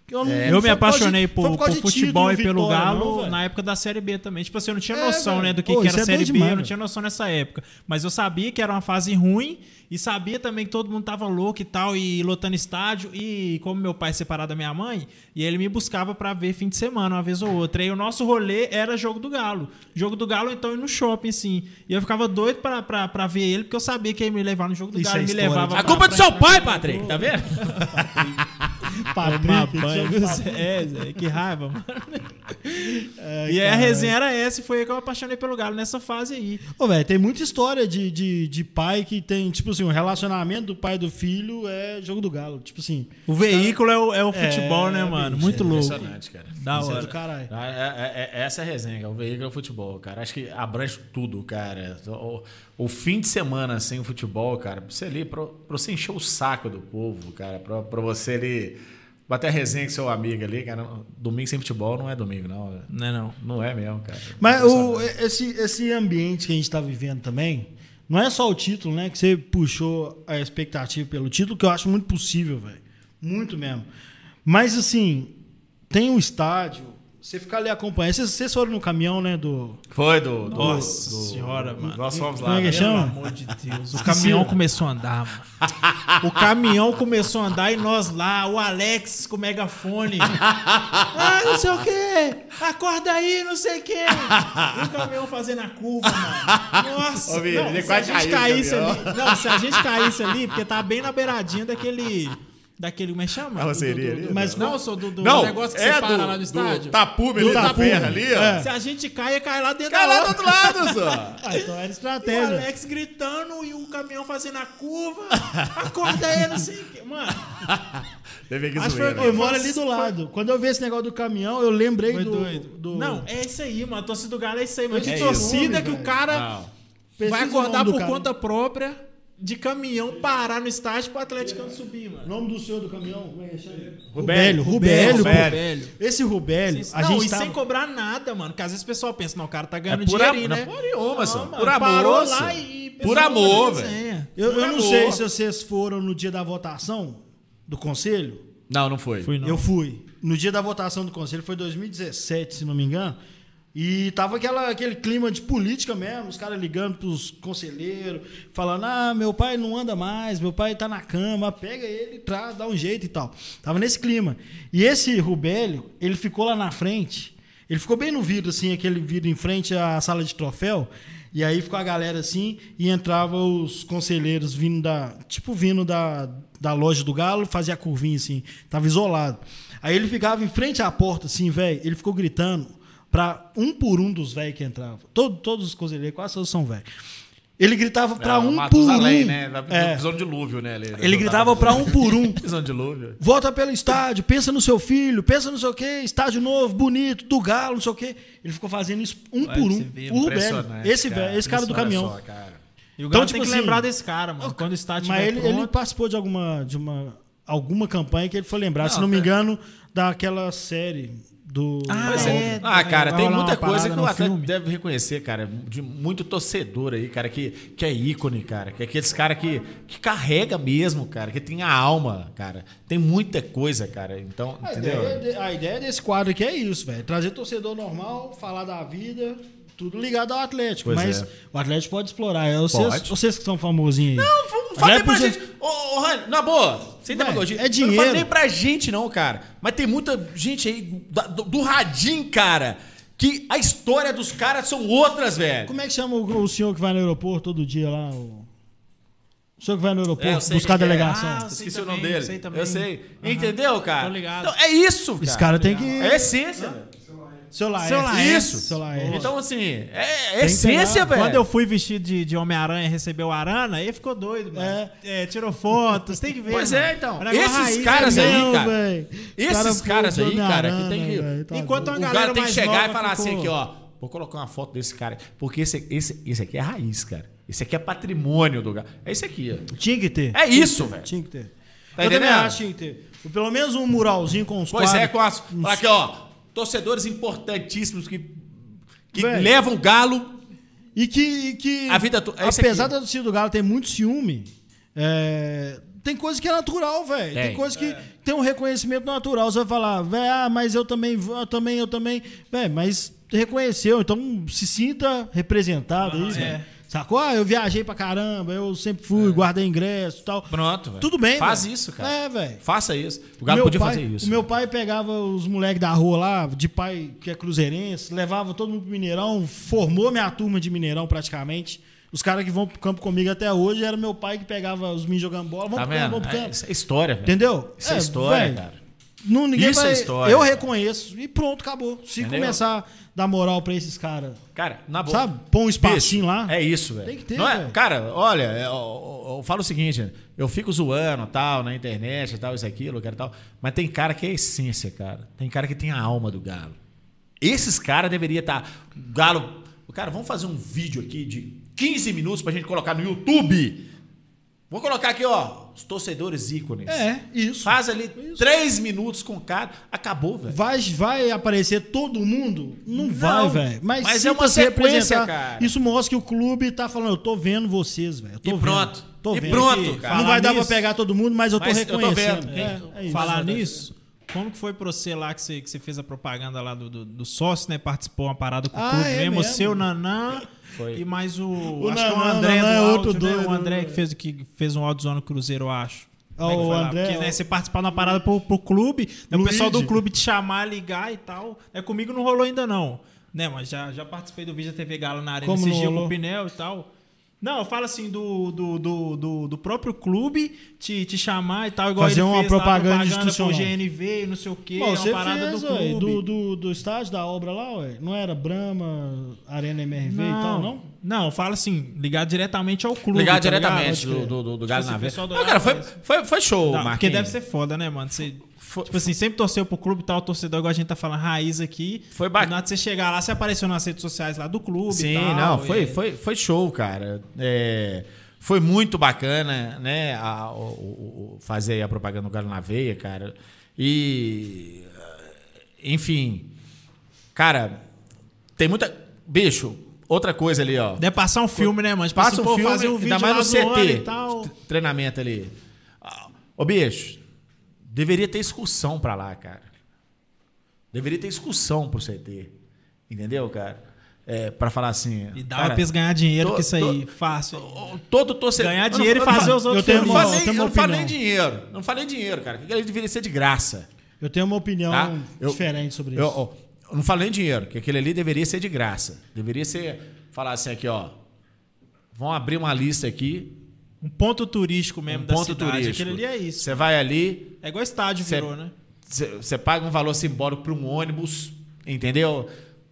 Speaker 2: Eu, não-
Speaker 4: É,
Speaker 2: não
Speaker 3: Eu me
Speaker 2: foi por causa de- foi
Speaker 3: apaixonei por,
Speaker 2: causa
Speaker 3: por
Speaker 2: de
Speaker 3: futebol
Speaker 2: título,
Speaker 3: e pelo
Speaker 2: vitória, não,
Speaker 3: Galo
Speaker 2: velho.
Speaker 3: na época da Série B também. Tipo assim, eu não tinha
Speaker 2: É,
Speaker 3: noção,
Speaker 2: velho.
Speaker 3: né, do que,
Speaker 2: Pô,
Speaker 3: que
Speaker 2: isso
Speaker 3: era
Speaker 2: é
Speaker 3: Série
Speaker 2: doido
Speaker 3: B, eu não
Speaker 2: demais,
Speaker 3: tinha noção nessa época. Mas eu sabia que era uma fase ruim e sabia também que todo mundo tava louco e tal, e lotando estádio. E como meu pai é separado da minha mãe, e ele me buscava pra ver fim de semana, uma vez ou outra. E o nosso rolê era jogo do Galo. Jogo do Galo, então, ir no shopping, sim. E eu ficava doido pra, pra, pra ver ele, porque eu sabia que ia me levar no jogo do
Speaker 2: Isso
Speaker 3: Galo.
Speaker 2: é
Speaker 3: e me
Speaker 2: história,
Speaker 3: levava pra-
Speaker 4: A culpa é do
Speaker 3: pra
Speaker 4: seu
Speaker 3: entrar-
Speaker 4: pai, Patrick, tá vendo?
Speaker 2: Patrick,
Speaker 3: Tomar
Speaker 2: tinha-
Speaker 3: banho. É, Zé, que raiva, mano. e aí a resenha era essa e foi aí que eu me apaixonei pelo Galo nessa fase aí.
Speaker 2: Ô, velho, tem muita história de, de, de pai que tem, tipo assim, o relacionamento do pai e do filho é jogo do galo. Tipo assim,
Speaker 3: O veículo é o, é o futebol,
Speaker 2: É,
Speaker 3: né, mano?
Speaker 2: bicho,
Speaker 3: Muito louco.
Speaker 4: Impressionante, cara.
Speaker 3: Da
Speaker 2: isso é do
Speaker 3: hora.
Speaker 2: caralho.
Speaker 4: Ah, é- é- é- essa é a resenha, cara. O veículo é o futebol, cara. Acho que abrange tudo, cara. O, o fim de semana sem o futebol, cara, pra você ali, pra, pra você encher o saco do povo, cara. Pra, pra você ali bater a resenha com seu amigo ali, cara. Domingo sem futebol não é domingo, não.
Speaker 3: Não é não.
Speaker 4: Não é mesmo, cara.
Speaker 2: Mas o,
Speaker 4: Impressionante.
Speaker 2: esse, esse ambiente que a gente tá vivendo também, não é só o título, né? Que você puxou a expectativa pelo título, que eu acho muito possível, velho. Muito mesmo. Mas, assim, tem um estádio, você ficar ali acompanhando. Vocês, vocês foram no caminhão, né? Do.
Speaker 4: Foi do. do-
Speaker 3: Nossa
Speaker 4: do-
Speaker 3: senhora, mano.
Speaker 4: Nós fomos lá.
Speaker 2: Como é que
Speaker 4: né?
Speaker 2: chama?
Speaker 3: Pelo amor de Deus. O caminhão começou a andar, mano. O caminhão começou a andar e nós lá, o Alex com o megafone. Ah, não sei o quê. Acorda aí, não sei o quê. E o caminhão fazendo a curva, mano. Nossa.
Speaker 4: Ô, Vini,
Speaker 3: não,
Speaker 4: ele
Speaker 3: se a
Speaker 4: quase
Speaker 3: gente
Speaker 4: caiu,
Speaker 3: caísse
Speaker 4: Gabriel.
Speaker 3: ali. Não, se a gente caísse ali, porque tá bem na beiradinha daquele. Daquele, como é que chama?
Speaker 5: Carroceria ali,
Speaker 3: Mas
Speaker 2: né?
Speaker 3: não, sou do, do
Speaker 5: Não,
Speaker 3: negócio que
Speaker 5: é
Speaker 3: separa
Speaker 5: do,
Speaker 3: lá no
Speaker 5: do
Speaker 3: estádio.
Speaker 5: tapume
Speaker 2: Do
Speaker 5: ali, da
Speaker 2: tapume,
Speaker 5: perna ali, ó.
Speaker 2: é.
Speaker 3: Se a gente cai, ia cair lá dentro
Speaker 5: Cai
Speaker 3: da
Speaker 5: lá do
Speaker 3: obra.
Speaker 5: outro lado, só.
Speaker 2: Ah, então era
Speaker 3: E o
Speaker 2: estratégia.
Speaker 3: É. Alex gritando e o caminhão fazendo a curva. Acorda aí, não sei o que. Mano,
Speaker 5: Teve que
Speaker 3: Acho que
Speaker 5: zoeira.
Speaker 3: foi-
Speaker 2: Eu moro ali do lado. Quando eu vi esse negócio do caminhão, eu lembrei
Speaker 3: foi
Speaker 2: do,
Speaker 3: doido.
Speaker 2: do.
Speaker 3: Não, é isso aí, mano. A torcida do Galo é isso aí, mano. Que
Speaker 2: É isso.
Speaker 3: torcida que
Speaker 2: Nome,
Speaker 3: o cara
Speaker 4: Não.
Speaker 2: Pesquisa
Speaker 3: vai
Speaker 2: o nome
Speaker 3: acordar
Speaker 2: do
Speaker 3: por
Speaker 2: cara.
Speaker 3: conta própria de caminhão parar no estádio pro Atlético subir,
Speaker 2: O
Speaker 3: mano.
Speaker 2: nome do senhor do caminhão? Como é que chama?
Speaker 4: Rubélio.
Speaker 2: Rubélio. pô.
Speaker 4: Rubélio.
Speaker 2: Esse Rubélio, a
Speaker 3: não,
Speaker 2: gente
Speaker 3: e
Speaker 2: tava...
Speaker 3: sem cobrar nada, mano. Porque às vezes o pessoal pensa, não, o cara tá
Speaker 4: É
Speaker 3: ganhando
Speaker 4: por, am-
Speaker 3: dinheirinho,
Speaker 4: não,
Speaker 3: né?
Speaker 4: por amor, só.
Speaker 3: mano,
Speaker 4: Por amor.
Speaker 3: parou
Speaker 4: só.
Speaker 3: lá e...
Speaker 4: Por
Speaker 3: pessoal
Speaker 4: amor,
Speaker 3: fazendo
Speaker 4: velho.
Speaker 3: resenha.
Speaker 2: Eu, eu não
Speaker 4: Acabou.
Speaker 2: sei se vocês foram no dia da votação do conselho.
Speaker 4: Não, não foi.
Speaker 3: Fui não.
Speaker 2: Eu fui. No dia da votação do conselho foi 2017, se não me engano. E tava aquela, aquele clima de política mesmo, os caras ligando pros conselheiros, falando: ah, meu pai não anda mais, meu pai tá na cama, pega ele, traz, dá um jeito e tal. Tava nesse clima. E esse Rubélio, ele ficou lá na frente, ele ficou bem no vidro, assim, aquele vidro em frente à sala de troféu. E aí ficou a galera assim, e entrava os conselheiros vindo da. Tipo, vindo da, da loja do Galo, fazia a curvinha assim, tava isolado. Aí ele ficava em frente à porta, assim, velho, ele ficou gritando pra um por um dos velhos que entravam. Todo, todos os conselheiros, quase todos são velhos. Ele gritava pra um por um.
Speaker 4: Matusalém, né? Da
Speaker 2: É.
Speaker 4: prisão de dilúvio, né? Ali,
Speaker 2: ele gritava pra um por um.
Speaker 4: Prisão de dilúvio.
Speaker 2: Volta pelo estádio, pensa no seu filho, pensa no seu quê, estádio novo, bonito, do galo, não sei o quê. Ele ficou fazendo isso um por
Speaker 3: Olha pra
Speaker 2: um.
Speaker 3: você ver,
Speaker 2: o Rubélio, esse, velho, esse cara do caminhão.
Speaker 4: é Só, cara.
Speaker 3: E o
Speaker 2: Então,
Speaker 3: Galo
Speaker 2: tipo
Speaker 3: tem que
Speaker 2: assim,
Speaker 3: lembrar desse cara, mano. Quando o estádio
Speaker 2: Mas
Speaker 3: tiver
Speaker 2: ele,
Speaker 3: pronto-
Speaker 2: ele participou de alguma, de uma, alguma campanha que ele foi lembrar, se não me
Speaker 4: cara.
Speaker 2: engano, daquela série do.
Speaker 3: Ah,
Speaker 2: da-
Speaker 4: Pois
Speaker 3: é.
Speaker 4: é. Ah, cara,
Speaker 3: vai
Speaker 4: tem
Speaker 3: rolar
Speaker 4: muita
Speaker 3: uma parada
Speaker 4: coisa que o
Speaker 3: no
Speaker 4: Atlético
Speaker 3: filme.
Speaker 4: deve reconhecer, cara. De muito torcedor aí, cara, que, que é ícone, cara. Que é aqueles cara que, que carrega mesmo, cara. Que tem a alma, cara. Tem muita coisa, cara. Então,
Speaker 2: A,
Speaker 4: entendeu?
Speaker 2: ideia, de- é, a ideia desse quadro aqui é isso, velho. Trazer torcedor normal, falar da vida, tudo ligado ao Atlético.
Speaker 4: Pois
Speaker 2: mas
Speaker 4: é.
Speaker 2: o Atlético pode explorar. É vocês,
Speaker 4: Pode.
Speaker 2: vocês que são famosinhos aí. é
Speaker 4: Não fala nem pra
Speaker 2: Aliás,
Speaker 4: gente. Ô, ô, Rani, na boa, sem
Speaker 2: Ué,
Speaker 4: demagogia.
Speaker 2: é
Speaker 4: Eu Não
Speaker 2: dinheiro.
Speaker 4: fala nem pra gente, não, cara. Mas tem muita gente aí da- do, do Radim, cara, que a história dos caras são outras, velho.
Speaker 2: Como é que chama o, o senhor que vai no aeroporto todo dia lá? O... O senhor que vai no
Speaker 4: É, eu
Speaker 2: aeroporto
Speaker 4: sei
Speaker 2: buscar a
Speaker 4: quem que é.
Speaker 2: delegação.
Speaker 4: Ah, eu
Speaker 3: eu sei
Speaker 4: esqueci o
Speaker 3: também,
Speaker 4: nome dele.
Speaker 3: eu sei também.
Speaker 4: Eu sei.
Speaker 3: Aham.
Speaker 4: Entendeu, cara?
Speaker 3: Tô ligado.
Speaker 4: Então, é isso, cara.
Speaker 2: Esse cara tem que.
Speaker 4: É essência. velho.
Speaker 2: Seu Laerte.
Speaker 3: Seu Laerte.
Speaker 2: é Isso. Seu Laerte.
Speaker 4: Então, assim, é,
Speaker 2: Tem
Speaker 4: é
Speaker 2: que pegar.
Speaker 4: essência, velho.
Speaker 3: Quando eu fui vestido de, de Homem-Aranha e recebeu Arana, ele ficou doido, mano. É, tirou fotos, tem que ver.
Speaker 4: Pois
Speaker 3: mano.
Speaker 4: é, então.
Speaker 3: O negócio
Speaker 4: Esses
Speaker 3: raiz,
Speaker 4: caras
Speaker 3: né?
Speaker 4: aí,
Speaker 2: Não,
Speaker 4: cara.
Speaker 2: velho.
Speaker 4: Esses
Speaker 2: Cara, pô,
Speaker 4: caras aí, cara, que
Speaker 2: Homem-Aranha,
Speaker 4: tem que-
Speaker 2: velho, tá
Speaker 3: Enquanto
Speaker 2: doido.
Speaker 3: a
Speaker 4: O
Speaker 3: galera
Speaker 4: cara tem que
Speaker 3: mais
Speaker 4: chegar
Speaker 3: nova
Speaker 4: e falar
Speaker 3: ficou-
Speaker 4: assim aqui, ó. Vou colocar uma foto desse cara. Porque esse, esse, esse aqui é raiz, cara. Esse aqui é patrimônio do lugar. É esse aqui, ó.
Speaker 2: Tinha que ter.
Speaker 4: É isso, velho.
Speaker 2: Tinha que ter.
Speaker 4: Tá
Speaker 2: eu também
Speaker 4: entendendo?
Speaker 2: acho que tinha que ter. Pelo menos um muralzinho com os
Speaker 4: Pois é,
Speaker 2: quadros.
Speaker 4: com as. Fala aqui, ó. Torcedores importantíssimos que, que
Speaker 2: Velho.
Speaker 4: levam o galo.
Speaker 2: E que. e que
Speaker 4: A vida to- é esse
Speaker 2: apesar
Speaker 4: aqui.
Speaker 2: da torcida do Galo ter muito ciúme, é, tem coisa que é natural, velho. Tem
Speaker 4: Tem.
Speaker 2: coisa que tem um reconhecimento natural. Você vai falar, velho, ah, mas eu também, vou, eu também, eu também. Velho, mas reconheceu, então se sinta representado aí, velho. Sacou? Ah, eu viajei pra caramba, eu sempre fui, guardei ingresso e tal.
Speaker 4: Pronto, velho.
Speaker 2: Tudo bem,
Speaker 4: Faz
Speaker 2: velho.
Speaker 4: isso, cara.
Speaker 2: É, velho.
Speaker 4: Faça isso. O galo
Speaker 2: Meu
Speaker 4: podia
Speaker 2: pai-
Speaker 4: fazer isso.
Speaker 2: O meu pai pegava os moleques da rua lá, de pai que é cruzeirense, levava todo mundo pro Mineirão, formou minha turma de Mineirão praticamente. Os caras que vão pro campo comigo até hoje era meu pai que pegava os meninos jogando bola. Vamos
Speaker 4: Tá
Speaker 2: pro campo,
Speaker 4: vendo?
Speaker 2: vamos pro
Speaker 4: É,
Speaker 2: campo.
Speaker 4: isso é história, velho.
Speaker 2: Entendeu?
Speaker 4: Isso é, história,
Speaker 2: velho,
Speaker 4: cara.
Speaker 2: Não, ninguém
Speaker 4: Isso é
Speaker 2: vai-
Speaker 4: história,
Speaker 2: Eu
Speaker 4: cara.
Speaker 2: reconheço. E pronto, acabou. Se
Speaker 4: Entendeu?
Speaker 2: começar a dar moral pra esses caras.
Speaker 4: Cara, na boa.
Speaker 2: Sabe? Põe um espacinho
Speaker 4: Bicho,
Speaker 2: lá.
Speaker 4: É isso, velho.
Speaker 2: Tem que ter,
Speaker 4: Não é-
Speaker 2: velho.
Speaker 4: Cara, olha, eu, eu- eu falo o seguinte, né? eu fico zoando, tal, na internet, tal, isso, aquilo, quero tal. Mas tem cara que é essência, cara. Tem cara que tem a alma do galo. Esses caras deveriam estar. Galo. Cara, vamos fazer um vídeo aqui de 15 minutos pra gente colocar no YouTube. Vou colocar aqui, ó. Os torcedores ícones.
Speaker 2: É, isso.
Speaker 4: Faz ali três minutos com o cara. Acabou, velho.
Speaker 2: Vai, vai aparecer todo mundo? Não,
Speaker 4: Não,
Speaker 2: vai, velho. Mas,
Speaker 4: mas
Speaker 2: se
Speaker 4: é uma
Speaker 2: você
Speaker 4: sequência,
Speaker 2: representar,
Speaker 4: cara.
Speaker 2: Isso mostra que o clube tá falando, eu tô vendo vocês, velho. eu tô
Speaker 4: E
Speaker 2: vendo,
Speaker 4: pronto.
Speaker 2: Tô
Speaker 4: E
Speaker 2: vendo.
Speaker 4: pronto,
Speaker 2: Não
Speaker 4: cara.
Speaker 2: vai
Speaker 3: Falar
Speaker 2: dar pra
Speaker 3: nisso-
Speaker 2: pegar todo mundo, mas eu tô
Speaker 4: Mas eu tô
Speaker 2: reconhecendo.
Speaker 4: vendo.
Speaker 2: É, é isso.
Speaker 3: Falar nisso, como que foi pra você lá que você, que você fez a propaganda lá do, do, do sócio, né? Participou uma parada com o
Speaker 2: Ah,
Speaker 3: clube
Speaker 2: é
Speaker 3: mesmo, o
Speaker 2: mesmo.
Speaker 3: seu Nanã
Speaker 4: Foi.
Speaker 3: e mais o. acho que é
Speaker 2: Nanã,
Speaker 3: o André
Speaker 2: Nanã é
Speaker 3: do
Speaker 2: outro
Speaker 3: áudio, né?
Speaker 2: doido,
Speaker 3: O André
Speaker 2: né?
Speaker 3: que fez, o- que fez um áudio no Cruzeiro, eu acho. Como
Speaker 2: Ah,
Speaker 3: é que
Speaker 2: o
Speaker 3: foi lá?
Speaker 2: André,
Speaker 3: Porque, né,
Speaker 2: o-
Speaker 3: você participar de uma parada pro, pro clube, né, o pessoal do
Speaker 2: Luigi.
Speaker 3: clube te chamar, ligar e tal. É, comigo não rolou ainda, não. Né, mas já, já participei do vídeo da TV Galo na Arena
Speaker 2: Como
Speaker 3: esse
Speaker 2: não
Speaker 3: dia com
Speaker 2: rolou?
Speaker 3: o Pinel e tal. Não, eu falo assim do, do, do, do, do próprio clube te, te chamar e tal, igual
Speaker 2: Fazer
Speaker 3: ele
Speaker 2: uma
Speaker 3: fez lá,
Speaker 2: propaganda
Speaker 3: pro
Speaker 2: institucional.
Speaker 3: GNV e não sei o quê,
Speaker 2: Bom,
Speaker 3: é
Speaker 2: você
Speaker 3: uma parada
Speaker 2: fez,
Speaker 3: do
Speaker 2: ué,
Speaker 3: clube.
Speaker 2: do, do, do estádio da obra lá, ué. Não era Brahma, Arena MRV e tal, não?
Speaker 3: Não, fala assim, ligar diretamente ao clube.
Speaker 4: Ligar
Speaker 3: tá
Speaker 4: diretamente
Speaker 3: ligado?
Speaker 4: do, do, do, do Galo
Speaker 3: assim,
Speaker 4: na
Speaker 3: o
Speaker 4: veia.
Speaker 3: pessoal do
Speaker 4: Não, cara, foi,
Speaker 3: Galo
Speaker 4: foi, foi show,
Speaker 3: Não, porque
Speaker 4: Marquinhos.
Speaker 3: deve ser foda, né, mano? Você,
Speaker 4: Foi-
Speaker 3: tipo assim, sempre torceu pro clube e tal, torcedor, igual a gente tá falando, raiz aqui.
Speaker 4: Foi ba-
Speaker 3: Do nada você chegar lá, você apareceu nas redes sociais lá do clube e
Speaker 4: Sim,
Speaker 3: tal,
Speaker 4: não, foi,
Speaker 3: e-
Speaker 4: foi, foi show, cara. É, foi muito bacana, né? a- o- o- o- fazer aí a propaganda do Galo na veia, cara. E. Enfim. Cara, tem muita. Bicho, outra coisa ali, ó.
Speaker 3: Deve passar um filme, né, mano? Tipo
Speaker 4: Passa
Speaker 3: assim,
Speaker 4: um
Speaker 3: pô,
Speaker 4: filme,
Speaker 3: fazer um vídeo
Speaker 4: ainda mais
Speaker 3: lá
Speaker 4: no
Speaker 3: zoando
Speaker 4: CT,
Speaker 3: e tal.
Speaker 4: tre- treinamento ali. Ah, Ô, bicho, deveria ter excursão pra lá, cara. Deveria ter excursão pro CT. Entendeu, cara? É, pra falar assim...
Speaker 3: E dá
Speaker 4: cara,
Speaker 3: pra eles ganhar dinheiro
Speaker 4: tô-
Speaker 3: com isso aí,
Speaker 4: tô-
Speaker 3: fácil.
Speaker 4: o- Todo torcedor...
Speaker 3: Ganhar
Speaker 4: Eu não-
Speaker 3: dinheiro e
Speaker 4: eu não
Speaker 3: fazer
Speaker 4: falo-
Speaker 3: os outros
Speaker 2: eu tenho
Speaker 4: Eu não
Speaker 2: uma-
Speaker 3: felizes.
Speaker 4: falei, eu
Speaker 2: tenho
Speaker 4: não falei
Speaker 2: opinião.
Speaker 4: dinheiro. Eu Não falei dinheiro, cara. Que ele deveria ser de graça.
Speaker 2: Eu tenho uma opinião
Speaker 4: Tá? Eu-
Speaker 2: diferente sobre isso.
Speaker 4: Eu, ó, eu não falei em dinheiro, que aquele ali deveria ser de graça. Deveria ser, falar assim aqui, ó. Vão abrir uma lista aqui.
Speaker 3: Um ponto turístico mesmo
Speaker 4: um
Speaker 3: da
Speaker 4: ponto
Speaker 3: cidade.
Speaker 4: turístico.
Speaker 3: Aquele ali é isso.
Speaker 4: Você vai ali,
Speaker 3: É igual estádio
Speaker 4: Cê-
Speaker 3: virou, né?
Speaker 4: você paga um valor simbólico para um ônibus, entendeu?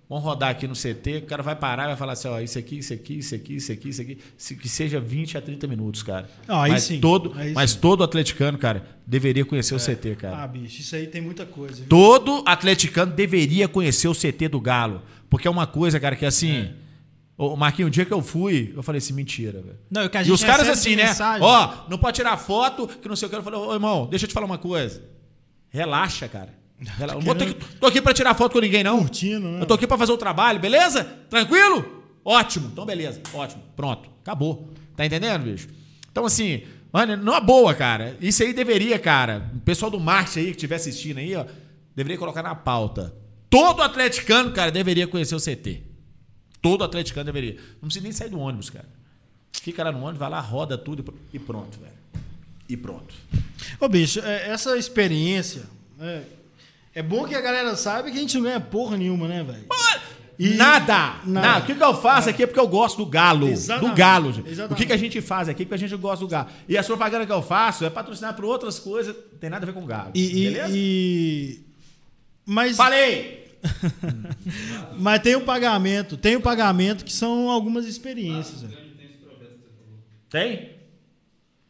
Speaker 4: Vão rodar aqui no CT, o cara vai parar e vai falar assim, ó, isso aqui, isso aqui, isso aqui, isso aqui, isso aqui, se- que seja 20 a 30 minutos, cara.
Speaker 2: Não, aí
Speaker 4: mas
Speaker 2: sim,
Speaker 4: todo,
Speaker 2: aí
Speaker 4: mas
Speaker 2: sim.
Speaker 4: todo atleticano, cara, deveria conhecer o CT, cara.
Speaker 2: Ah, bicho, isso aí tem muita coisa. viu?
Speaker 4: Todo atleticano deveria conhecer o CT do Galo. Porque é uma coisa, cara, que assim. Ô, Marquinhos, o dia que eu fui, eu falei assim, mentira, velho.
Speaker 3: Não, é que a
Speaker 4: E
Speaker 3: gente
Speaker 4: os caras
Speaker 3: recebe de
Speaker 4: assim, né?
Speaker 3: mensagem.
Speaker 4: Ó, não pode tirar foto, que não sei o que. Eu falei, ô irmão, deixa eu te falar uma coisa. Relaxa, cara. Rela- Eu não vou ter que- tô aqui pra tirar foto com ninguém, não.
Speaker 2: Curtindo, né?
Speaker 4: Eu tô aqui pra fazer o trabalho, beleza? Tranquilo? Ótimo. Então, beleza. Ótimo. Pronto. Acabou. Tá entendendo, bicho? Então, assim, mano, não é boa, cara. Isso aí deveria, cara. O pessoal do marketing aí que estiver assistindo aí, ó, deveria colocar na pauta. Todo atleticano, cara, deveria conhecer o CT. Todo atleticano deveria. Não precisa nem sair do ônibus, cara. Fica lá no ônibus, vai lá, roda tudo e pr- e pronto, velho. E pronto.
Speaker 2: Ô, bicho, é, essa experiência. É, é bom que a galera saiba que a gente não ganha porra nenhuma, né, velho?
Speaker 4: Olha, Nada, nada! O que, que eu faço aqui é porque eu gosto do galo.
Speaker 2: Exatamente,
Speaker 4: Do galo, gente. O que,
Speaker 2: exatamente.
Speaker 4: que a gente faz aqui é porque a gente gosta do galo. E as propagandas que eu faço é patrocinar por outras coisas, não tem nada a ver com galo.
Speaker 2: E, e,
Speaker 4: beleza?
Speaker 2: e- Mas,
Speaker 4: Falei!
Speaker 2: mas tem o pagamento, tem o pagamento que são algumas experiências. velho.
Speaker 4: Tem?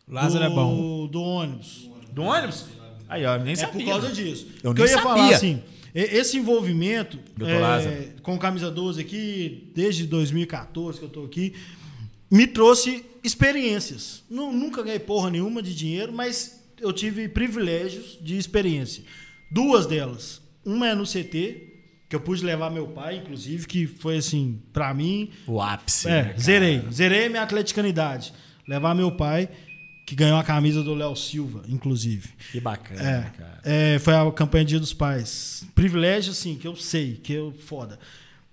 Speaker 3: Lázaro é bom.
Speaker 2: Do- Do ônibus.
Speaker 4: Do ônibus? Aí, ó, nem
Speaker 2: É
Speaker 4: sabia.
Speaker 2: por causa disso.
Speaker 4: Eu
Speaker 2: Porque
Speaker 4: nem
Speaker 2: eu ia falar
Speaker 4: sabia.
Speaker 2: assim, e- esse envolvimento
Speaker 4: Doutor
Speaker 2: é,
Speaker 4: Lázaro.
Speaker 2: com camisa 12 aqui, desde 2014 que eu tô aqui, me trouxe experiências. Nu- nunca ganhei porra nenhuma de dinheiro, mas eu tive privilégios de experiência. Duas delas. Uma é no CT, que eu pude levar meu pai, inclusive, que foi assim, pra mim,
Speaker 4: O ápice.
Speaker 2: é,
Speaker 4: né, cara?
Speaker 2: zerei. Zerei minha atleticanidade. Levar meu pai, que ganhou a camisa do Léo Silva, inclusive.
Speaker 4: Que bacana,
Speaker 2: É,
Speaker 4: cara.
Speaker 2: é, foi a campanha Dia dos Pais. Privilégio, assim, que eu sei, que eu foda.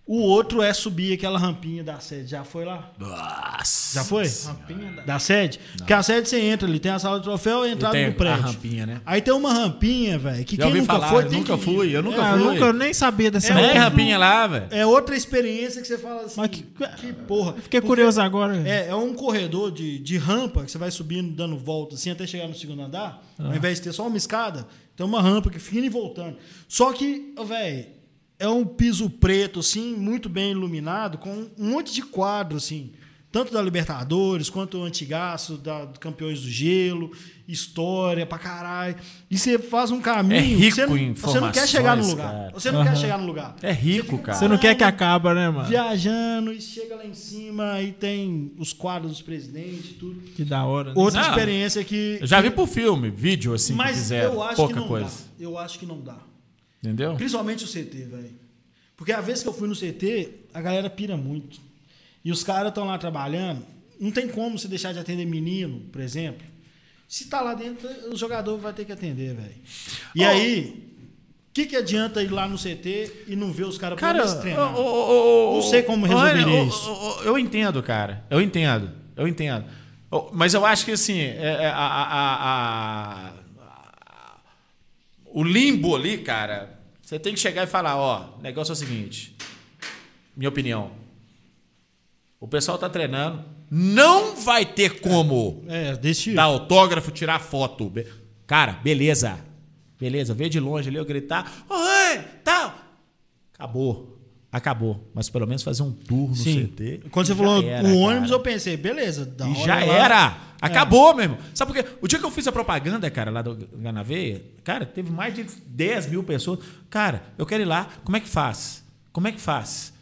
Speaker 2: O outro é subir aquela rampinha da sede. Já foi lá?
Speaker 4: Nossa.
Speaker 2: Já foi?
Speaker 3: Rampinha da-
Speaker 2: Da sede? Porque a sede você entra ali, tem a sala de troféu e a entrada
Speaker 4: tem
Speaker 2: no prédio.
Speaker 4: a rampinha, né?
Speaker 2: Aí tem uma rampinha, velho, que
Speaker 4: Já
Speaker 2: quem
Speaker 4: ouvi
Speaker 2: nunca
Speaker 4: falar,
Speaker 2: foi
Speaker 4: eu
Speaker 2: tem
Speaker 4: nunca
Speaker 2: que
Speaker 4: fui,
Speaker 2: ir.
Speaker 4: eu nunca
Speaker 2: É,
Speaker 3: Ah, eu
Speaker 4: fui.
Speaker 3: nunca eu nem sabia dessa
Speaker 4: Tem
Speaker 2: né,
Speaker 3: rampinha.
Speaker 4: rampinha lá, velho.
Speaker 2: É outra experiência que você fala assim,
Speaker 3: Mas
Speaker 2: que,
Speaker 3: que-
Speaker 2: porra.
Speaker 3: Fiquei curioso agora.
Speaker 2: É, é um corredor de, de rampa que você vai subindo, dando volta, assim, até chegar no segundo andar.
Speaker 4: Ah.
Speaker 2: Ao invés de ter só uma escada, tem uma rampa que fica indo e voltando. Só que, velho, é um piso preto, assim, muito bem iluminado, com um monte de quadro, assim. Tanto da Libertadores, quanto o Antigaço, da do Campeões do Gelo, história pra caralho. E você faz um caminho.
Speaker 4: É rico
Speaker 2: você, não,
Speaker 4: em
Speaker 2: você não quer chegar no
Speaker 4: informações,
Speaker 2: lugar.
Speaker 4: cara.
Speaker 2: Você não quer chegar no lugar.
Speaker 4: É rico, cara.
Speaker 3: Você não quer que acaba, né, mano?
Speaker 2: Viajando e chega lá em cima e tem os quadros dos presidentes e tudo.
Speaker 3: Que da hora. né?
Speaker 2: Outra
Speaker 4: Ah,
Speaker 2: experiência que.
Speaker 4: Eu já vi por filme, vídeo, assim, que
Speaker 2: mas
Speaker 4: fizeram.
Speaker 2: eu acho
Speaker 4: pouca
Speaker 2: que não
Speaker 4: coisa.
Speaker 2: dá. Eu acho que não dá.
Speaker 4: Entendeu?
Speaker 2: Principalmente o CT, velho. Porque a vez que eu fui no CT, a galera pira muito. E os caras estão lá trabalhando. Não tem como você deixar de atender menino, por exemplo. Se tá lá dentro, o jogador vai ter que atender, velho. E
Speaker 4: Ó.
Speaker 2: aí, o que, que adianta ir lá no CT e não ver os caras pelo
Speaker 4: Cara,
Speaker 2: menos treinar?
Speaker 4: ô, ô, ô, ô,
Speaker 2: é Não sei como resolveria
Speaker 4: ô, ô,
Speaker 2: isso.
Speaker 4: ô, eu entendo, cara. Eu entendo. Eu entendo. Ô, Mas eu acho que, assim, é- é a- a- a- a- o limbo ali, cara, você tem que chegar e falar, ó, o negócio é o seguinte. Minha opinião. O pessoal tá treinando. Não vai ter como
Speaker 2: É, deixa.
Speaker 4: dar autógrafo, tirar foto. Be- Cara, beleza. Beleza, vê de longe ali eu gritar. Oi, tal. Acabou. Acabou. Mas pelo menos fazer um tour no
Speaker 2: Sim.
Speaker 4: CT.
Speaker 2: Quando você
Speaker 4: Já
Speaker 2: falou
Speaker 4: era,
Speaker 2: o ônibus,
Speaker 4: cara.
Speaker 2: eu pensei, beleza, da
Speaker 4: E
Speaker 2: hora
Speaker 4: já
Speaker 2: lá. É.
Speaker 4: era. Acabou mesmo. Sabe por quê? O dia que eu fiz a propaganda, cara, lá do Ganaveia, cara, teve mais de 10 mil pessoas. Cara, eu quero ir lá. Como é que faz? Como é que faz?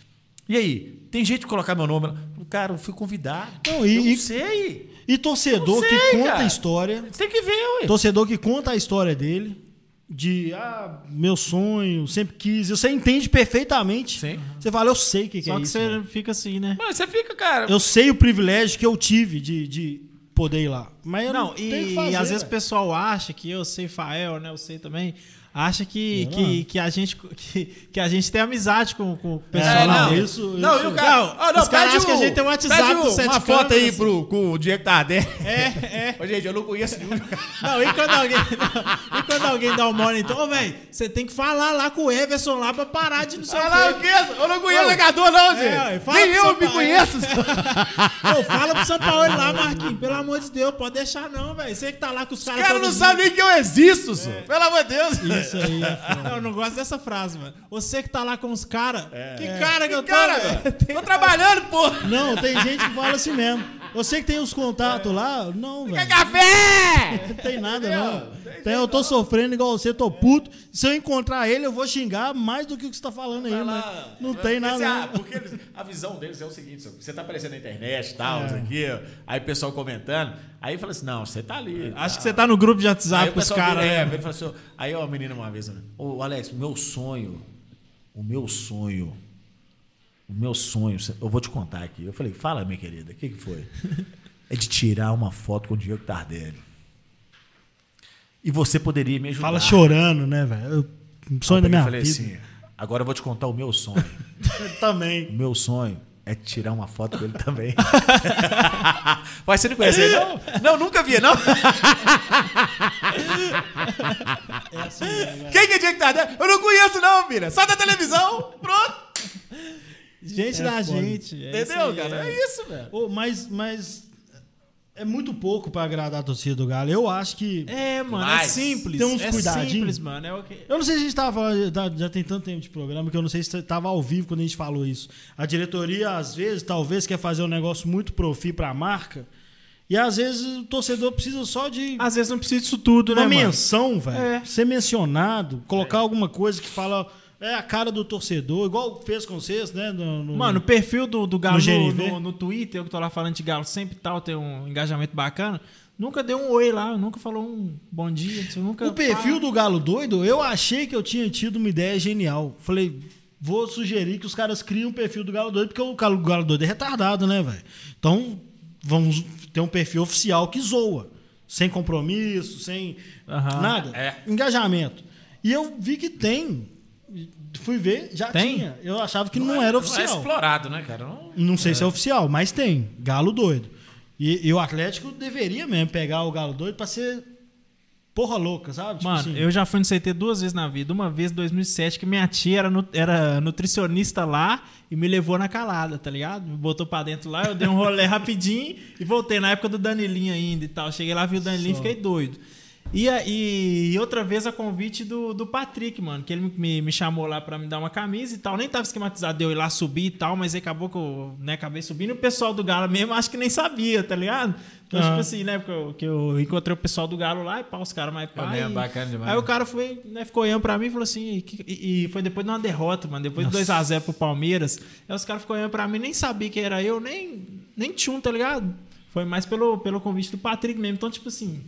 Speaker 4: E aí? Tem jeito de colocar meu nome? lá? Cara, eu fui convidado.
Speaker 2: Não, e-
Speaker 4: eu
Speaker 2: e-
Speaker 4: não sei.
Speaker 2: E torcedor
Speaker 4: Não
Speaker 2: que
Speaker 4: sei,
Speaker 2: conta
Speaker 4: cara.
Speaker 2: a história.
Speaker 4: Tem que ver, ué.
Speaker 2: Torcedor que conta a história dele. De, ah, meu sonho, sempre quis. Você entende perfeitamente.
Speaker 4: Sim.
Speaker 2: Você fala, eu sei o que, que
Speaker 3: Só
Speaker 2: é
Speaker 3: que
Speaker 2: isso.
Speaker 3: você
Speaker 2: mano.
Speaker 3: fica assim, né?
Speaker 4: Mano, você fica, cara.
Speaker 2: Eu sei o privilégio que eu tive de, de poder ir lá. Mas eu não,
Speaker 3: Não,
Speaker 2: tenho
Speaker 3: e,
Speaker 2: que fazer,
Speaker 3: às vezes o
Speaker 2: velho.
Speaker 3: pessoal acha que eu sei Fael, né? Eu sei também. Acha que,
Speaker 2: Não.
Speaker 3: que, que, a, gente, que, que a gente tem amizade com, com o pessoal
Speaker 2: É,
Speaker 3: lá
Speaker 2: não.
Speaker 3: dentro.
Speaker 2: isso-
Speaker 4: não,
Speaker 2: isso-
Speaker 4: e o cara.
Speaker 3: Não,
Speaker 4: Ah, não,
Speaker 3: os caras
Speaker 4: pede
Speaker 3: acham que a gente tem um WhatsApp
Speaker 4: pede
Speaker 3: do
Speaker 4: um-
Speaker 3: sete
Speaker 4: Uma foto aí
Speaker 3: câmeras.
Speaker 4: pro, com o Diego Tardelli. assim. É, é. Ô, gente, eu não conheço nenhum.
Speaker 3: Não, e quando alguém, não, e quando alguém dá o monitor, ô, velho, você tem que falar lá com o Everson lá pra parar de não sei
Speaker 4: Fala,
Speaker 3: o
Speaker 4: eu
Speaker 3: quê.
Speaker 4: conheço. Eu não conheço jogador, não, gente.
Speaker 3: É, fala
Speaker 4: Nem
Speaker 3: pro
Speaker 4: eu
Speaker 3: São
Speaker 4: me
Speaker 3: Paulo.
Speaker 4: conheço.
Speaker 3: Ô, fala pro São Paulo lá, Marquinhos. Pelo amor de Deus, pode deixar não, velho. Você que tá lá com os
Speaker 4: O
Speaker 3: caras.
Speaker 4: cara
Speaker 3: todo
Speaker 4: não
Speaker 3: dia.
Speaker 4: sabe nem que eu existo, só. Pelo amor de Deus.
Speaker 2: Isso aí é foda.
Speaker 3: Não, eu não gosto dessa frase, mano. Você que tá lá com os caras. Que
Speaker 4: É.
Speaker 3: cara que eu tô,
Speaker 4: cara,
Speaker 3: velho?
Speaker 4: velho. Tô trabalhando, pô.
Speaker 2: Não, tem gente que fala assim mesmo. Você que tem os contatos lá, não,
Speaker 4: Quer
Speaker 2: velho.
Speaker 4: café?
Speaker 2: Não tem nada,
Speaker 4: Entendeu?
Speaker 2: não. Tem, eu tô sofrendo igual você, tô puto. Se eu encontrar ele, eu vou xingar mais do que o que você tá falando aí, né? Não tem nada.
Speaker 4: Esse- ah,
Speaker 2: não.
Speaker 4: porque eles- a visão deles é o seguinte: só, você tá aparecendo na internet e tal, isso aqui, aí o pessoal comentando. Aí fala assim: não, você tá ali.
Speaker 3: Acho que você tá no grupo de
Speaker 4: Aí
Speaker 3: WhatsApp
Speaker 4: o
Speaker 3: com os
Speaker 4: pessoal
Speaker 3: caras,
Speaker 4: vira-
Speaker 3: né?
Speaker 4: é, vira e fala assim, ó, aí ó, a menina uma vez, né? ô Alex, o meu sonho, o meu sonho, o meu sonho, cê- eu vou te contar aqui. Eu falei, fala, minha querida, o que, que foi? é de tirar uma foto com o Diego Tardelli. E você poderia me ajudar.
Speaker 2: Fala chorando, né, velho? Eu-
Speaker 4: Aí
Speaker 2: Sonho da minha
Speaker 4: Eu falei
Speaker 2: vida.
Speaker 4: assim, agora eu vou te contar o meu sonho.
Speaker 2: Eu
Speaker 4: o
Speaker 2: também.
Speaker 4: meu sonho é tirar uma foto dele também. Mas você não conhece ele, não? Não, nunca vi, não? Quem que é Diego Tardelli? Eu não conheço, não, filha. Só da televisão. Pronto.
Speaker 3: Gente
Speaker 2: É
Speaker 3: da
Speaker 2: foda.
Speaker 3: gente. é isso
Speaker 4: Entendeu,
Speaker 3: aí,
Speaker 4: cara?
Speaker 3: é.
Speaker 4: É isso, velho.
Speaker 2: Ô, mas, mas é muito pouco pra agradar a torcida do Galo. Eu acho que.
Speaker 3: É, mano, é
Speaker 4: Mas
Speaker 3: simples.
Speaker 2: tem uns
Speaker 3: é
Speaker 2: cuidadinhos.
Speaker 3: simples, mano. É o que...
Speaker 2: Eu não sei se a gente tava falando, tá- já tem tanto tempo de programa que eu não sei se tava ao vivo quando a gente falou isso. A diretoria, às vezes, talvez quer fazer um negócio muito profi pra marca. E às vezes o torcedor precisa só de
Speaker 3: Às vezes não precisa disso tudo, né,
Speaker 2: uma
Speaker 3: mano?
Speaker 2: menção, velho.
Speaker 3: É.
Speaker 2: Ser mencionado, colocar alguma coisa que fala. É a cara do torcedor, igual fez com vocês, né? no- no-
Speaker 3: Mano, o perfil do, do Galo
Speaker 2: No
Speaker 3: no,
Speaker 2: GNV?
Speaker 3: no- no Twitter, eu que tô lá falando de Galo sempre tal, tem um engajamento bacana. Nunca deu um oi lá, nunca falou um bom dia. você Nunca
Speaker 2: O perfil
Speaker 3: fala.
Speaker 2: do Galo Doido, eu achei que eu tinha tido uma ideia genial. Falei, vou sugerir que os caras criem um perfil do Galo Doido, porque o Galo, o Galo Doido é retardado, né, velho? Então, vamos ter um perfil oficial que zoa. Sem compromisso, sem
Speaker 3: Aham.
Speaker 2: nada.
Speaker 4: É.
Speaker 2: Engajamento. E eu vi que tem. Fui ver, já
Speaker 3: Tem?
Speaker 2: tinha. Eu achava que não, era
Speaker 4: É
Speaker 2: oficial.
Speaker 4: explorado, né, cara? Não-
Speaker 2: Não sei se é oficial, mas tem. Galo doido. E, e o Atlético deveria mesmo pegar o Galo doido pra ser porra louca, sabe? Tipo
Speaker 3: Mano,
Speaker 2: assim.
Speaker 3: eu já fui no CT duas vezes na vida. Uma vez em 2007, que minha tia era, nu- era nutricionista lá e me levou na calada, tá ligado? Me botou pra dentro lá, eu dei um rolê rapidinho e voltei na época do Danilinho ainda e tal. Cheguei lá, vi o Danilinho e
Speaker 2: Só.
Speaker 3: fiquei doido. E, a- e outra vez a convite do, do Patrick, mano, que ele me- me, me chamou lá pra me dar uma camisa e tal. Nem tava esquematizado de eu ir lá subir e tal, mas aí acabou que eu né, acabei subindo. E o pessoal do Galo mesmo acho que nem sabia, tá ligado? Então,
Speaker 2: Aham.
Speaker 3: tipo assim, né? Porque eu, que eu encontrei o pessoal do Galo lá e pá, os caras mais pá.
Speaker 4: lembro,
Speaker 3: aí-
Speaker 4: bacana demais.
Speaker 3: Aí o cara foi, né, ficou olhando pra mim e falou assim, "E que- e, e foi depois de uma derrota, mano, depois de 2x0 pro Palmeiras. Aí os caras ficou olhando pra mim, nem sabia que era eu, nem, nem tinha um, tá ligado? Foi mais pelo, pelo convite do Patrick mesmo. Então, tipo assim,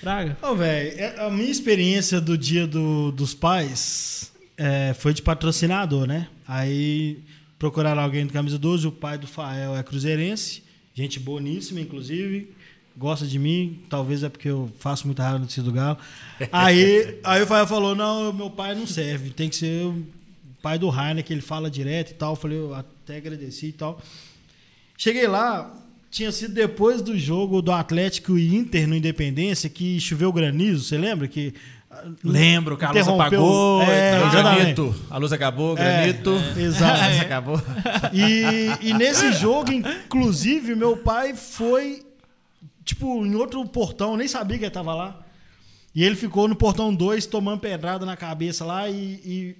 Speaker 3: Fraga.
Speaker 2: Ô, velho, é- a minha experiência do dia do- dos pais é, foi de patrocinador, né? Aí procuraram alguém do Camisa 12, o pai do Fael é cruzeirense, gente boníssima, inclusive, gosta de mim, talvez é porque eu faço muita raiva no tecido do galo. Aí, aí o Fael falou, não, meu pai não serve, tem que ser o pai do Rainer, que ele fala direto e tal. Eu falei, eu até agradeci e tal. Cheguei lá, tinha sido depois do jogo do Atlético e Inter no Independência, que choveu granizo, você lembra? Que, ah,
Speaker 4: Lembro, que a luz
Speaker 2: Interrompeu-
Speaker 4: apagou,
Speaker 2: É,
Speaker 4: tá,
Speaker 2: exatamente.
Speaker 4: granito. A luz acabou,
Speaker 2: É,
Speaker 4: granito.
Speaker 2: é, exato.
Speaker 4: A luz acabou.
Speaker 2: E, e nesse jogo, inclusive, meu pai foi, tipo, em outro portão, eu nem sabia que ele tava lá. E ele ficou no portão 2 tomando pedrada na cabeça lá e, e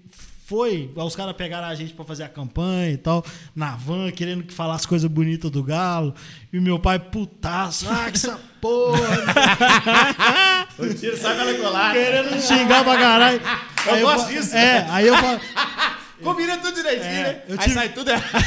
Speaker 2: foi. Os caras pegaram a gente pra fazer a campanha e tal, na van, querendo que falasse coisa bonita do Galo. E meu pai, putaço, ah, que essa porra, né?"
Speaker 5: O tiro sai pela colada.
Speaker 2: querendo me xingar pra caralho.
Speaker 5: Eu
Speaker 2: Aí
Speaker 5: gosto
Speaker 2: fa-
Speaker 5: disso.
Speaker 2: É, aí eu falo.
Speaker 5: Combina tudo direitinho,
Speaker 2: É,
Speaker 5: né?
Speaker 2: eu
Speaker 5: Aí
Speaker 2: tive-
Speaker 5: sai tudo errado.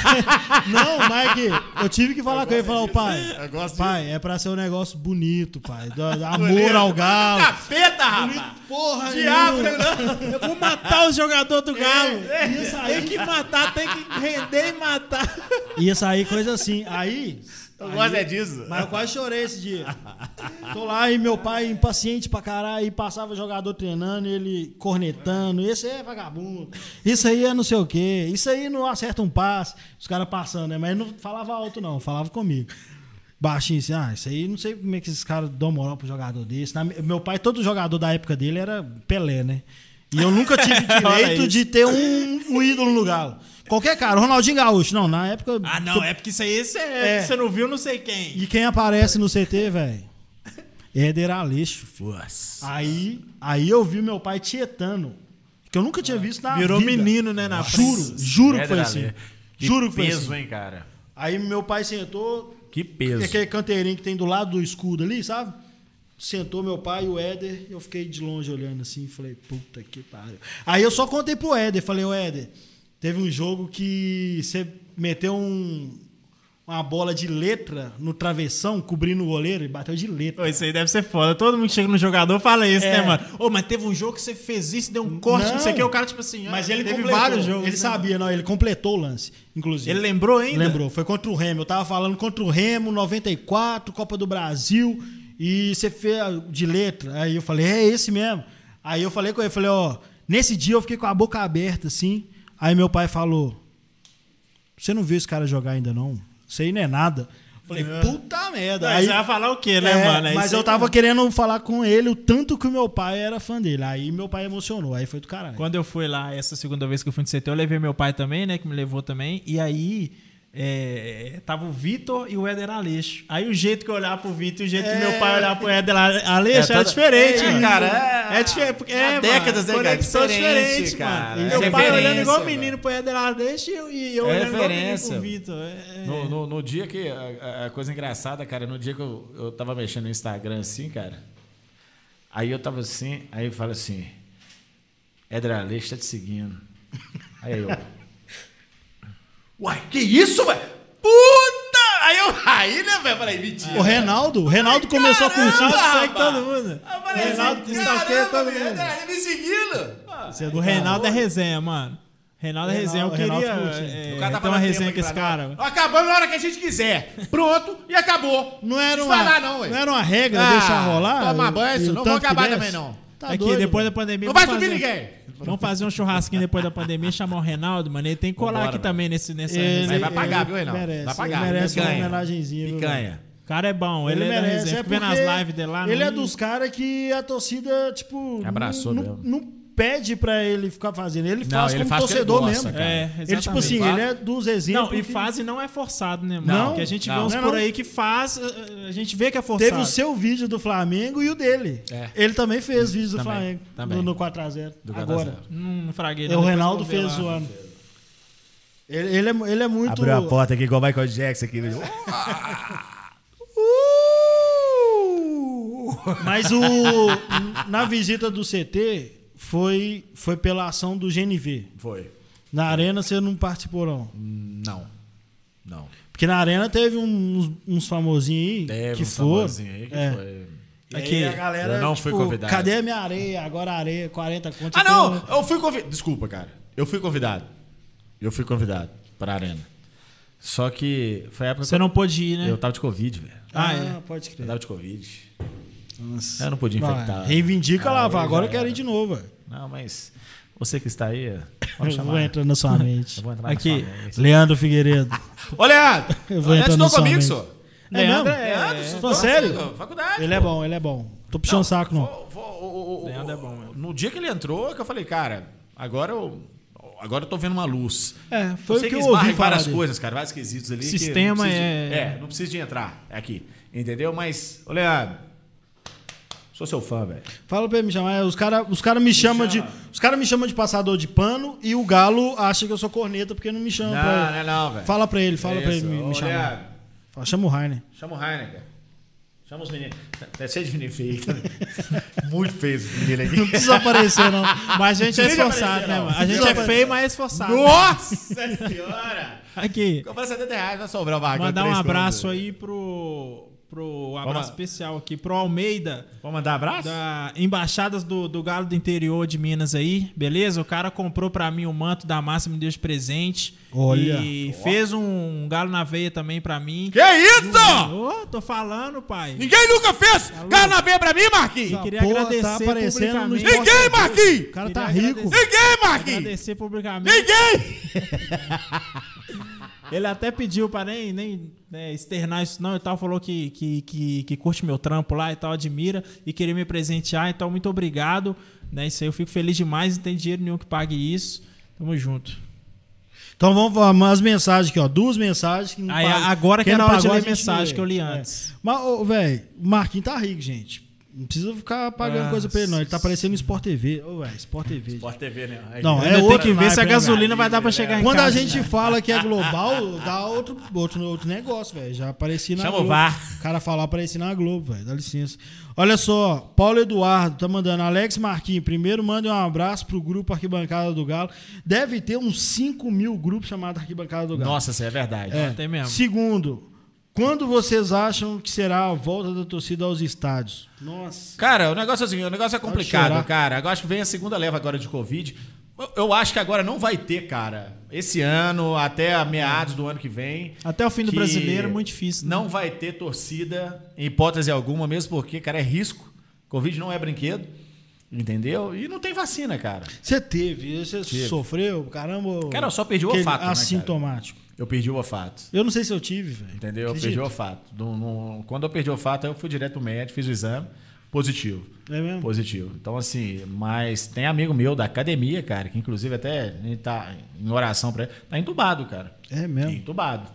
Speaker 2: Não, Mike, eu tive que falar com ele e falar, ô pai.
Speaker 5: Eu gosto disso.
Speaker 2: Pai, é pra ser um negócio bonito, pai. Do- do amor
Speaker 5: Bonito.
Speaker 2: ao
Speaker 5: Ah,
Speaker 2: galo. né?
Speaker 5: Capeta,
Speaker 4: tá,
Speaker 5: rapaz!
Speaker 2: Porra,
Speaker 5: Diabo,
Speaker 2: nenhuma.
Speaker 5: não!
Speaker 3: Eu vou matar os jogadores do Galo.
Speaker 5: É,
Speaker 2: Ia
Speaker 3: Tem
Speaker 2: sair,
Speaker 3: que matar, tem que render e matar.
Speaker 2: ia sair coisa assim. Aí.
Speaker 5: Eu
Speaker 2: aí-
Speaker 5: gosto é disso.
Speaker 2: Mas eu quase chorei esse dia. Tô lá e meu pai impaciente pra caralho, e passava jogador treinando, e ele cornetando. Esse aí é vagabundo. Isso aí é não sei o quê. Isso aí não acerta um passe. Os caras passando, né? Mas não falava alto, não. Falava comigo. Baixinho assim, ah, isso aí não sei como é que esses caras dão moral pro jogador desse. Na- meu pai, todo jogador da época dele era Pelé, né? E eu nunca tive direito
Speaker 3: isso.
Speaker 2: de ter um, um ídolo no galo. Qualquer cara, Ronaldinho Gaúcho. Não, na época.
Speaker 3: Ah, não, é porque isso aí você,
Speaker 2: É.
Speaker 3: você não viu, não sei quem.
Speaker 2: E quem aparece no CT, velho? Éder Aleixo.
Speaker 4: Nossa.
Speaker 2: Aí, aí eu vi meu pai tietando, que eu nunca tinha visto na
Speaker 3: Ah, Virou
Speaker 2: vida.
Speaker 3: menino, né, na
Speaker 2: Juro, juro que foi
Speaker 4: Pedra
Speaker 2: assim.
Speaker 4: ali. Que
Speaker 2: Juro que foi
Speaker 4: peso,
Speaker 2: assim.
Speaker 4: hein, cara?
Speaker 2: Aí meu pai sentou,
Speaker 4: Que é peso.
Speaker 2: aquele canteirinho que tem do lado do escudo ali, sabe? Sentou meu pai e o Éder, eu fiquei de longe olhando assim, falei, puta que pariu. Aí eu só contei pro Éder, falei, ô Éder, teve um jogo que você meteu um- uma bola de letra no travessão, cobrindo o goleiro, e bateu de letra.
Speaker 3: Ô, isso aí deve ser foda. Todo mundo que chega no jogador fala isso,
Speaker 2: É.
Speaker 3: né, mano? Ô, mas teve um jogo que você fez isso, deu um corte, não,
Speaker 2: Não.
Speaker 3: sei o que. O cara, tipo assim, ah,
Speaker 2: Mas ele
Speaker 3: teve
Speaker 2: completou,
Speaker 3: vários jogos.
Speaker 2: ele
Speaker 3: né?
Speaker 2: sabia, não, ele completou o lance, inclusive.
Speaker 3: Ele lembrou ainda?
Speaker 2: Lembrou, foi contra o Remo. Eu tava falando contra o Remo, 94, Copa do Brasil. E você fez de letra. Aí eu falei, é esse mesmo. Aí eu falei com ele, falei, ó, nesse dia eu fiquei com a boca aberta, assim. Aí meu pai falou: Você não viu esse cara jogar ainda, não? Isso aí não é nada. Falei, puta merda.
Speaker 3: Aí, você vai falar o quê, né,
Speaker 2: É,
Speaker 3: mano? Aí
Speaker 2: mas
Speaker 3: você-
Speaker 2: eu tava querendo falar com ele o tanto que o meu pai era fã dele. Aí meu pai emocionou, aí foi do caralho.
Speaker 3: Quando eu fui lá, essa segunda vez que eu fui no CT, eu levei meu pai também, né? Que me levou também. E aí. é, tava o Vitor e o Éder Aleixo. Aí o jeito que eu olhava pro Vitor e o jeito que meu pai olhava pro Éder Aleixo
Speaker 4: É,
Speaker 3: era
Speaker 4: toda-
Speaker 3: diferente,
Speaker 4: É,
Speaker 3: mano.
Speaker 4: cara, é-
Speaker 3: É, diferente. Porque, é,
Speaker 4: há
Speaker 3: mano,
Speaker 4: décadas, né, cara?
Speaker 3: conexão
Speaker 4: Diferente,
Speaker 3: diferente,
Speaker 4: cara.
Speaker 3: mano.
Speaker 4: É
Speaker 3: E meu pai olhando
Speaker 4: referência,
Speaker 3: igual
Speaker 4: velho.
Speaker 3: menino pro Éder Aleixo e eu, e eu
Speaker 4: É
Speaker 3: olhando igual menino
Speaker 4: referência.
Speaker 3: pro Vitor. É,
Speaker 4: No, no- no dia que. A, a- a coisa engraçada, cara, no dia que eu, eu tava mexendo no Instagram assim, cara. Aí eu tava assim, aí fala assim. Edralex tá te seguindo. Aí eu. Uai, que isso, velho? Puta! Aí eu. Aí, né, velho? Falei, mentira.
Speaker 2: O Reinaldo, o Reinaldo começou a curtir,
Speaker 4: caramba,
Speaker 2: segue
Speaker 4: rapaz.
Speaker 2: todo mundo. tá
Speaker 4: Eu falei
Speaker 3: Reinaldo
Speaker 4: assim,
Speaker 3: stalkeia
Speaker 4: caramba,
Speaker 3: todo
Speaker 4: velho, é,
Speaker 3: mundo.
Speaker 4: Edralex me seguindo.
Speaker 2: Você é do
Speaker 3: O Reinaldo é resenha, mano. Reinaldo é resenha. Eu
Speaker 2: Reinaldo-
Speaker 3: queria
Speaker 2: Reinaldo curte, né?
Speaker 3: é,
Speaker 4: O cara tá
Speaker 3: ter uma
Speaker 4: falando
Speaker 3: resenha
Speaker 4: tempo
Speaker 3: com
Speaker 4: aí
Speaker 3: esse
Speaker 4: pra
Speaker 3: cara.
Speaker 4: Acabamos na hora que a gente quiser. Pronto, e acabou.
Speaker 2: Não era
Speaker 4: Não
Speaker 2: uma,
Speaker 4: falar não, ué.
Speaker 2: era uma regra
Speaker 4: Ah,
Speaker 2: deixar rolar?
Speaker 4: toma banho,
Speaker 2: E o
Speaker 4: não vou
Speaker 2: tanto que
Speaker 4: acabar
Speaker 2: desce?
Speaker 4: também, não.
Speaker 2: Tá
Speaker 3: é que
Speaker 2: doido,
Speaker 3: depois da
Speaker 2: mano.
Speaker 3: pandemia.
Speaker 4: Não vai
Speaker 3: vamos
Speaker 4: subir
Speaker 3: fazer-
Speaker 4: ninguém.
Speaker 3: Vamos fazer um churrasquinho depois da pandemia, chamar o Reinaldo, mano. Ele tem que colar
Speaker 4: Vambora,
Speaker 3: aqui
Speaker 4: velho.
Speaker 3: também nesse. nessa
Speaker 2: Ele-
Speaker 4: Mas vai pagar,
Speaker 2: ele
Speaker 4: viu, Reinaldo?
Speaker 2: merece,
Speaker 4: Vai pagar.
Speaker 2: Ele merece uma
Speaker 4: Picanha.
Speaker 2: homenagenzinha. viu, mano?
Speaker 3: O cara é bom, ele, é da resenha. Fico vendo as
Speaker 2: porque
Speaker 3: lives dele lá. né?
Speaker 2: Ele
Speaker 3: no-
Speaker 2: é dos caras que a torcida, tipo.
Speaker 4: Abraçou
Speaker 2: não,
Speaker 4: mesmo.
Speaker 2: não pede pra ele ficar fazendo. Ele
Speaker 4: Não,
Speaker 2: faz
Speaker 4: ele
Speaker 2: como
Speaker 4: faz porque ele
Speaker 2: torcedor
Speaker 4: gosta,
Speaker 2: mesmo.
Speaker 4: cara.
Speaker 3: É,
Speaker 2: Ele, tipo assim,
Speaker 3: exatamente.
Speaker 2: ele é dos exemplos.
Speaker 3: Não, e
Speaker 2: que
Speaker 3: faz e não é forçado, né, mano?
Speaker 2: Não,
Speaker 3: Porque a gente vê
Speaker 4: não.
Speaker 3: uns
Speaker 2: Não é
Speaker 3: por
Speaker 2: não.
Speaker 3: aí que faz, eh, a a gente vê que é forçado.
Speaker 2: Teve o seu vídeo do Flamengo e o dele.
Speaker 4: É.
Speaker 2: Ele também fez vídeo do
Speaker 4: Também,
Speaker 2: Flamengo.
Speaker 4: também.
Speaker 2: No, no 4x0.
Speaker 4: Do
Speaker 2: Agora.
Speaker 4: 4x0.
Speaker 3: Não, não fraguei.
Speaker 2: É,
Speaker 3: não,
Speaker 2: o
Speaker 3: depois
Speaker 2: Reinaldo
Speaker 3: eu vou ver
Speaker 2: fez
Speaker 3: lá.
Speaker 2: zoando. Ele, ele é, ele é muito.
Speaker 1: Abriu a porta aqui igual o Michael Jackson aqui. velho.
Speaker 2: Mas o. na visita do CT foi, foi pela ação do GNV.
Speaker 4: Foi.
Speaker 2: Na arena você não participou, não.
Speaker 4: Não. Não.
Speaker 2: Porque na arena teve um, uns, uns famosinhos aí
Speaker 4: Teve
Speaker 2: que
Speaker 4: um
Speaker 2: foram.
Speaker 4: famosinho aí que
Speaker 2: É.
Speaker 4: foi.
Speaker 2: E aí
Speaker 3: Aqui,
Speaker 2: a galera, tipo,
Speaker 4: eu não fui convidado.
Speaker 2: Cadê a minha areia? Agora a areia, 40 conto.
Speaker 4: Ah,
Speaker 2: eu
Speaker 4: não!
Speaker 2: tenho-
Speaker 4: Eu fui convidado. Desculpa, cara. Eu fui convidado. Eu fui convidado pra arena. Só que foi a época
Speaker 3: Você
Speaker 4: que
Speaker 3: não pôde ir, né?
Speaker 4: eu... eu tava de Covid, velho.
Speaker 2: Ah,
Speaker 3: Ah, é.
Speaker 2: pode crer.
Speaker 4: Eu tava de Covid. Eu não podia
Speaker 2: Vai,
Speaker 4: infectar.
Speaker 2: reivindica lá,
Speaker 4: Aí
Speaker 2: vai.
Speaker 4: já
Speaker 2: agora eu quero
Speaker 4: era.
Speaker 2: ir de novo. velho.
Speaker 4: Não, mas você que está aí,
Speaker 2: Eu
Speaker 4: pode chamar.
Speaker 2: vou entrar na sua mente.
Speaker 4: Eu vou entrar na
Speaker 3: Aqui.
Speaker 4: sua mesa.
Speaker 2: Leandro Figueiredo. É
Speaker 4: Ô, Leandro!
Speaker 2: Eu vou
Speaker 4: Leandro
Speaker 2: entrar
Speaker 4: estudou
Speaker 2: na sua
Speaker 4: comigo,
Speaker 2: mente.
Speaker 4: senhor.
Speaker 2: É mesmo?
Speaker 4: Leandro,
Speaker 2: Tô sério?
Speaker 4: Faculdade.
Speaker 2: Ele é bom, ele é bom. Tô puxando o saco, não.
Speaker 4: Vou- vou- o- o- o-
Speaker 3: Leandro é bom mesmo.
Speaker 4: No dia que ele entrou, que eu falei, cara, agora eu, agora eu tô vendo uma luz.
Speaker 2: É, foi
Speaker 4: sei
Speaker 2: o que eu ouvi
Speaker 4: esbarra em
Speaker 2: falar
Speaker 4: várias
Speaker 2: dele.
Speaker 4: coisas, cara, vários quesitos ali. que
Speaker 3: Sistema
Speaker 4: não precisa de-
Speaker 3: é-
Speaker 4: é, não precisa de entrar é aqui, entendeu? Mas, ô Leandro, sou seu fã, velho.
Speaker 2: Fala pra ele me chamar. é, Os caras os cara me, chamam
Speaker 4: chama.
Speaker 2: de. Os caras me chamam de passador de pano e o Galo acha que eu sou corneta porque não me chama pra ele.
Speaker 4: não, velho.
Speaker 2: Fala pra ele, fala
Speaker 4: É
Speaker 2: pra
Speaker 4: isso.
Speaker 2: ele me,
Speaker 4: Ô,
Speaker 2: me chamar.
Speaker 4: Leandro,
Speaker 2: Fala, chama o Rainer.
Speaker 4: Chama o Heineken. Chama os meninos. Tá- Tá cheio de menino feio. Muito feio esse menino
Speaker 2: Não
Speaker 4: aqui.
Speaker 2: precisa aparecer, não.
Speaker 3: Mas a gente é
Speaker 4: Deixa eu
Speaker 3: esforçado,
Speaker 4: aparecer,
Speaker 3: né,
Speaker 4: não.
Speaker 3: mano? A gente
Speaker 4: Deixa
Speaker 3: é
Speaker 4: eu
Speaker 3: feio, mas é esforçado.
Speaker 4: Nossa senhora!
Speaker 3: Aqui.
Speaker 4: Comprar 70 reais, vai sobrar o barco.
Speaker 3: Mandar um abraço aí pro. pro um abraço especial aqui pro Almeida.
Speaker 4: Vamos mandar abraço?
Speaker 3: Da Embaixadas do, do Galo do Interior de Minas aí, beleza? O cara comprou pra mim o manto da massa, me deu de presente.
Speaker 2: Olha.
Speaker 3: E fez um galo na veia também pra mim.
Speaker 4: Que isso?
Speaker 3: Ô, tô falando, pai.
Speaker 4: Ninguém nunca fez cara na veia pra mim, Marquinhos!
Speaker 3: Eu queria
Speaker 2: Porra,
Speaker 3: agradecer
Speaker 2: tá aparecendo
Speaker 3: publicamente.
Speaker 2: no Ninguém,
Speaker 4: Ninguém, Marquinhos!
Speaker 2: O cara tá
Speaker 3: Queria
Speaker 2: rico.
Speaker 3: agradecer.
Speaker 4: Ninguém, Marquinhos!
Speaker 3: Agradecer publicamente.
Speaker 4: Ninguém!
Speaker 3: Ele até pediu pra nem, nem né, externar isso não e tal, falou que, que, que, que curte meu trampo lá e tal, admira e queria me presentear, então muito obrigado, né, isso aí eu fico feliz demais, não tem dinheiro nenhum que pague isso, tamo junto.
Speaker 2: Então vamos falar umas mensagens aqui, ó. Duas mensagens. Que não
Speaker 3: Aí,
Speaker 2: pagam.
Speaker 3: agora que
Speaker 2: Quem
Speaker 3: é
Speaker 2: não
Speaker 3: na hora de
Speaker 2: pagou, a
Speaker 3: ler
Speaker 2: gente
Speaker 3: mensagem
Speaker 2: lê.
Speaker 3: que eu li
Speaker 2: É.
Speaker 3: antes.
Speaker 2: Mas, ô, velho, o Marquinhos tá rico, gente. Não precisa ficar pagando
Speaker 3: Ah,
Speaker 2: coisa pra ele, não. Ele tá parecendo Sport TV. Ô, velho, Sport TV. gente.
Speaker 4: Pode TV, né?
Speaker 2: Não,
Speaker 3: Ainda
Speaker 2: é
Speaker 3: tem
Speaker 2: outro
Speaker 3: que ver se a
Speaker 2: naipe, né,
Speaker 3: gasolina
Speaker 2: velho?
Speaker 3: vai dar pra chegar em
Speaker 2: Quando
Speaker 3: casa.
Speaker 2: a gente fala que é global, dá outro, outro, outro negócio, velho. Já apareci na
Speaker 4: Chama o
Speaker 2: Globo.
Speaker 4: VAR.
Speaker 2: O cara falar apareci na Globo, velho. Dá licença. Olha só, Paulo Eduardo tá mandando. Alex Marquinhos, primeiro manda um abraço pro grupo Arquibancada do Galo. Deve ter uns 5 mil grupos chamados Arquibancada do Galo.
Speaker 4: Nossa, isso é verdade.
Speaker 2: É.
Speaker 3: Tem mesmo.
Speaker 2: Segundo, quando vocês acham que será a volta da torcida aos estádios? Nossa.
Speaker 4: Cara, o negócio é o seguinte, o negócio é complicado,
Speaker 2: chorar.
Speaker 4: cara. Agora acho que vem a segunda leva agora de Covid. Eu- Eu acho que agora não vai ter, cara. Esse ano, até a meados do ano que vem.
Speaker 3: Até o fim do
Speaker 4: que
Speaker 3: brasileiro é muito difícil, né?
Speaker 4: Não vai ter torcida, em hipótese alguma, mesmo porque, cara, é risco. Covid não é brinquedo. Entendeu? E não tem vacina, cara.
Speaker 2: Você teve, você sofreu, caramba.
Speaker 4: Cara, eu só perdi o
Speaker 2: aquele
Speaker 4: olfato, né, cara?
Speaker 2: Assintomático.
Speaker 4: Eu perdi o olfato.
Speaker 2: Eu não sei se eu tive, velho.
Speaker 4: Entendeu? Eu
Speaker 2: Acredita?
Speaker 4: perdi o olfato. Não- não- quando eu perdi o olfato, eu fui direto ao médico, fiz o exame, positivo.
Speaker 2: É mesmo?
Speaker 4: Positivo. Então, assim, mas tem amigo meu da academia, cara, que inclusive até ele tá em oração pra ele. Tá entubado, cara.
Speaker 2: É
Speaker 3: Né?
Speaker 2: mesmo.
Speaker 4: Entubado.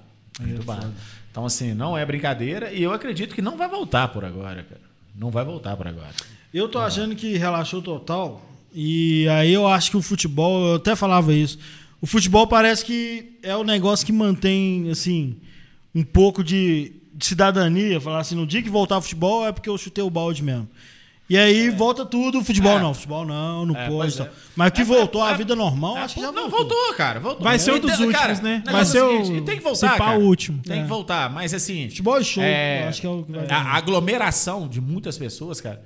Speaker 3: é
Speaker 4: Entubado. Então, assim, não é brincadeira e eu acredito que não vai voltar por agora, cara. Não vai voltar por agora.
Speaker 2: Eu
Speaker 4: Ah.
Speaker 2: tô achando que relaxou total. E aí eu acho que o futebol, eu até falava isso. O futebol parece que é o negócio que mantém, assim, um pouco de, de cidadania. Falar assim, no dia que voltar futebol é porque eu chutei o balde mesmo. E aí volta tudo, futebol
Speaker 4: É.
Speaker 2: não, futebol não, não
Speaker 4: É,
Speaker 2: pode.
Speaker 4: pois é.
Speaker 2: tal. Mas o que
Speaker 4: É,
Speaker 2: voltou
Speaker 4: é,
Speaker 2: à vida normal,
Speaker 4: Ah,
Speaker 2: acho que já
Speaker 4: não,
Speaker 2: voltou.
Speaker 4: voltou, cara. Voltou.
Speaker 3: Vai ser um
Speaker 4: Eu
Speaker 3: dos
Speaker 4: entendo,
Speaker 3: últimos, né?
Speaker 4: o
Speaker 3: Vai
Speaker 4: negócio é
Speaker 3: ser
Speaker 4: o
Speaker 3: o-
Speaker 4: seguinte, tem que voltar,
Speaker 3: se pá,
Speaker 4: cara.
Speaker 3: o último.
Speaker 4: Tem
Speaker 3: É.
Speaker 4: que voltar, mas assim...
Speaker 2: Futebol é show, eu acho que é o que vai
Speaker 4: A aglomeração de muitas pessoas, cara.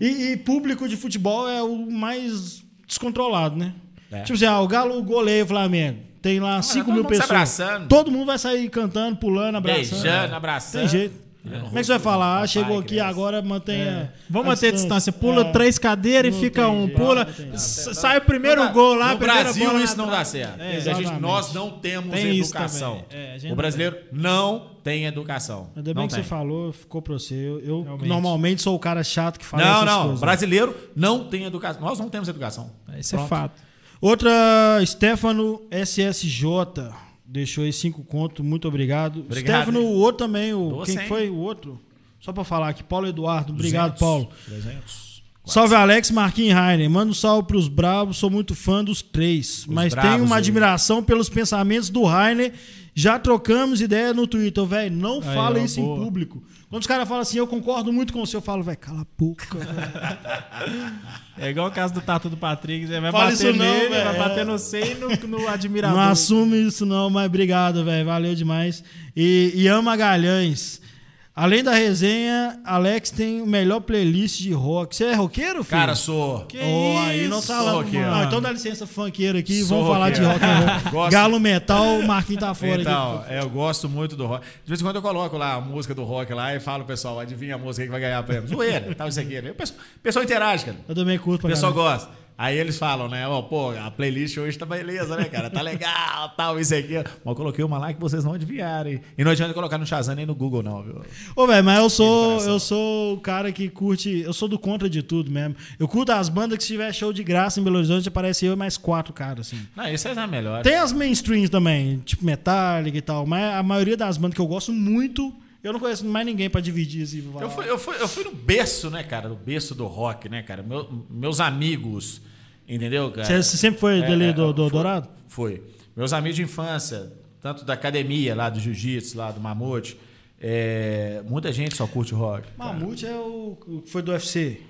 Speaker 2: E, e público de futebol é o mais descontrolado, né?
Speaker 4: É.
Speaker 2: Tipo assim, ah, o Galo goleia o Flamengo. Tem lá 5
Speaker 4: todo
Speaker 2: mil
Speaker 4: mundo se
Speaker 2: pessoas.
Speaker 4: abraçando.
Speaker 2: Todo mundo vai sair cantando, pulando, abraçando.
Speaker 4: Beijando,
Speaker 2: Tem
Speaker 4: abraçando.
Speaker 2: jeito. Como é que você vai falar? Ah, chegou aqui
Speaker 4: criança.
Speaker 2: agora, mantenha.
Speaker 3: É. Vamos manter a distância. Pula
Speaker 2: É.
Speaker 3: três cadeiras e
Speaker 2: Não
Speaker 3: fica
Speaker 2: tem
Speaker 3: um.
Speaker 2: jeito,
Speaker 3: Pula.
Speaker 2: não tem jeito.
Speaker 3: s- Sai o primeiro gol lá, a
Speaker 4: No
Speaker 3: primeira
Speaker 4: Brasil,
Speaker 3: bola lá
Speaker 4: isso não dá
Speaker 3: atrás.
Speaker 4: certo.
Speaker 3: É,
Speaker 4: A gente-
Speaker 2: exatamente.
Speaker 4: nós não temos
Speaker 3: Tem isso
Speaker 4: educação.
Speaker 3: também. É, a gente
Speaker 4: o
Speaker 3: não
Speaker 4: brasileiro não tem educação.
Speaker 2: Ainda bem
Speaker 4: não
Speaker 2: que
Speaker 4: tem.
Speaker 2: você falou, ficou pra você. Eu, eu
Speaker 3: Realmente.
Speaker 2: normalmente sou o cara chato que fala
Speaker 4: Não,
Speaker 2: essas
Speaker 4: não.
Speaker 2: coisas.
Speaker 4: Brasileiro não tem educação. Nós não temos educação.
Speaker 3: Isso é fato.
Speaker 2: Outra, Stefano SSJ. Deixou aí cinco conto, muito obrigado.
Speaker 4: Obrigado,
Speaker 2: Stefano,
Speaker 4: hein?
Speaker 2: o outro também, o,
Speaker 4: Doce,
Speaker 2: quem
Speaker 4: hein?
Speaker 2: foi o outro? Só pra falar aqui, Paulo Eduardo, obrigado, Paulo.
Speaker 4: 300.
Speaker 2: Salve Alex, Marquinhos e Rainer. Manda um salve pros bravos, sou muito fã dos três. mas tenho
Speaker 4: bravos
Speaker 2: uma
Speaker 4: aí.
Speaker 2: admiração pelos pensamentos do Rainer. Já trocamos ideia no Twitter, velho. Não fala
Speaker 3: ó,
Speaker 2: isso
Speaker 3: boa.
Speaker 2: em público. Quando os caras falam assim, eu concordo muito com você, eu falo, velho, cala a boca.
Speaker 3: É igual o caso do Tatu do Patrick. Você vai
Speaker 2: Fala isso
Speaker 3: bater
Speaker 2: não,
Speaker 3: nele,
Speaker 2: velho. É.
Speaker 3: vai bater no C e no, no admirador.
Speaker 2: Não assume isso não, mas obrigado, velho. Valeu demais. E Ian Magalhães. Além da resenha, Alex tem o melhor playlist de rock. Você é roqueiro, filho?
Speaker 4: Cara, sou.
Speaker 3: Que
Speaker 2: Oh, aí
Speaker 3: isso,
Speaker 2: não fala,
Speaker 4: roqueiro.
Speaker 2: não, então dá licença funkeiro aqui,
Speaker 4: Sou
Speaker 2: vamos falar de rock
Speaker 4: roqueiro.
Speaker 2: and roll.
Speaker 4: Gosto.
Speaker 2: Galo metal, o Marquinhos tá fora aqui.
Speaker 4: Então, é, eu gosto muito do rock. De vez em quando eu coloco lá a música do rock lá e falo, pessoal, adivinha a música aí que vai ganhar prêmio. Zoeira, tal, isso aqui. O pessoal, o pessoal interage, cara.
Speaker 2: Eu também curto
Speaker 4: O
Speaker 2: pra
Speaker 4: pessoal
Speaker 2: caralho.
Speaker 4: gosta. Aí eles falam, né? ó, pô, a playlist hoje tá beleza, né, cara? Tá legal, tal, isso aqui. Mas eu coloquei uma lá que vocês não adivinharem. E não adianta colocar no Shazam nem no Google, não, viu?
Speaker 2: Ô, velho, mas eu sou, eu sou o cara que curte. Eu sou do contra de tudo mesmo. Eu curto as bandas que se tiver show de graça em Belo Horizonte, aparece eu e mais quatro caras, assim.
Speaker 4: Não, isso é a melhor.
Speaker 2: Tem as mainstreams também, tipo Metallica e tal, mas a maioria das bandas que eu gosto muito, eu não conheço mais ninguém pra dividir assim. pra falar.
Speaker 4: Eu fui, eu, fui, eu fui no berço, né, cara? No berço do rock, né, cara? Meu- meus amigos, entendeu, cara?
Speaker 2: Você você sempre foi
Speaker 4: É,
Speaker 2: dele
Speaker 4: é,
Speaker 2: do, do
Speaker 4: foi.
Speaker 2: Dourado?
Speaker 4: Foi. Meus amigos de infância, tanto da academia lá, do jiu-jitsu lá, do mamute. é, muita gente só curte rock. cara.
Speaker 2: Mamute é o o que foi do UFC.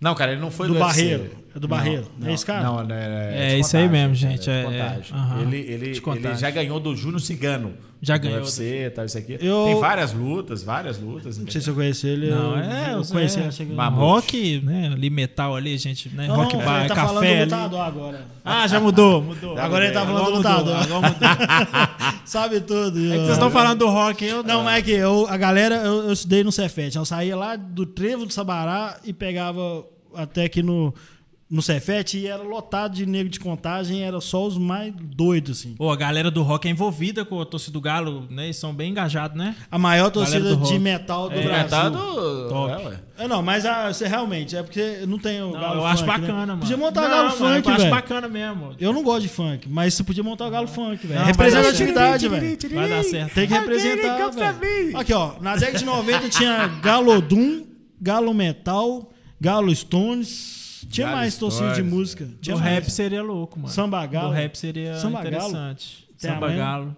Speaker 4: Não, cara, ele não foi
Speaker 2: Do
Speaker 4: do, UFC.
Speaker 2: Barreiro. É do Barreiro.
Speaker 4: Não,
Speaker 2: É esse cara?
Speaker 4: Não, não, é,
Speaker 3: É
Speaker 4: de
Speaker 3: isso aí
Speaker 4: Contagem,
Speaker 3: mesmo, gente,
Speaker 4: de
Speaker 3: é, é.
Speaker 4: Contagem.
Speaker 3: Aham.
Speaker 4: Ele, ele,
Speaker 3: De Contagem.
Speaker 4: ele já ganhou do Júnior Cigano.
Speaker 3: Já
Speaker 4: do
Speaker 3: ganhou
Speaker 4: UFC, tal, isso aqui.
Speaker 2: Eu-
Speaker 4: Tem várias lutas, várias lutas.
Speaker 2: Não sei se eu conheci ele.
Speaker 3: Não,
Speaker 2: eu,
Speaker 3: é,
Speaker 2: eu
Speaker 3: você
Speaker 2: conheci
Speaker 3: é-
Speaker 2: ele. achei que-
Speaker 4: Mamute.
Speaker 3: Rock, né? Ali, metal ali, gente, né?
Speaker 2: Não,
Speaker 3: rock
Speaker 2: não,
Speaker 3: bar,
Speaker 2: ele tá falando
Speaker 3: café.
Speaker 2: do
Speaker 3: ali.
Speaker 2: lutador agora.
Speaker 3: Ah, já mudou, mudou. É,
Speaker 2: Agora ele tá falando do lutador.
Speaker 3: Agora mudou.
Speaker 2: Sabe tudo.
Speaker 3: É que vocês estão falando do rock, eu
Speaker 2: Não, mas é que eu, a galera, eu, eu estudei no Cefet. Eu saía lá do Trevo do Sabará e pegava até aqui no, no Cefet e era lotado de negro de contagem, era só os mais doidos, assim.
Speaker 3: Pô, a galera do rock é envolvida com a torcida do Galo, né? E são bem engajados, né?
Speaker 2: A maior
Speaker 3: Galera
Speaker 2: torcida
Speaker 3: do
Speaker 2: de
Speaker 3: rock.
Speaker 2: metal do
Speaker 3: É,
Speaker 2: Brasil.
Speaker 4: Enfrentado.
Speaker 3: Top.
Speaker 4: Tá é, ué.
Speaker 2: É, não, mas a, você realmente, é porque não tem o
Speaker 3: Não,
Speaker 2: galo
Speaker 3: eu acho
Speaker 2: funk, né?
Speaker 3: bacana, mano.
Speaker 2: Podia montar
Speaker 3: não,
Speaker 2: o galo
Speaker 3: mano,
Speaker 2: funk,
Speaker 3: Eu acho
Speaker 2: velho.
Speaker 3: bacana mesmo.
Speaker 2: Eu não gosto de funk, mas você podia montar o galo funk, velho.
Speaker 3: Não, vai dar
Speaker 2: Representatividade,
Speaker 3: certo.
Speaker 2: velho.
Speaker 3: Vai dar certo.
Speaker 2: Tem que representar, velho. Aqui, ó. Na década de 90 tinha Galodum, Galo Metal, Galo Stones. Tinha
Speaker 4: Galo
Speaker 2: mais torcida de
Speaker 4: Stones,
Speaker 2: música. Tinha
Speaker 3: O
Speaker 2: mais.
Speaker 3: rap seria louco, mano.
Speaker 2: Samba Galo.
Speaker 3: O rap seria
Speaker 2: Samba Galo?
Speaker 3: interessante.
Speaker 2: Tem
Speaker 3: Samba
Speaker 2: amanhã?
Speaker 3: Galo.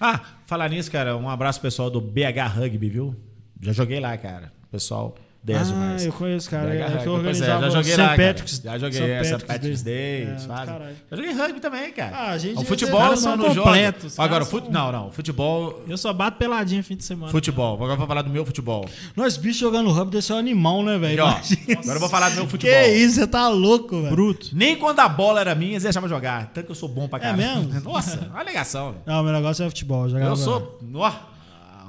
Speaker 4: Ah, falar nisso, cara, um abraço pessoal do BH Rugby, viu? Já joguei lá, cara. Pessoal, 10
Speaker 2: Ah,
Speaker 4: demais.
Speaker 2: eu conheço, cara.
Speaker 4: BH
Speaker 2: É que eu
Speaker 4: Rugby, pois é,
Speaker 2: organizava
Speaker 4: já joguei
Speaker 2: St.
Speaker 4: lá, cara.
Speaker 2: Patrick's-
Speaker 4: Já joguei
Speaker 2: St.
Speaker 4: é, St.
Speaker 2: Patrick's
Speaker 4: Patrick's
Speaker 2: Day.
Speaker 4: Day,
Speaker 2: É,
Speaker 4: sabe?
Speaker 2: caralho.
Speaker 4: Já joguei rugby também, cara.
Speaker 2: Ah, a gente-
Speaker 4: o
Speaker 2: os
Speaker 4: futebol
Speaker 2: caras
Speaker 3: são
Speaker 4: são no
Speaker 3: completos, os
Speaker 4: completos.
Speaker 3: caras
Speaker 4: Agora, fut...
Speaker 3: são-
Speaker 4: não, não, futebol,
Speaker 3: Eu só bato peladinha fim de semana.
Speaker 4: futebol. Agora eu vou falar do meu futebol.
Speaker 2: Nós, bicho, jogando rap desse é um animal, né,
Speaker 4: Aqui,
Speaker 2: velho?
Speaker 4: ó.
Speaker 2: Imagina.
Speaker 4: Agora eu vou falar do meu futebol.
Speaker 2: Que isso, você tá louco, velho.
Speaker 3: Bruto.
Speaker 4: Nem quando a bola era minha, eles deixavam jogar. Tanto que eu sou bom pra caralho.
Speaker 2: É mesmo?
Speaker 4: Nossa, uma alegação. velho.
Speaker 2: Não, meu negócio é futebol. jogava-
Speaker 4: Eu sou. Ó,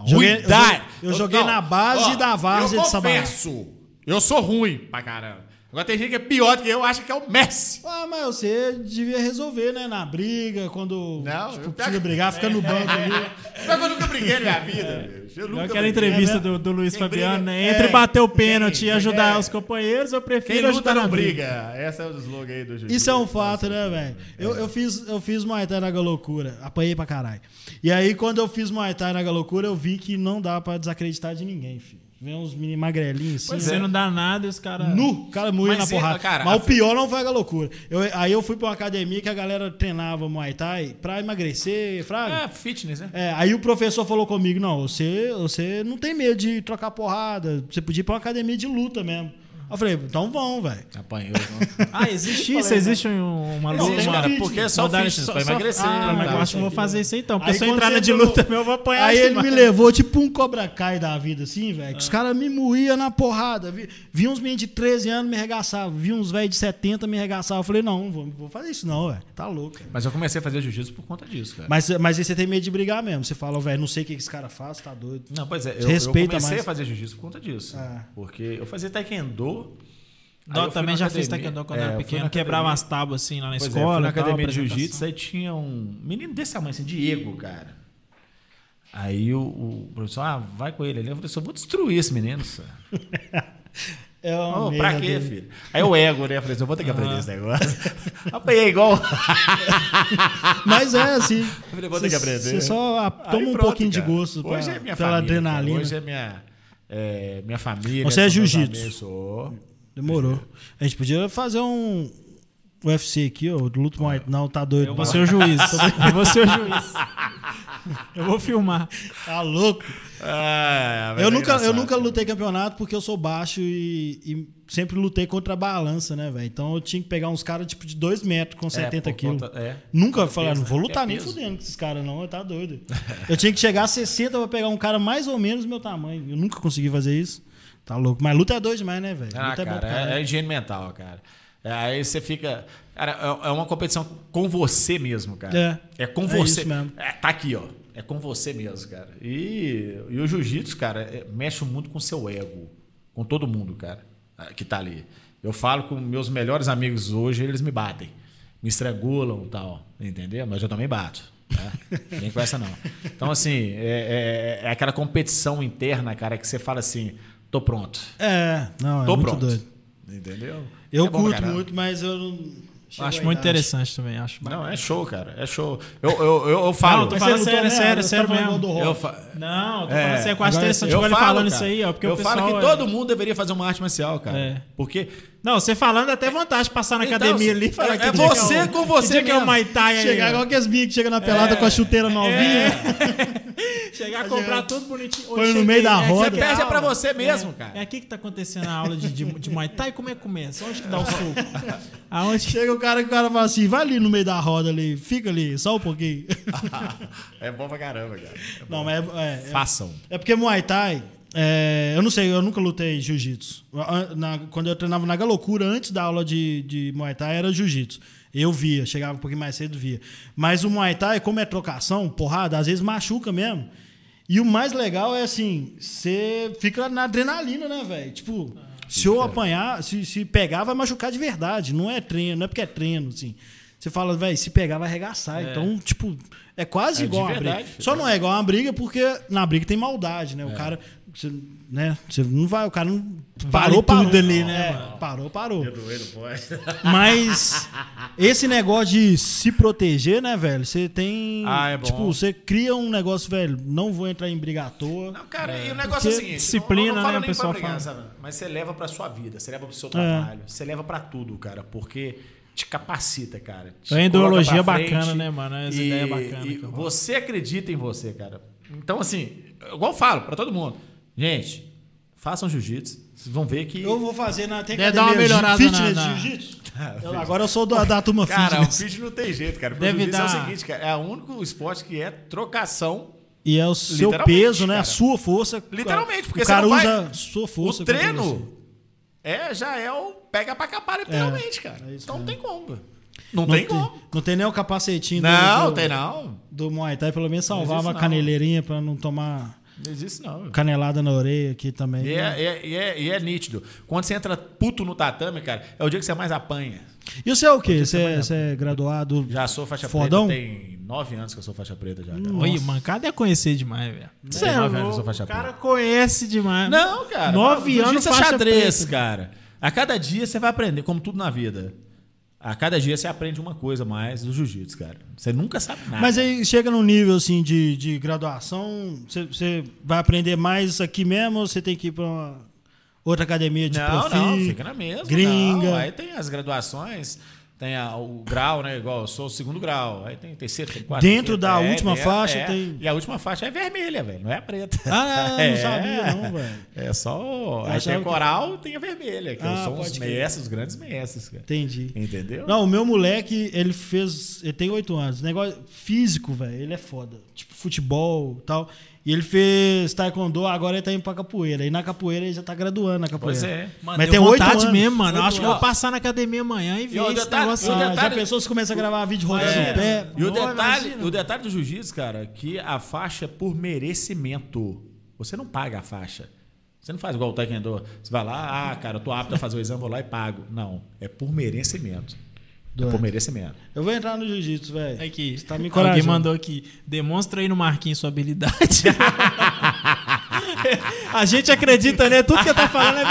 Speaker 2: Joguei- eu
Speaker 4: ruindade.
Speaker 2: joguei- eu joguei na base da várzea de
Speaker 4: Eu
Speaker 2: Sabará.
Speaker 4: confesso, eu sou ruim pra caramba.
Speaker 5: Agora tem gente que é pior do que eu, acha que é o Messi.
Speaker 2: Ah, mas você devia resolver, né? Na briga, quando
Speaker 5: Não,
Speaker 2: tipo,
Speaker 5: eu
Speaker 2: precisa
Speaker 5: pego-
Speaker 2: brigar, fica no banco ali.
Speaker 5: Mas eu nunca briguei na minha vida. bicho. Eu nunca
Speaker 3: Aquela
Speaker 5: briguei.
Speaker 3: entrevista do, do Luiz
Speaker 5: Quem
Speaker 3: Fabiano, né?
Speaker 5: briga-
Speaker 3: Entre
Speaker 5: é,
Speaker 3: bater o
Speaker 5: quem-
Speaker 3: pênalti e ajudar
Speaker 5: é.
Speaker 3: os companheiros, eu prefiro
Speaker 5: Quem luta
Speaker 3: ajudar
Speaker 5: não
Speaker 3: na briga.
Speaker 5: briga. Esse é o slogan aí do Juju.
Speaker 2: Isso é um fato, né, velho? Eu,
Speaker 4: É.
Speaker 2: eu fiz, eu fiz Muay Thai na Galocura, apanhei pra caralho. E aí, quando eu fiz Muay Thai na Galocura, eu vi que não dá pra desacreditar de ninguém, filho. Vem uns mini magrelinhos assim.
Speaker 3: Pois Você não dá nada e os caras...
Speaker 2: Nu, o cara moia na
Speaker 4: é. Mas é-
Speaker 2: porrada.
Speaker 4: cara,
Speaker 2: Mas
Speaker 4: a-
Speaker 2: o pior não foi a loucura. Eu, aí eu fui pra uma academia que a galera treinava Muay Thai pra emagrecer, fraga.
Speaker 4: É, fitness, né?
Speaker 2: É, aí o professor falou comigo: não, você, você não tem medo de trocar porrada, você podia ir pra uma academia de luta mesmo. Aí Eu falei, então vão, velho.
Speaker 4: Apanhou.
Speaker 3: Ah, existe
Speaker 2: né?
Speaker 3: isso? Existe um- uma luta?
Speaker 4: Existe, cara,
Speaker 3: uma-
Speaker 4: porque é só
Speaker 3: modalidade-
Speaker 4: fitness, pra emagrecer.
Speaker 3: Ah, mas
Speaker 4: tá.
Speaker 3: eu acho que eu vou fazer isso então. Porque
Speaker 2: Aí
Speaker 3: se eu
Speaker 2: quando
Speaker 3: entrar na
Speaker 2: você
Speaker 3: de
Speaker 2: falou-
Speaker 3: luta, eu vou apanhar
Speaker 2: Aí ele
Speaker 3: demais.
Speaker 2: me levou tipo um Cobra Kai da vida, assim, velho.
Speaker 3: Ah.
Speaker 2: Que os caras me moíam na porrada. Vi, vi uns meninos de 13 anos me arregaçavam. Vi uns velhos de 70 me arregaçavam. Eu falei, não, não vou, vou fazer isso não, velho. Tá louco. cara.
Speaker 4: Mas eu comecei a fazer jiu-jitsu por conta disso, cara.
Speaker 2: Mas, mas aí você tem medo de brigar mesmo. Você fala, "Ó, velho, não sei o que que esse cara faz, tá doido.
Speaker 4: Não, pois é, eu, eu
Speaker 2: Respeita
Speaker 4: comecei
Speaker 2: mais.
Speaker 4: a fazer jiu-jitsu por conta disso.
Speaker 2: Ah.
Speaker 4: Porque eu fazia taekwondo. aí eu
Speaker 3: Dó
Speaker 4: fui
Speaker 3: também
Speaker 4: na
Speaker 3: já fez
Speaker 4: academia-
Speaker 3: taekwondo quando
Speaker 4: é,
Speaker 3: eu era
Speaker 4: eu fui
Speaker 3: pequeno,
Speaker 4: na
Speaker 3: quebrava
Speaker 4: academia-
Speaker 3: as tábuas assim lá na
Speaker 4: Pois é,
Speaker 3: escola.
Speaker 4: fui na
Speaker 3: e tal,
Speaker 4: academia de jiu-jitsu,
Speaker 3: apresentação.
Speaker 4: aí tinha um menino desse tamanho, assim, Diego, cara. Aí o, o professor, ah, vai com ele. Ele falou, eu vou destruir esse menino, sir."
Speaker 2: É uma
Speaker 4: Ô, pra
Speaker 2: merda,
Speaker 4: quê,
Speaker 2: né?
Speaker 4: filho? Aí o ego, né? Eu falei assim, eu vou ter que aprender esse negócio. Apanhei igual.
Speaker 2: Mas é assim.
Speaker 4: falei, vou ter que aprender.
Speaker 2: Você só ah,
Speaker 4: Aí
Speaker 2: toma um
Speaker 4: pronto,
Speaker 2: pouquinho
Speaker 4: cara.
Speaker 2: de gosto
Speaker 4: Hoje
Speaker 2: pra-
Speaker 4: é minha
Speaker 2: pela
Speaker 4: família,
Speaker 2: adrenalina.
Speaker 4: cara. Hoje é minha, é, minha família.
Speaker 2: Você é
Speaker 4: são meus
Speaker 2: jiu-jitsu?
Speaker 4: amigos, sou.
Speaker 2: Demorou. A gente podia fazer um UFC aqui, ó. Luto
Speaker 4: Ah,
Speaker 2: Muay Não, tá doido.
Speaker 3: Eu
Speaker 2: pô.
Speaker 3: vou ser o juiz. Eu vou ser o juiz. Eu vou filmar.
Speaker 2: Tá louco.
Speaker 4: Ah, mas
Speaker 2: Eu
Speaker 4: é
Speaker 2: nunca, eu
Speaker 4: engraçado.
Speaker 2: nunca lutei campeonato porque eu sou baixo e, e sempre lutei contra a balança, né, velho? Então eu tinha que pegar uns caras tipo de 2 metros com 70
Speaker 4: por
Speaker 2: quilos.
Speaker 4: conta- é.
Speaker 2: Nunca
Speaker 4: Conta
Speaker 2: falei,
Speaker 4: peso,
Speaker 2: não vou
Speaker 4: né?
Speaker 2: lutar
Speaker 4: É
Speaker 2: nem
Speaker 4: peso.
Speaker 2: fudendo com esses caras, não, tá doido. Eu tinha que chegar a 60 pra pegar um cara mais ou menos do meu tamanho. Eu nunca consegui fazer isso. Tá louco. Mas luta é doido demais, né, velho?
Speaker 4: Ah,
Speaker 2: luta é bom
Speaker 4: cara,
Speaker 2: pra
Speaker 4: é,
Speaker 2: caralho.
Speaker 4: é higiene mental, cara. É, Aí você fica. Cara, é- é uma competição com você mesmo, cara. É, com
Speaker 2: é
Speaker 4: você.
Speaker 2: isso mesmo.
Speaker 4: É, tá aqui, ó. É com você mesmo, cara. E, e o jiu-jitsu, cara, é- mexe muito com o seu ego. Com todo mundo, cara, ah, que tá ali. Eu falo com meus melhores amigos hoje, eles me batem. Me estrangulam e tal. Entendeu? Mas eu também bato. Tá? Nem com essa, não. Então, assim, é, é- é aquela competição interna, cara, que você fala assim: tô pronto.
Speaker 2: É,
Speaker 3: Tá
Speaker 2: não, é
Speaker 4: Tô
Speaker 2: muito
Speaker 4: pronto.
Speaker 2: doido.
Speaker 4: Entendeu?
Speaker 2: Eu
Speaker 4: É bom pra
Speaker 2: curto
Speaker 4: caralho.
Speaker 2: muito, mas eu não.
Speaker 3: Eu acho muito interessante também. Acho
Speaker 4: Não, é show, cara. É show. Eu, eu, eu, eu falo.
Speaker 3: Não, tô falando sério, sério,
Speaker 2: tá
Speaker 3: sério mesmo.
Speaker 4: eu fa-
Speaker 3: Não, eu tô
Speaker 4: É,
Speaker 3: falando assim, é quase
Speaker 4: agora
Speaker 3: interessante
Speaker 4: eu
Speaker 3: igual ele
Speaker 4: falo,
Speaker 3: falando
Speaker 4: cara.
Speaker 3: isso aí, ó. Porque
Speaker 4: eu
Speaker 3: o pessoal
Speaker 4: falo que
Speaker 3: é-
Speaker 4: todo mundo deveria fazer uma arte marcial, cara.
Speaker 3: É.
Speaker 4: Porque.
Speaker 3: Não, você falando até vontade de passar na
Speaker 4: Então,
Speaker 3: academia
Speaker 4: se-
Speaker 3: ali e falar
Speaker 4: é-
Speaker 3: que
Speaker 4: é
Speaker 3: dia que
Speaker 4: você
Speaker 3: é o-
Speaker 4: com
Speaker 3: que
Speaker 4: você
Speaker 3: dia que é o
Speaker 4: mesmo.
Speaker 3: Muay Thai aí.
Speaker 2: Chegar
Speaker 3: ó.
Speaker 2: igual que as minhas que chegam na
Speaker 4: É.
Speaker 2: pelada com a chuteira novinha.
Speaker 3: Chegar a comprar tudo bonitinho.
Speaker 2: Põe
Speaker 3: Hoje
Speaker 2: no
Speaker 3: cheguei,
Speaker 2: meio da
Speaker 3: é aqui
Speaker 2: roda.
Speaker 3: que
Speaker 4: Você perde é
Speaker 3: aula.
Speaker 4: pra você mesmo, cara.
Speaker 3: É aqui que tá acontecendo a aula de, de, de Muay Thai. Como é que começa? Onde que dá o soco? Aonde que...
Speaker 2: Chega o cara que o cara fala assim, vai ali no meio da roda ali, fica ali, só um pouquinho.
Speaker 4: é Tá bom pra caramba, cara.
Speaker 2: Não, mas é, é- é-
Speaker 4: Façam.
Speaker 2: é porque Muay Thai, é, eu não sei, eu nunca lutei jiu-jitsu. An- na- Quando eu treinava na Galocura, antes da aula de, de Muay Thai, era jiu-jitsu. Eu via, chegava um pouquinho mais cedo, via. Mas o Muay Thai, como é trocação, porrada, às vezes machuca mesmo. E o mais legal é assim, você fica na adrenalina, né, velho? Tipo,
Speaker 4: Ah.
Speaker 2: se
Speaker 3: É.
Speaker 2: eu apanhar, se, se pegar, vai machucar de verdade. Não é treino, não é porque é treino, assim. Você fala, velho, se pegar, vai arregaçar. Então, tipo, é quase
Speaker 4: É
Speaker 2: igual
Speaker 4: de
Speaker 2: a briga.
Speaker 4: verdade, filho.
Speaker 2: Só não é igual uma briga porque na briga tem maldade,
Speaker 3: É.
Speaker 2: né? O cara, você, né? Você não vai, o cara não parou,
Speaker 3: tudo
Speaker 2: parou
Speaker 3: ali, né,
Speaker 2: É,
Speaker 3: mano?
Speaker 2: parou, parou.
Speaker 5: Doido, pode.
Speaker 2: Mas esse negócio de se proteger, né, velho? Você tem,
Speaker 4: Ah, é bom.
Speaker 2: tipo, você cria um negócio, velho, não vou entrar em briga à toa.
Speaker 4: Não, cara, e o negócio é o
Speaker 2: Porque
Speaker 4: seguinte:
Speaker 3: disciplina,
Speaker 4: eu não,
Speaker 3: né,
Speaker 4: falo
Speaker 3: o
Speaker 4: nem
Speaker 3: pessoal
Speaker 4: pra brigar,
Speaker 3: fala. É.
Speaker 4: sabe? Mas você leva pra sua vida, você leva pro seu trabalho, você leva pra tudo, cara, porque te capacita, cara. Te
Speaker 3: É uma
Speaker 4: coloca
Speaker 3: ideologia
Speaker 4: pra frente
Speaker 3: bacana, né, mano? Essa
Speaker 4: e-
Speaker 3: ideia bacana
Speaker 4: e
Speaker 3: que eu-
Speaker 4: você acredita em você, cara. Então, assim, igual eu falo pra todo mundo: gente, façam jiu-jitsu, vocês vão ver que.
Speaker 2: Eu vou fazer na tem
Speaker 3: Deve dar uma
Speaker 2: academia de
Speaker 3: melhorada
Speaker 2: fitness
Speaker 3: na- na-
Speaker 2: de jiu-jitsu. Eu- Agora eu sou da, da turma
Speaker 4: Cara, o
Speaker 2: fitness.
Speaker 4: vídeo não tem jeito, cara. Porque
Speaker 3: Deve
Speaker 4: o jiu-jitsu é
Speaker 3: dar-
Speaker 4: o seguinte, cara, é o único esporte que é trocação.
Speaker 2: E é o seu
Speaker 4: Literalmente,
Speaker 2: peso, né? A
Speaker 4: cara.
Speaker 2: sua força.
Speaker 4: Literalmente, porque
Speaker 2: o cara
Speaker 4: você não
Speaker 2: usa
Speaker 4: vai-
Speaker 2: sua força.
Speaker 4: o
Speaker 2: contra você.
Speaker 4: treino é, já é o pega pra capar, literalmente, cara.
Speaker 2: é isso
Speaker 4: então não tem como.
Speaker 2: Não,
Speaker 4: Não, tem, como.
Speaker 2: Não tem nem o capacetinho do-
Speaker 4: Não,
Speaker 2: do,
Speaker 4: tem não.
Speaker 2: do Muay Thai, pelo menos
Speaker 4: Não
Speaker 2: salvava
Speaker 4: existe
Speaker 2: a
Speaker 4: não.
Speaker 2: caneleirinha pra não tomar
Speaker 4: Não existe, não. velho.
Speaker 2: Canelada na orelha aqui também.
Speaker 4: E é, é- e é- e é nítido. Quando você entra puto no tatame, cara, é o dia que você mais apanha.
Speaker 2: E você é o quê? Você é, você é graduado?
Speaker 4: Já sou faixa
Speaker 2: Fodão?
Speaker 4: preta. Tem nove anos que eu sou faixa preta já. cara.
Speaker 3: Olha, mancada é conhecer demais, velho.
Speaker 4: Você é louco,
Speaker 3: O cara conhece demais.
Speaker 4: Não, cara.
Speaker 3: Nove
Speaker 4: jiu-jitsu
Speaker 3: anos
Speaker 4: é
Speaker 3: faixa
Speaker 4: xadrez,
Speaker 3: preta.
Speaker 4: cara. A cada dia você vai aprender, como tudo na vida. A cada dia você aprende uma coisa mais do jiu-jitsu, cara. Você nunca sabe nada.
Speaker 2: Mas aí chega num nível assim de, de graduação, você- você vai aprender mais aqui mesmo ou você tem que ir pra uma outra academia de
Speaker 4: não,
Speaker 2: profi?
Speaker 4: não, fica na mesma.
Speaker 2: tipo, gringa.
Speaker 4: não. Aí tem as graduações, tem a- o grau, né? Igual eu sou o segundo grau. Aí tem terceiro, tem quarto.
Speaker 2: Dentro
Speaker 4: quinto,
Speaker 2: da
Speaker 4: é,
Speaker 2: última
Speaker 4: é,
Speaker 2: faixa
Speaker 4: é.
Speaker 2: tem-
Speaker 4: E a última faixa é vermelha, velho. Não é a preta.
Speaker 2: Ah, não
Speaker 4: É.
Speaker 2: sabia não, velho.
Speaker 4: É só. Aí
Speaker 2: achava
Speaker 4: tem a
Speaker 2: que-
Speaker 4: coral tem a vermelha, que
Speaker 2: Ah,
Speaker 4: são os
Speaker 2: pode crer.
Speaker 4: mestres, os grandes mestres, cara.
Speaker 2: Entendi.
Speaker 4: Entendeu?
Speaker 2: Não, o meu moleque, ele fez. Ele tem oito anos. Negócio físico, velho. Ele é foda. Tipo, futebol e tal. E ele fez taekwondo, agora ele tá indo pra capoeira. E na capoeira ele já tá graduando na capoeira.
Speaker 4: Pois é.
Speaker 3: Mano,
Speaker 2: Mas
Speaker 3: deu
Speaker 2: tem oito
Speaker 3: vontade
Speaker 2: anos.
Speaker 3: mesmo, mano. Eu
Speaker 2: Oito
Speaker 3: acho que eu vou passar na academia amanhã e tá ver
Speaker 4: olha,
Speaker 3: esse
Speaker 4: detalhe-
Speaker 3: negócio.
Speaker 4: o
Speaker 2: Ah, já
Speaker 4: detalhe-
Speaker 2: pensou se começa a gravar vídeo rodando
Speaker 4: É.
Speaker 2: o pé?
Speaker 4: E o
Speaker 3: Não,
Speaker 4: detalhe,
Speaker 3: imagina.
Speaker 4: o detalhe do jiu-jitsu, cara, que a faixa é por merecimento. Você não paga a faixa. Você não faz igual o taekwondo. Você vai lá, ah, cara, eu tô apto a fazer o exame, vou lá e pago. Não, é por merecimento. É por
Speaker 2: Doido.
Speaker 4: merecimento.
Speaker 2: Eu vou entrar no jiu-jitsu, velho.
Speaker 3: Aqui,
Speaker 2: Você tá me
Speaker 3: alguém
Speaker 2: encorajando.
Speaker 3: mandou aqui. Demonstra aí no Marquinhos sua habilidade. a gente acredita, né? Tudo que eu tô falando é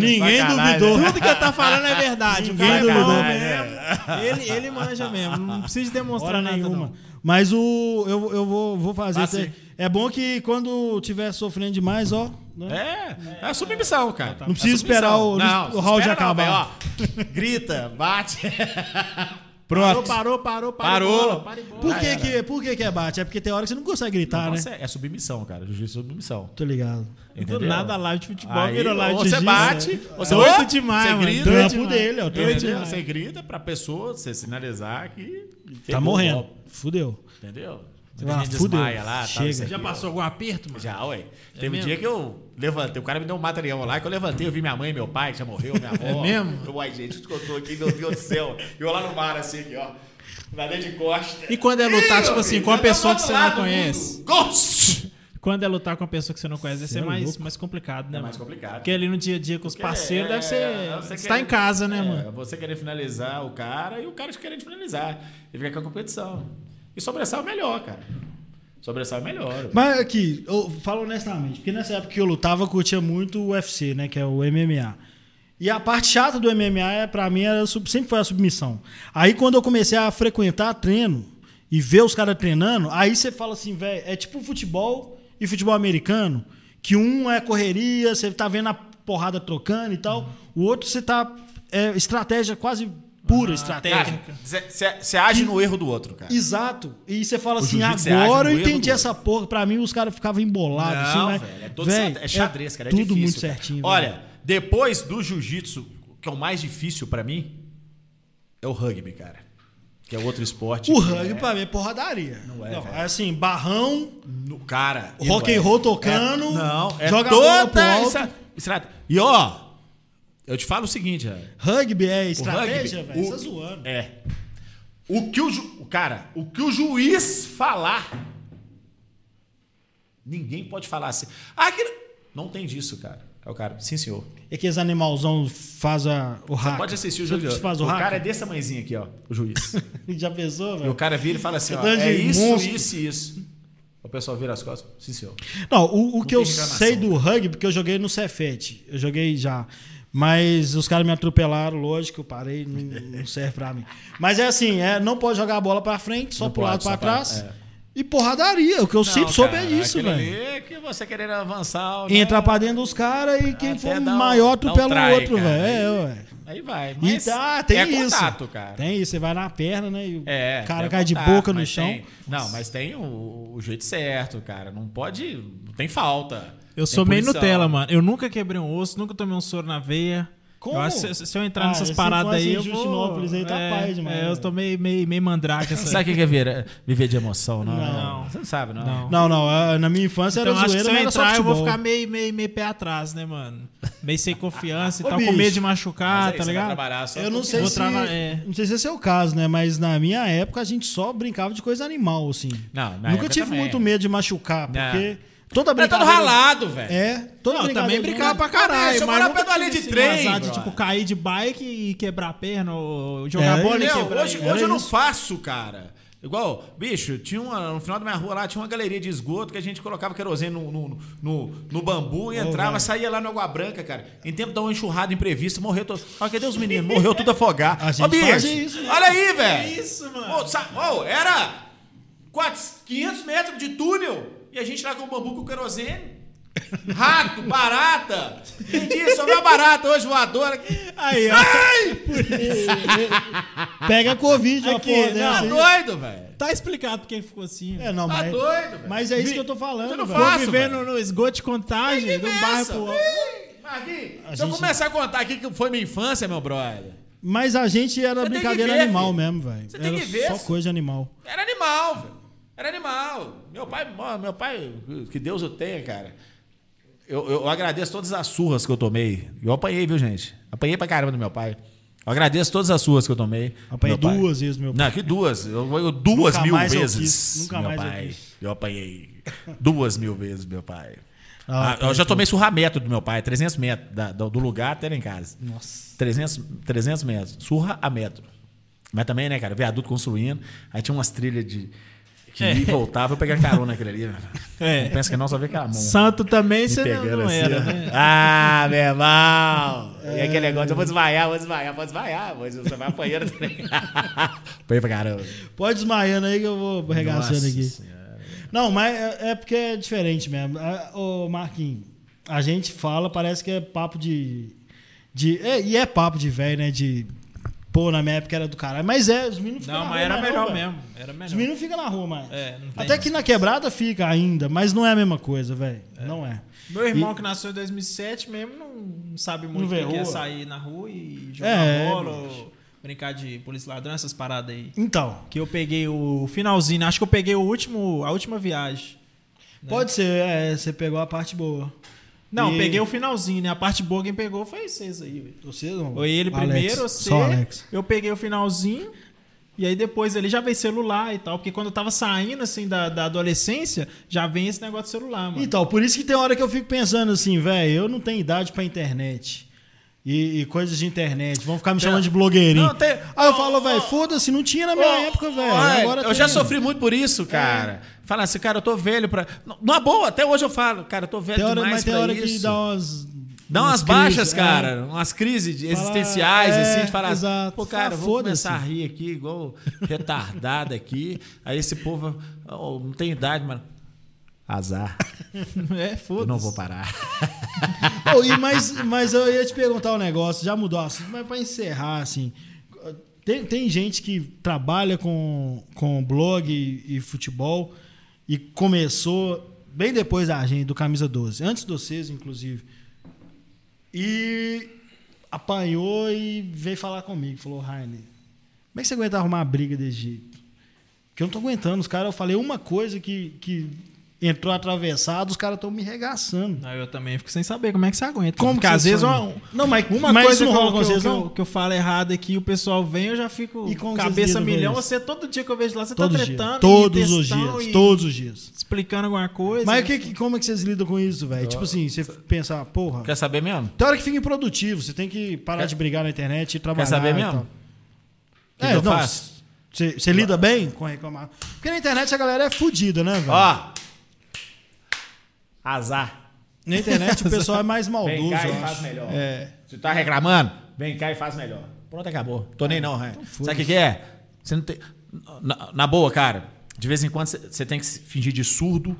Speaker 2: Ninguém
Speaker 3: Sacanagem.
Speaker 2: duvidou.
Speaker 3: Tudo que eu tô falando é verdade. O
Speaker 2: Ninguém
Speaker 3: cara é bom
Speaker 2: duvidou.
Speaker 3: mesmo. Ele, ele manja mesmo. Não precisa de demonstrar
Speaker 2: Hora
Speaker 3: nada,
Speaker 2: nenhuma.
Speaker 3: não.
Speaker 2: Mas o. Eu, eu vou, vou fazer.
Speaker 4: Ah,
Speaker 2: isso aí.
Speaker 4: sim.
Speaker 2: é bom que quando tiver sofrendo demais, ó. né?
Speaker 4: É, é a submissão, cara.
Speaker 2: Não precisa esperar o- o round acabar.
Speaker 4: velho, ó. Grita, bate.
Speaker 2: Pronto.
Speaker 3: Parou, parou, parou.
Speaker 4: Parou.
Speaker 3: Parou.
Speaker 2: Por que, que, por que que é bate? É porque tem hora que você não consegue gritar, né?
Speaker 4: Nossa, é submissão, cara. Jiu-jitsu é submissão.
Speaker 2: Tô ligado.
Speaker 4: Entendeu?
Speaker 3: Do nada live de futebol
Speaker 4: Aí,
Speaker 3: virou live
Speaker 4: ou
Speaker 3: de
Speaker 4: você
Speaker 3: jiu-jitsu.
Speaker 4: bate,
Speaker 2: né?
Speaker 4: ou você
Speaker 3: Doido
Speaker 4: Opa,
Speaker 3: demais,
Speaker 4: você
Speaker 3: mano.
Speaker 4: grita.
Speaker 3: Doido
Speaker 2: Trampo
Speaker 3: demais.
Speaker 2: dele, ó. Tá,
Speaker 4: Entendeu?
Speaker 3: demais.
Speaker 4: Você grita pra pessoa, você sinalizar que.
Speaker 2: tá
Speaker 4: pegou o
Speaker 2: morrendo.
Speaker 4: golpe,
Speaker 2: Fudeu.
Speaker 4: Entendeu?
Speaker 2: Você
Speaker 3: Ah,
Speaker 4: Muita
Speaker 2: fala,
Speaker 4: gente
Speaker 2: "Fudeu,
Speaker 4: desmaia lá,
Speaker 2: chega."
Speaker 4: Tá,
Speaker 3: Já passou algum aperto, mano?
Speaker 4: Já, ué.
Speaker 3: É
Speaker 4: Teve um
Speaker 3: mesmo?
Speaker 4: dia que eu levantei, o cara me deu um material lá, que eu levantei, eu vi minha mãe, meu pai, que já morreu, minha avó.
Speaker 3: É mesmo?
Speaker 4: Eu, ai, gente, eu tô aqui, meu Deus do céu. E eu lá no mar, assim, aqui, ó. Nadei de costa.
Speaker 3: E quando é lutar, tipo assim, com uma pessoa que você não
Speaker 4: é
Speaker 3: conhece?
Speaker 4: Ghost!
Speaker 3: Quando é lutar com uma pessoa que você não conhece,
Speaker 2: é
Speaker 3: deve ser mais, mais complicado, né?
Speaker 4: É mais
Speaker 3: mano?
Speaker 4: complicado.
Speaker 3: Porque ali no dia a dia com os parceiros,
Speaker 4: É,
Speaker 3: deve ser.
Speaker 4: você
Speaker 3: Você
Speaker 4: quer-
Speaker 3: tá em casa, né,
Speaker 4: é,
Speaker 3: mano?
Speaker 4: Você querer finalizar o cara e o cara te querendo finalizar. E fica com a competição. E sobressal é melhor, cara. Sobressal é melhor. ué.
Speaker 2: Mas aqui, eu falo honestamente, porque nessa época que eu lutava, eu curtia muito o UFC, né? Que é o MMA. E a parte chata do MMA, é, pra mim, era, sub- sempre foi a submissão. Aí quando eu comecei a frequentar treino e ver os caras treinando, aí você fala assim, velho, é tipo futebol e futebol americano, que um é correria, você tá vendo a porrada trocando e tal, o outro você tá. É estratégia quase pura, estratégia.
Speaker 4: Você age no erro do outro, cara.
Speaker 2: Exato. E você fala assim,
Speaker 4: jiu-jitsu é ágil,
Speaker 2: agora
Speaker 4: o
Speaker 2: eu
Speaker 4: erro
Speaker 2: entendi
Speaker 4: do
Speaker 2: essa porra. Pra mim, os caras ficavam embolados.
Speaker 4: Não,
Speaker 2: assim,
Speaker 4: velho,
Speaker 2: mas,
Speaker 4: é todo
Speaker 2: velho,
Speaker 4: certo- é xadrez, cara, é
Speaker 2: Tudo
Speaker 4: difícil,
Speaker 2: muito
Speaker 4: cara.
Speaker 2: certinho. velho.
Speaker 4: Olha, depois do jiu-jitsu, que é o mais difícil pra mim, é o rugby, cara. Que é outro esporte.
Speaker 2: o
Speaker 4: que
Speaker 2: rugby
Speaker 4: é-
Speaker 2: pra mim é porradaria. Não
Speaker 4: é,
Speaker 2: é,
Speaker 4: velho.
Speaker 2: assim, barrão,
Speaker 4: No, cara.
Speaker 2: O rock
Speaker 4: não
Speaker 2: and roll tocando,
Speaker 4: É, não, é
Speaker 2: joga a bola pro
Speaker 4: toda
Speaker 2: alto.
Speaker 4: essa- estrada. E ó, eu te falo o seguinte, velho.
Speaker 2: rugby é
Speaker 4: O
Speaker 2: estratégia,
Speaker 4: rugby,
Speaker 2: velho. Você
Speaker 4: o-
Speaker 2: tá zoando.
Speaker 4: É. O que o ju- o cara, o que o juiz falar, ninguém pode falar assim. Ah, que não tem disso, cara. É o cara. Sim, senhor.
Speaker 2: É que esses animalzão fazem o hack.
Speaker 4: Pode assistir o jogo.
Speaker 2: Você faz o,
Speaker 4: o
Speaker 2: hack?
Speaker 4: cara é desse tamanhozinho aqui, ó, o juiz.
Speaker 2: Já pensou,
Speaker 4: e o
Speaker 2: velho?
Speaker 4: cara vira e fala assim, ó,
Speaker 2: Grande
Speaker 4: é isso,
Speaker 2: monstro.
Speaker 4: isso e isso. O pessoal vira as costas. Sim, senhor.
Speaker 2: Não, o, o que
Speaker 4: tem
Speaker 2: eu
Speaker 4: reclamação,
Speaker 2: sei do rugby, porque eu joguei no Cefete. Eu joguei já. Mas os caras me atropelaram, lógico, eu parei, não, não serve pra mim. Mas é assim, é, não pode jogar a bola pra frente, só
Speaker 4: Não
Speaker 2: pro
Speaker 4: pode,
Speaker 2: lado
Speaker 4: só
Speaker 2: pra
Speaker 4: pra-
Speaker 2: trás.
Speaker 4: é.
Speaker 2: E porradaria, o que eu sempre soube é isso, velho.
Speaker 4: É que você querendo avançar. né?
Speaker 2: Entrar pra dentro dos caras e quem
Speaker 4: Até
Speaker 2: for
Speaker 4: dá um-
Speaker 2: maior
Speaker 4: dá um
Speaker 2: atropela o
Speaker 4: try,
Speaker 2: outro,
Speaker 4: cara.
Speaker 2: velho. É, ué.
Speaker 4: Aí vai.
Speaker 2: E
Speaker 4: Mas
Speaker 2: tá, tem
Speaker 4: é
Speaker 2: isso.
Speaker 4: contato, cara.
Speaker 2: Tem isso, você vai na perna, né? E o
Speaker 4: É,
Speaker 2: cara
Speaker 4: tem
Speaker 2: cai de
Speaker 4: contato,
Speaker 2: boca no
Speaker 4: mas
Speaker 2: chão.
Speaker 4: tem- não, mas tem o, o jeito certo, cara. Não pode. Não tem falta.
Speaker 3: Eu
Speaker 4: Tem
Speaker 3: sou meio
Speaker 4: punição.
Speaker 3: Nutella, mano. Eu nunca quebrei um osso, nunca tomei um soro na veia.
Speaker 2: Como?
Speaker 3: Eu acho que se, se eu entrar
Speaker 2: Ah,
Speaker 3: nessas
Speaker 2: essa
Speaker 3: paradas
Speaker 2: infância
Speaker 3: aí,
Speaker 2: em
Speaker 3: eu vou...
Speaker 2: Justinópolis aí tá pai demais,
Speaker 3: É, eu
Speaker 2: velho.
Speaker 3: tô meio, meio, meio mandrake. assim. essa-
Speaker 4: Sabe o que é viver, viver de emoção? Não, né?
Speaker 3: Não.
Speaker 4: Você não sabe, não.
Speaker 3: Não.
Speaker 2: Não, não, ah, na minha infância
Speaker 3: Então
Speaker 2: era
Speaker 3: acho que
Speaker 2: zoeira,
Speaker 3: se eu
Speaker 2: mas era só
Speaker 3: entrar, eu vou
Speaker 2: futebol.
Speaker 3: ficar meio, meio, meio pé atrás, né, mano? Meio sem confiança e
Speaker 2: Ô,
Speaker 3: tal, com
Speaker 2: bicho.
Speaker 3: medo de
Speaker 4: Mas
Speaker 3: machucar,
Speaker 4: aí
Speaker 3: tá
Speaker 4: você vai
Speaker 3: ligado?
Speaker 4: trabalhar só
Speaker 2: Ah, Eu
Speaker 4: com-
Speaker 2: não sei,
Speaker 3: Vou
Speaker 2: se,
Speaker 3: travar- é.
Speaker 2: não sei se esse é o caso, né? Mas na minha época a gente só brincava de coisa animal, assim.
Speaker 4: Não, na
Speaker 2: Nunca
Speaker 4: época
Speaker 2: tive
Speaker 4: também.
Speaker 2: muito medo de machucar,
Speaker 4: Não.
Speaker 2: porque Toda
Speaker 4: Era tá todo
Speaker 2: brincadeira.
Speaker 4: ralado, velho.
Speaker 2: É, toda
Speaker 3: Não, também
Speaker 2: brincadeira-
Speaker 3: brincava pra
Speaker 4: É,
Speaker 3: caralho.
Speaker 4: só
Speaker 3: mas
Speaker 4: morar
Speaker 3: nunca
Speaker 4: perto da linha
Speaker 3: tive,
Speaker 4: de
Speaker 3: assim,
Speaker 4: trem,
Speaker 3: um azar de,
Speaker 4: brother.
Speaker 3: tipo, cair de bike e quebrar a perna ou jogar
Speaker 2: É,
Speaker 3: bola e
Speaker 4: Não,
Speaker 3: quebrar.
Speaker 4: hoje,
Speaker 3: a
Speaker 4: hoje eu não faço, cara. Igual, bicho, tinha uma, no final da minha rua lá tinha uma galeria de esgoto que a gente colocava querosene no, no, no, no bambu e entrava, saía lá na Água Branca, cara. Em tempo de uma enxurrada imprevista, morreu todo. Olha, cadê os meninos? Morreu tudo afogado.
Speaker 2: A gente
Speaker 4: Ó, bicho,
Speaker 2: faz isso,
Speaker 4: olha aí, velho.
Speaker 3: isso, mano?
Speaker 4: Ô, sa- ô, era 400, 500 metros de túnel e a gente lá com o bambu com o querosene. Rato, barata. Entendi, só uma barata hoje voadora.
Speaker 3: Aí, ó.
Speaker 2: Pega Covid, uma
Speaker 3: Aqui,
Speaker 2: porra
Speaker 3: não,
Speaker 2: dessa
Speaker 4: Tá
Speaker 2: aí.
Speaker 4: doido, velho.
Speaker 3: Tá explicado porque ficou assim.
Speaker 2: É, não,
Speaker 4: Tá
Speaker 2: mas,
Speaker 4: doido, velho.
Speaker 2: mas é isso
Speaker 3: Vi-
Speaker 2: que eu tô falando.
Speaker 4: Eu não
Speaker 2: velho.
Speaker 4: faço,
Speaker 3: Tô vivendo no esgoto de contagem,
Speaker 2: um
Speaker 3: do bairro pro outro.
Speaker 4: né? Marquinhos,
Speaker 2: A
Speaker 4: se eu
Speaker 2: gente-
Speaker 4: começar a contar aqui que foi minha infância, meu brother.
Speaker 2: Mas a gente era
Speaker 4: Você tem que
Speaker 2: brincadeira
Speaker 4: ver,
Speaker 2: animal
Speaker 4: filho.
Speaker 2: mesmo, velho.
Speaker 4: Você tem
Speaker 2: Era
Speaker 4: que ver,
Speaker 2: Só
Speaker 4: filho.
Speaker 2: coisa animal.
Speaker 4: Era animal, velho. Era animal. Meu pai, ó, meu pai, que Deus o tenha, cara. Eu, eu agradeço todas as surras que eu tomei. Eu apanhei, viu, gente? Apanhei pra caramba do meu pai. Eu agradeço todas as surras que eu tomei.
Speaker 2: Apanhei
Speaker 4: do meu pai.
Speaker 2: duas vezes, meu pai.
Speaker 4: Não, que duas. Eu, eu- duas
Speaker 2: Nunca
Speaker 4: mil
Speaker 2: mais eu
Speaker 4: vezes.
Speaker 2: quis, nunca
Speaker 4: meu
Speaker 2: mais eu
Speaker 4: pai.
Speaker 2: quis.
Speaker 4: Eu, apanhei duas mil vezes, meu pai.
Speaker 2: Ah,
Speaker 4: Ah, eu já tomei surramento do meu pai, 300 metros, da- do do lugar até lá em casa. Nossa. 300, 300 metros, surra a metro. Mas também, né, cara, viaduto construindo, aí tinha umas trilhas de. Que ia e voltava, eu peguei carona aquele ali. né?
Speaker 3: É.
Speaker 4: Não pensa que não, só vê aquela mão.
Speaker 3: Santo também
Speaker 4: me
Speaker 3: você não,
Speaker 4: pegando
Speaker 3: não
Speaker 4: assim,
Speaker 3: era,
Speaker 4: ó.
Speaker 3: né?
Speaker 4: Ah, meu irmão! E aquele negócio, eu vou desmaiar, vou desmaiar, vou desmaiar, vou desmaiar, vai apanhando. Apanhei pra caramba.
Speaker 2: Pode desmaiando aí que eu vou arregaçando
Speaker 4: Nossa
Speaker 2: aqui.
Speaker 4: Senhora.
Speaker 2: Não, mas é é porque é diferente mesmo. Ah, Ô, Marquinhos, a gente fala, parece que é papo de. de é- e é papo de velho, né? De. Pô, na minha época era do caralho. Mas é, os meninos ficam
Speaker 3: Não,
Speaker 2: na
Speaker 3: mas
Speaker 2: rua
Speaker 3: era
Speaker 2: mais
Speaker 3: melhor
Speaker 2: não, velho.
Speaker 3: mesmo. Era
Speaker 2: Os
Speaker 3: melhor.
Speaker 2: meninos ficam na rua mais.
Speaker 3: É, não tem
Speaker 2: Até que na quebrada fica ainda, mas não é a mesma coisa, velho. Não é.
Speaker 3: Meu irmão que nasceu em 2007 mesmo não sabe
Speaker 2: Não
Speaker 3: muito
Speaker 2: vê
Speaker 3: o que é
Speaker 2: rua.
Speaker 3: sair na rua e jogar
Speaker 2: É,
Speaker 3: bola ou brincar de polícia e ladrão, essas paradas aí.
Speaker 2: Então,
Speaker 3: Que eu peguei o finalzinho, né? acho que eu peguei o último, a última viagem. Né?
Speaker 2: pode ser, é, você pegou a parte boa.
Speaker 3: Não,
Speaker 2: E-
Speaker 3: peguei o finalzinho, né? A parte boa quem pegou foi vocês aí, velho.
Speaker 2: Você não?
Speaker 3: Foi ele
Speaker 2: Alex,
Speaker 3: primeiro, você.
Speaker 2: Só Alex.
Speaker 3: Eu peguei o finalzinho. E aí depois ele já veio celular e tal. Porque quando eu tava saindo, assim, da, da adolescência, já vem esse negócio de celular, mano.
Speaker 2: Então, por isso que tem hora que eu fico pensando assim, velho, eu não tenho idade pra internet. E, e coisas de internet. Vão ficar me chamando de blogueirinho.
Speaker 4: Não, tem-
Speaker 2: Aí eu
Speaker 4: Ó,
Speaker 2: falo,
Speaker 4: ó,
Speaker 2: velho, foda-se, não tinha na minha época, velho.
Speaker 4: Olha,
Speaker 2: Agora
Speaker 4: é, eu
Speaker 2: tem.
Speaker 4: já sofri muito por
Speaker 2: É.
Speaker 4: isso, cara. Falar assim, cara, eu tô velho pra. Não, Numa boa, até hoje eu falo, cara, eu tô velho
Speaker 2: Tem hora,
Speaker 4: demais
Speaker 2: mas tem
Speaker 4: pra
Speaker 2: hora
Speaker 4: isso.
Speaker 2: que dá umas.
Speaker 4: Dá umas
Speaker 2: crises,
Speaker 4: baixas,
Speaker 2: é.
Speaker 4: cara, umas crises de- existenciais,
Speaker 2: é,
Speaker 4: assim, de falar
Speaker 2: exato.
Speaker 4: pô,
Speaker 2: Ah,
Speaker 4: cara, eu vou
Speaker 2: foda-se.
Speaker 4: começar a rir aqui, igual retardado aqui. Aí esse povo, "Ó, não tem idade, mano. Azar,
Speaker 3: é,
Speaker 4: eu não
Speaker 3: foda-se.
Speaker 4: vou parar.
Speaker 2: Ô, e mas, mas eu ia te perguntar um negócio, já mudou o assunto, mas pra encerrar, assim. Tem, tem gente que trabalha com, com blog e, e futebol e começou bem depois da gente, do Camisa 12, antes de vocês, inclusive. E apanhou e veio falar comigo. Falou, Rainer, como é que você aguenta arrumar uma briga desse jeito? Porque eu não tô aguentando. Os caras, eu falei uma coisa que, que entrou atravessado, os caras estão me regaçando.
Speaker 3: Não, eu também fico sem saber como é que você aguenta.
Speaker 2: Então- Como
Speaker 3: Porque
Speaker 2: que
Speaker 3: às
Speaker 2: você
Speaker 3: vezes
Speaker 2: sonha?
Speaker 3: uma,
Speaker 2: Não, mas
Speaker 3: uma
Speaker 2: mas isso
Speaker 3: coisa
Speaker 2: não
Speaker 3: que,
Speaker 2: rola
Speaker 3: eu,
Speaker 2: com
Speaker 3: que, eu-
Speaker 2: vocês,
Speaker 3: que eu-
Speaker 2: não?
Speaker 3: que eu falo errado aqui, o pessoal vem, eu já fico
Speaker 2: E como vocês
Speaker 3: cabeça
Speaker 2: lidam com
Speaker 3: milhão.
Speaker 2: isso?
Speaker 3: Você todo dia que eu vejo lá, você
Speaker 2: Todo
Speaker 3: tá
Speaker 2: dia.
Speaker 3: tretando. e
Speaker 2: Todos os
Speaker 3: textão
Speaker 2: dias.
Speaker 3: e
Speaker 2: Todos os dias.
Speaker 3: Explicando alguma coisa.
Speaker 2: Mas o que, que- como é que vocês lidam com isso, velho? Tipo assim, você pensar, porra.
Speaker 4: Quer saber mesmo?
Speaker 2: Tem hora que fica improdutivo, você tem que parar
Speaker 4: Quer-
Speaker 2: de brigar na internet e trabalhar.
Speaker 4: saber
Speaker 2: e
Speaker 4: mesmo?
Speaker 2: tal.
Speaker 4: que
Speaker 2: é,
Speaker 4: eu
Speaker 2: não.
Speaker 4: faço?
Speaker 2: Você você lida bem com reclamar? Porque na internet a galera é fodida, né, velho?
Speaker 4: Ó, azar.
Speaker 2: Na internet o pessoal é mais
Speaker 4: Vem
Speaker 2: maldoso,
Speaker 4: cá e
Speaker 2: eu
Speaker 4: faz
Speaker 2: acho. É.
Speaker 4: melhor. Se tá reclamando, vem cá e faz melhor. Pronto, acabou. Tô nem não, Ryan. Sabe o que, que é? Você não tem. Na, na boa, cara, de vez em quando você- você tem que se fingir de surdo,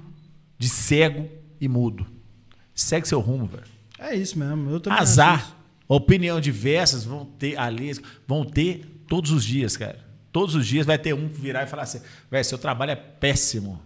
Speaker 4: de cego e mudo. Segue seu rumo, velho.
Speaker 2: É isso mesmo. Eu também acho isso.
Speaker 4: Azar. Opinião diversas vão ter ali, vão ter todos os dias, cara. Todos os dias vai ter um que virar e falar assim: velho, seu trabalho é péssimo.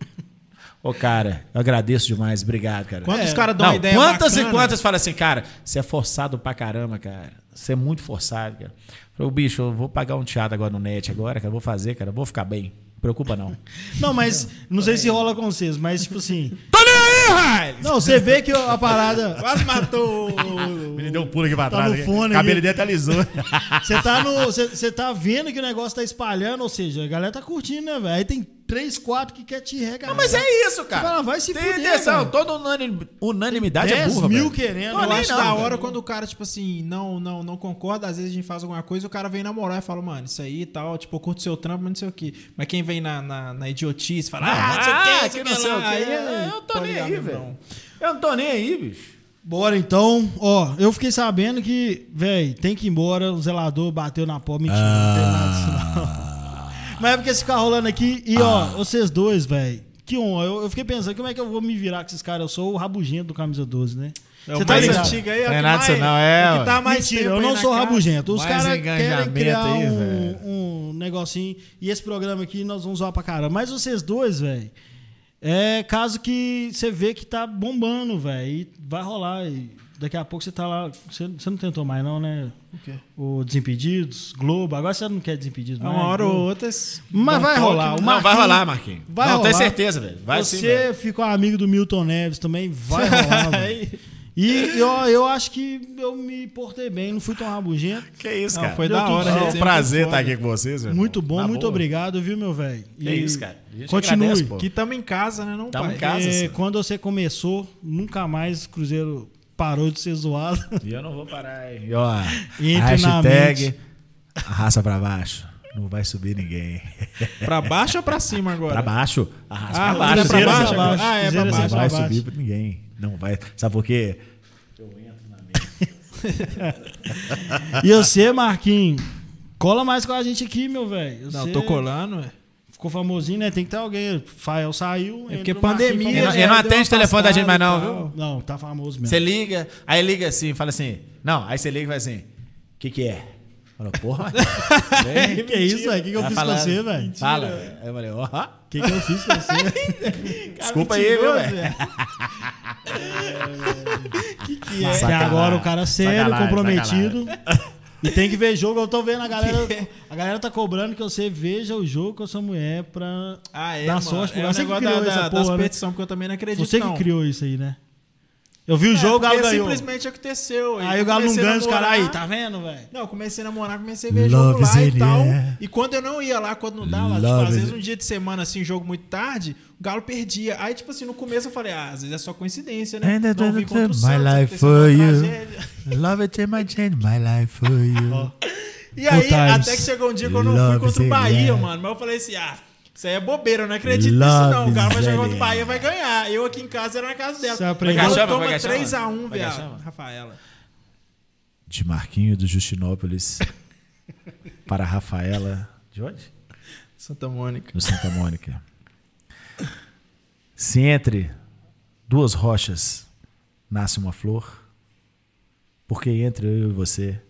Speaker 4: Ô, cara, eu agradeço demais. Obrigado, cara.
Speaker 3: Quando
Speaker 2: É.
Speaker 3: os caras dão uma
Speaker 4: Não,
Speaker 3: ideia
Speaker 4: Quantas
Speaker 3: bacana,
Speaker 4: e quantas falam assim, cara, você é forçado pra caramba, cara. Você é muito forçado, cara. Falei, bicho, eu vou pagar um teatro agora no net agora, cara. Vou fazer, cara. Vou ficar bem. Não preocupa, não.
Speaker 2: Não, mas não sei se rola com vocês, mas tipo assim.
Speaker 4: Tô nem aí, Raio!
Speaker 2: Não, você vê que a parada. Quase matou
Speaker 5: O menino deu um pulo aqui pra
Speaker 2: Tá
Speaker 5: trás.
Speaker 2: no
Speaker 5: aqui.
Speaker 2: fone
Speaker 5: cabelo
Speaker 2: aqui.
Speaker 5: dele alisou.
Speaker 2: Você tá, no, você, você tá vendo que o negócio tá espalhando, ou seja, a galera tá curtindo, né, velho? Aí tem três, quatro que quer te regar.
Speaker 4: Não, mas é isso, cara.
Speaker 2: Fala, vai se
Speaker 4: Tem
Speaker 2: fuder,
Speaker 4: atenção,
Speaker 2: cara.
Speaker 4: toda unani- unanimidade é
Speaker 2: 10
Speaker 4: burra,
Speaker 2: mil
Speaker 4: velho.
Speaker 2: querendo.
Speaker 4: Não,
Speaker 3: Eu
Speaker 4: nem
Speaker 3: acho
Speaker 4: não,
Speaker 3: da
Speaker 4: velho.
Speaker 3: hora quando o cara, tipo assim, não, não, não concorda, às vezes a gente faz alguma coisa, o cara vem namorar e fala, mano, isso aí e tal, tipo, eu curto seu trampo, mas não sei o quê. Mas quem vem na, na, na idiotice fala, ah, não sei o tá quê,
Speaker 4: que não sei o
Speaker 3: lá",
Speaker 4: quê.
Speaker 3: aí,
Speaker 4: Eu tô
Speaker 3: pode
Speaker 4: nem
Speaker 3: ligar
Speaker 4: aí,
Speaker 3: mesmo,
Speaker 4: velho.
Speaker 3: não.
Speaker 4: Eu não tô nem aí, bicho.
Speaker 2: Bora então. Ó, eu fiquei sabendo que, velho, tem que ir embora. O zelador bateu na porta. Mentira, não tem nada disso,
Speaker 4: Ah.
Speaker 2: não. Mas é porque esse ficar rolando aqui. E, ó, vocês dois, velho. Que honra. Eu, eu fiquei pensando, como é que eu vou me virar com esses caras? Eu sou o rabugento do Camisa 12, né?
Speaker 3: É
Speaker 2: Cê
Speaker 3: o mais
Speaker 2: ligado?
Speaker 3: antigo aí, é o
Speaker 4: Não é
Speaker 3: que
Speaker 4: nada disso
Speaker 3: mais-
Speaker 4: não, é,
Speaker 3: o que tá
Speaker 4: ué.
Speaker 3: mais
Speaker 2: Mentira,
Speaker 3: tempo
Speaker 2: eu
Speaker 3: aí
Speaker 2: não
Speaker 3: na
Speaker 2: sou
Speaker 3: casa.
Speaker 2: rabugento. Os
Speaker 4: Mais
Speaker 2: caras querem
Speaker 4: engajamento
Speaker 2: criar
Speaker 4: aí,
Speaker 2: um, um negocinho. E esse programa aqui nós vamos zoar pra caramba. Mas vocês dois, velho, é caso que você vê que tá bombando, velho. E vai rolar. E daqui a pouco você tá lá. Você, você não tentou mais, não, né? O
Speaker 3: quê?
Speaker 2: Desimpedidos, Globo. Agora você não quer Desimpedidos,
Speaker 4: É
Speaker 2: mais,
Speaker 3: Uma hora ou
Speaker 2: Globo.
Speaker 3: outra.
Speaker 2: Mas vai rolar. O
Speaker 4: Não, vai
Speaker 2: Marquinhos-
Speaker 4: rolar, Marquinhos.
Speaker 2: Vai
Speaker 4: não, tem
Speaker 2: rolar.
Speaker 4: certeza, velho. Vai sim,
Speaker 2: Você
Speaker 4: velho.
Speaker 2: ficou amigo do Milton Neves também, vai rolar, velho. E eu, eu acho que eu me portei bem, não fui tão rabugento.
Speaker 4: Que isso,
Speaker 3: Não,
Speaker 4: cara.
Speaker 3: foi
Speaker 4: Foi
Speaker 2: Deu
Speaker 3: da
Speaker 2: tudo
Speaker 3: hora.
Speaker 2: certo.
Speaker 3: a
Speaker 4: um
Speaker 3: resenha
Speaker 4: prazer
Speaker 3: foi
Speaker 4: estar
Speaker 3: foda.
Speaker 4: aqui com vocês, velho.
Speaker 2: Muito bom,
Speaker 4: Na
Speaker 2: muito
Speaker 4: boa.
Speaker 2: obrigado, viu, meu velho?
Speaker 4: Que isso, cara. A gente
Speaker 2: continue.
Speaker 4: agradece, pô.
Speaker 3: Que tamo em casa, né? Não,
Speaker 4: Tamo
Speaker 3: pai?
Speaker 4: em casa.
Speaker 2: É,
Speaker 4: senhor.
Speaker 2: quando você começou, nunca mais o Cruzeiro parou de ser zoado.
Speaker 4: E eu não vou parar, hein. E, ó,
Speaker 2: Entre na
Speaker 4: hashtag
Speaker 2: mente.
Speaker 4: arrasta pra baixo. Não vai subir ninguém.
Speaker 3: Pra baixo ou pra cima agora?
Speaker 4: Pra baixo. Né? Arrasta
Speaker 3: Ah,
Speaker 4: pra
Speaker 3: mas
Speaker 4: baixo.
Speaker 3: é pra
Speaker 4: Cruzeiro,
Speaker 3: baixo
Speaker 4: Cruzeiro.
Speaker 3: agora? Ah, é pra
Speaker 2: Cruzeiro,
Speaker 4: Não
Speaker 3: baixo.
Speaker 4: vai
Speaker 2: pra baixo.
Speaker 4: subir pra ninguém. Não vai. Sabe por quê?
Speaker 2: E você, Marquinhos, cola mais com a gente aqui, meu velho.
Speaker 3: Não,
Speaker 2: Você
Speaker 3: tô colando, ué.
Speaker 2: Ficou famosinho, né? Tem que ter alguém. Fael saiu.
Speaker 3: É porque
Speaker 2: entrou o Marquinhos
Speaker 3: pandemia,
Speaker 4: Ele
Speaker 2: famoso.
Speaker 4: não,
Speaker 3: já
Speaker 4: ele
Speaker 3: deu
Speaker 4: não
Speaker 3: uma
Speaker 4: atende o telefone da gente mais, não,
Speaker 3: afastada e
Speaker 4: viu?
Speaker 3: tal.
Speaker 2: Não, tá famoso mesmo.
Speaker 4: Você liga, aí liga assim, fala assim. Não, aí você liga e fala assim: o que, que é? Fala, porra. Tá
Speaker 2: Que que é isso, velho? O que, que eu fiz com você, velho? O
Speaker 4: Fala. Aí eu falei: ó.
Speaker 2: que, que eu fiz com você?
Speaker 4: Desculpa aí, viu, velho?
Speaker 2: Até
Speaker 4: Sacanagem,
Speaker 2: É agora o cara sério,
Speaker 4: sacanagem,
Speaker 2: comprometido. E tem que ver jogo. Eu tô vendo a galera. A galera tá cobrando que você veja o jogo com a sua mulher pra
Speaker 3: Ah, é,
Speaker 2: dar
Speaker 3: mano.
Speaker 2: sorte pro
Speaker 3: é
Speaker 2: cara.
Speaker 3: o
Speaker 2: Você que
Speaker 3: negócio
Speaker 2: criou
Speaker 3: da,
Speaker 2: essa
Speaker 3: da, das
Speaker 2: porra. né?
Speaker 3: petições, porque eu também não acredito,
Speaker 2: Você que
Speaker 3: não.
Speaker 2: criou isso aí, né? Eu vi o
Speaker 3: É,
Speaker 2: jogo, o Galo
Speaker 3: porque
Speaker 2: ganhou.
Speaker 3: simplesmente aconteceu. e
Speaker 2: Aí o Galo não
Speaker 3: comecei a
Speaker 2: ganha, os caras
Speaker 3: namorar.
Speaker 2: aí, tá vendo, velho?
Speaker 3: Não, eu comecei a namorar, comecei a ver jogo
Speaker 6: Love
Speaker 3: lá
Speaker 6: is
Speaker 3: e
Speaker 6: in
Speaker 3: tal.
Speaker 6: the air.
Speaker 3: E quando eu não ia lá, quando não dava, lá, tipo,
Speaker 6: Love
Speaker 3: às
Speaker 6: is
Speaker 3: vezes
Speaker 6: in-
Speaker 3: um dia de semana, assim, jogo muito tarde, o Galo perdia. Aí, tipo assim, no começo eu falei, ah, às vezes é só coincidência,
Speaker 6: And
Speaker 3: né?
Speaker 6: I
Speaker 3: Não
Speaker 6: don't
Speaker 3: vi contra o
Speaker 6: my
Speaker 3: Santos,
Speaker 6: life
Speaker 3: aconteceu
Speaker 6: for
Speaker 3: uma
Speaker 6: you.
Speaker 3: tragédia.
Speaker 6: Love it and I change my life for you.
Speaker 3: E aí,
Speaker 2: times.
Speaker 3: até que chegou um dia que eu não fui
Speaker 6: Love
Speaker 3: contra o
Speaker 6: is
Speaker 3: Bahia,
Speaker 6: in-
Speaker 3: mano. Mas eu falei assim, ah, isso aí é bobeira, eu não acredito nisso
Speaker 6: Love
Speaker 3: não. O Galo vai
Speaker 6: is
Speaker 3: jogar
Speaker 6: in-
Speaker 3: contra o Bahia, vai ganhar. Eu aqui em casa era na casa dela.
Speaker 2: Você aprendeu.
Speaker 3: Ela
Speaker 4: Vai que chama,
Speaker 3: toma
Speaker 4: vai que chama?
Speaker 3: 3x1,
Speaker 4: Vai que
Speaker 3: viado.
Speaker 4: chama?
Speaker 3: Rafaela.
Speaker 4: De Marquinho do Justinópolis para Rafaela. De onde?
Speaker 3: Santa Mônica.
Speaker 4: No Santa Mônica. Se entre duas rochas nasce uma flor, porque entre eu e você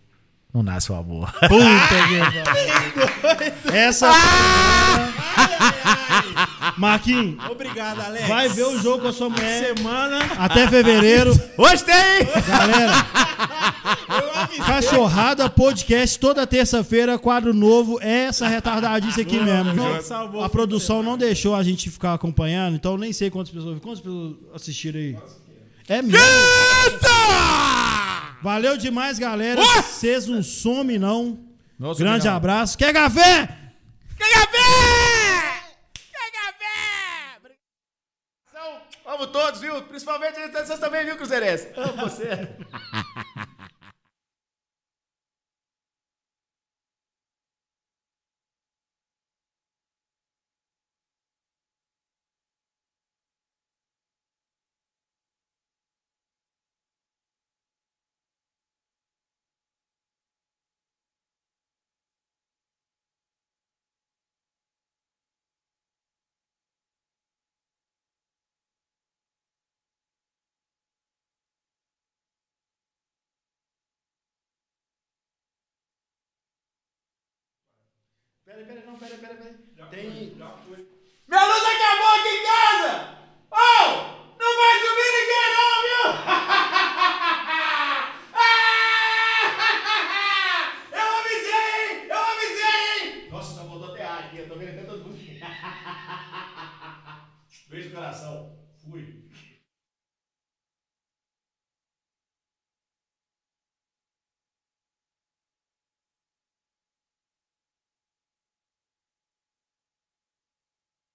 Speaker 4: não nasce o amor.
Speaker 3: Ah,
Speaker 2: Essa.
Speaker 3: Ah!
Speaker 2: Marquinhos,
Speaker 3: Obrigado, Alex.
Speaker 2: vai ver o jogo com a sua mulher.
Speaker 3: Semana.
Speaker 2: Até fevereiro.
Speaker 4: Hoje tem!
Speaker 2: Galera, Cachorrada Podcast, toda terça-feira, quadro novo. É essa retardadice aqui mesmo.
Speaker 3: Não salvou né?
Speaker 2: a
Speaker 3: o
Speaker 2: produção não deixou a gente ficar acompanhando, então nem sei quantas pessoas, quantas pessoas assistiram aí. É mesmo. Valeu demais, galera. Vocês não somem, não.
Speaker 4: Nossa,
Speaker 2: Grande
Speaker 4: obrigado.
Speaker 2: abraço. Quer café?
Speaker 7: Então, amo todos, viu? Principalmente vocês também, viu, Cruzeirense? Amo você. Minha luz acabou aqui em casa! Oh! Não vai subir ninguém não, viu? Ah! Eu avisei, hein? Eu avisei, hein? Nossa, só voltou até ar aqui. Eu tô vendo até todo mundo. Beijo no coração. Fui.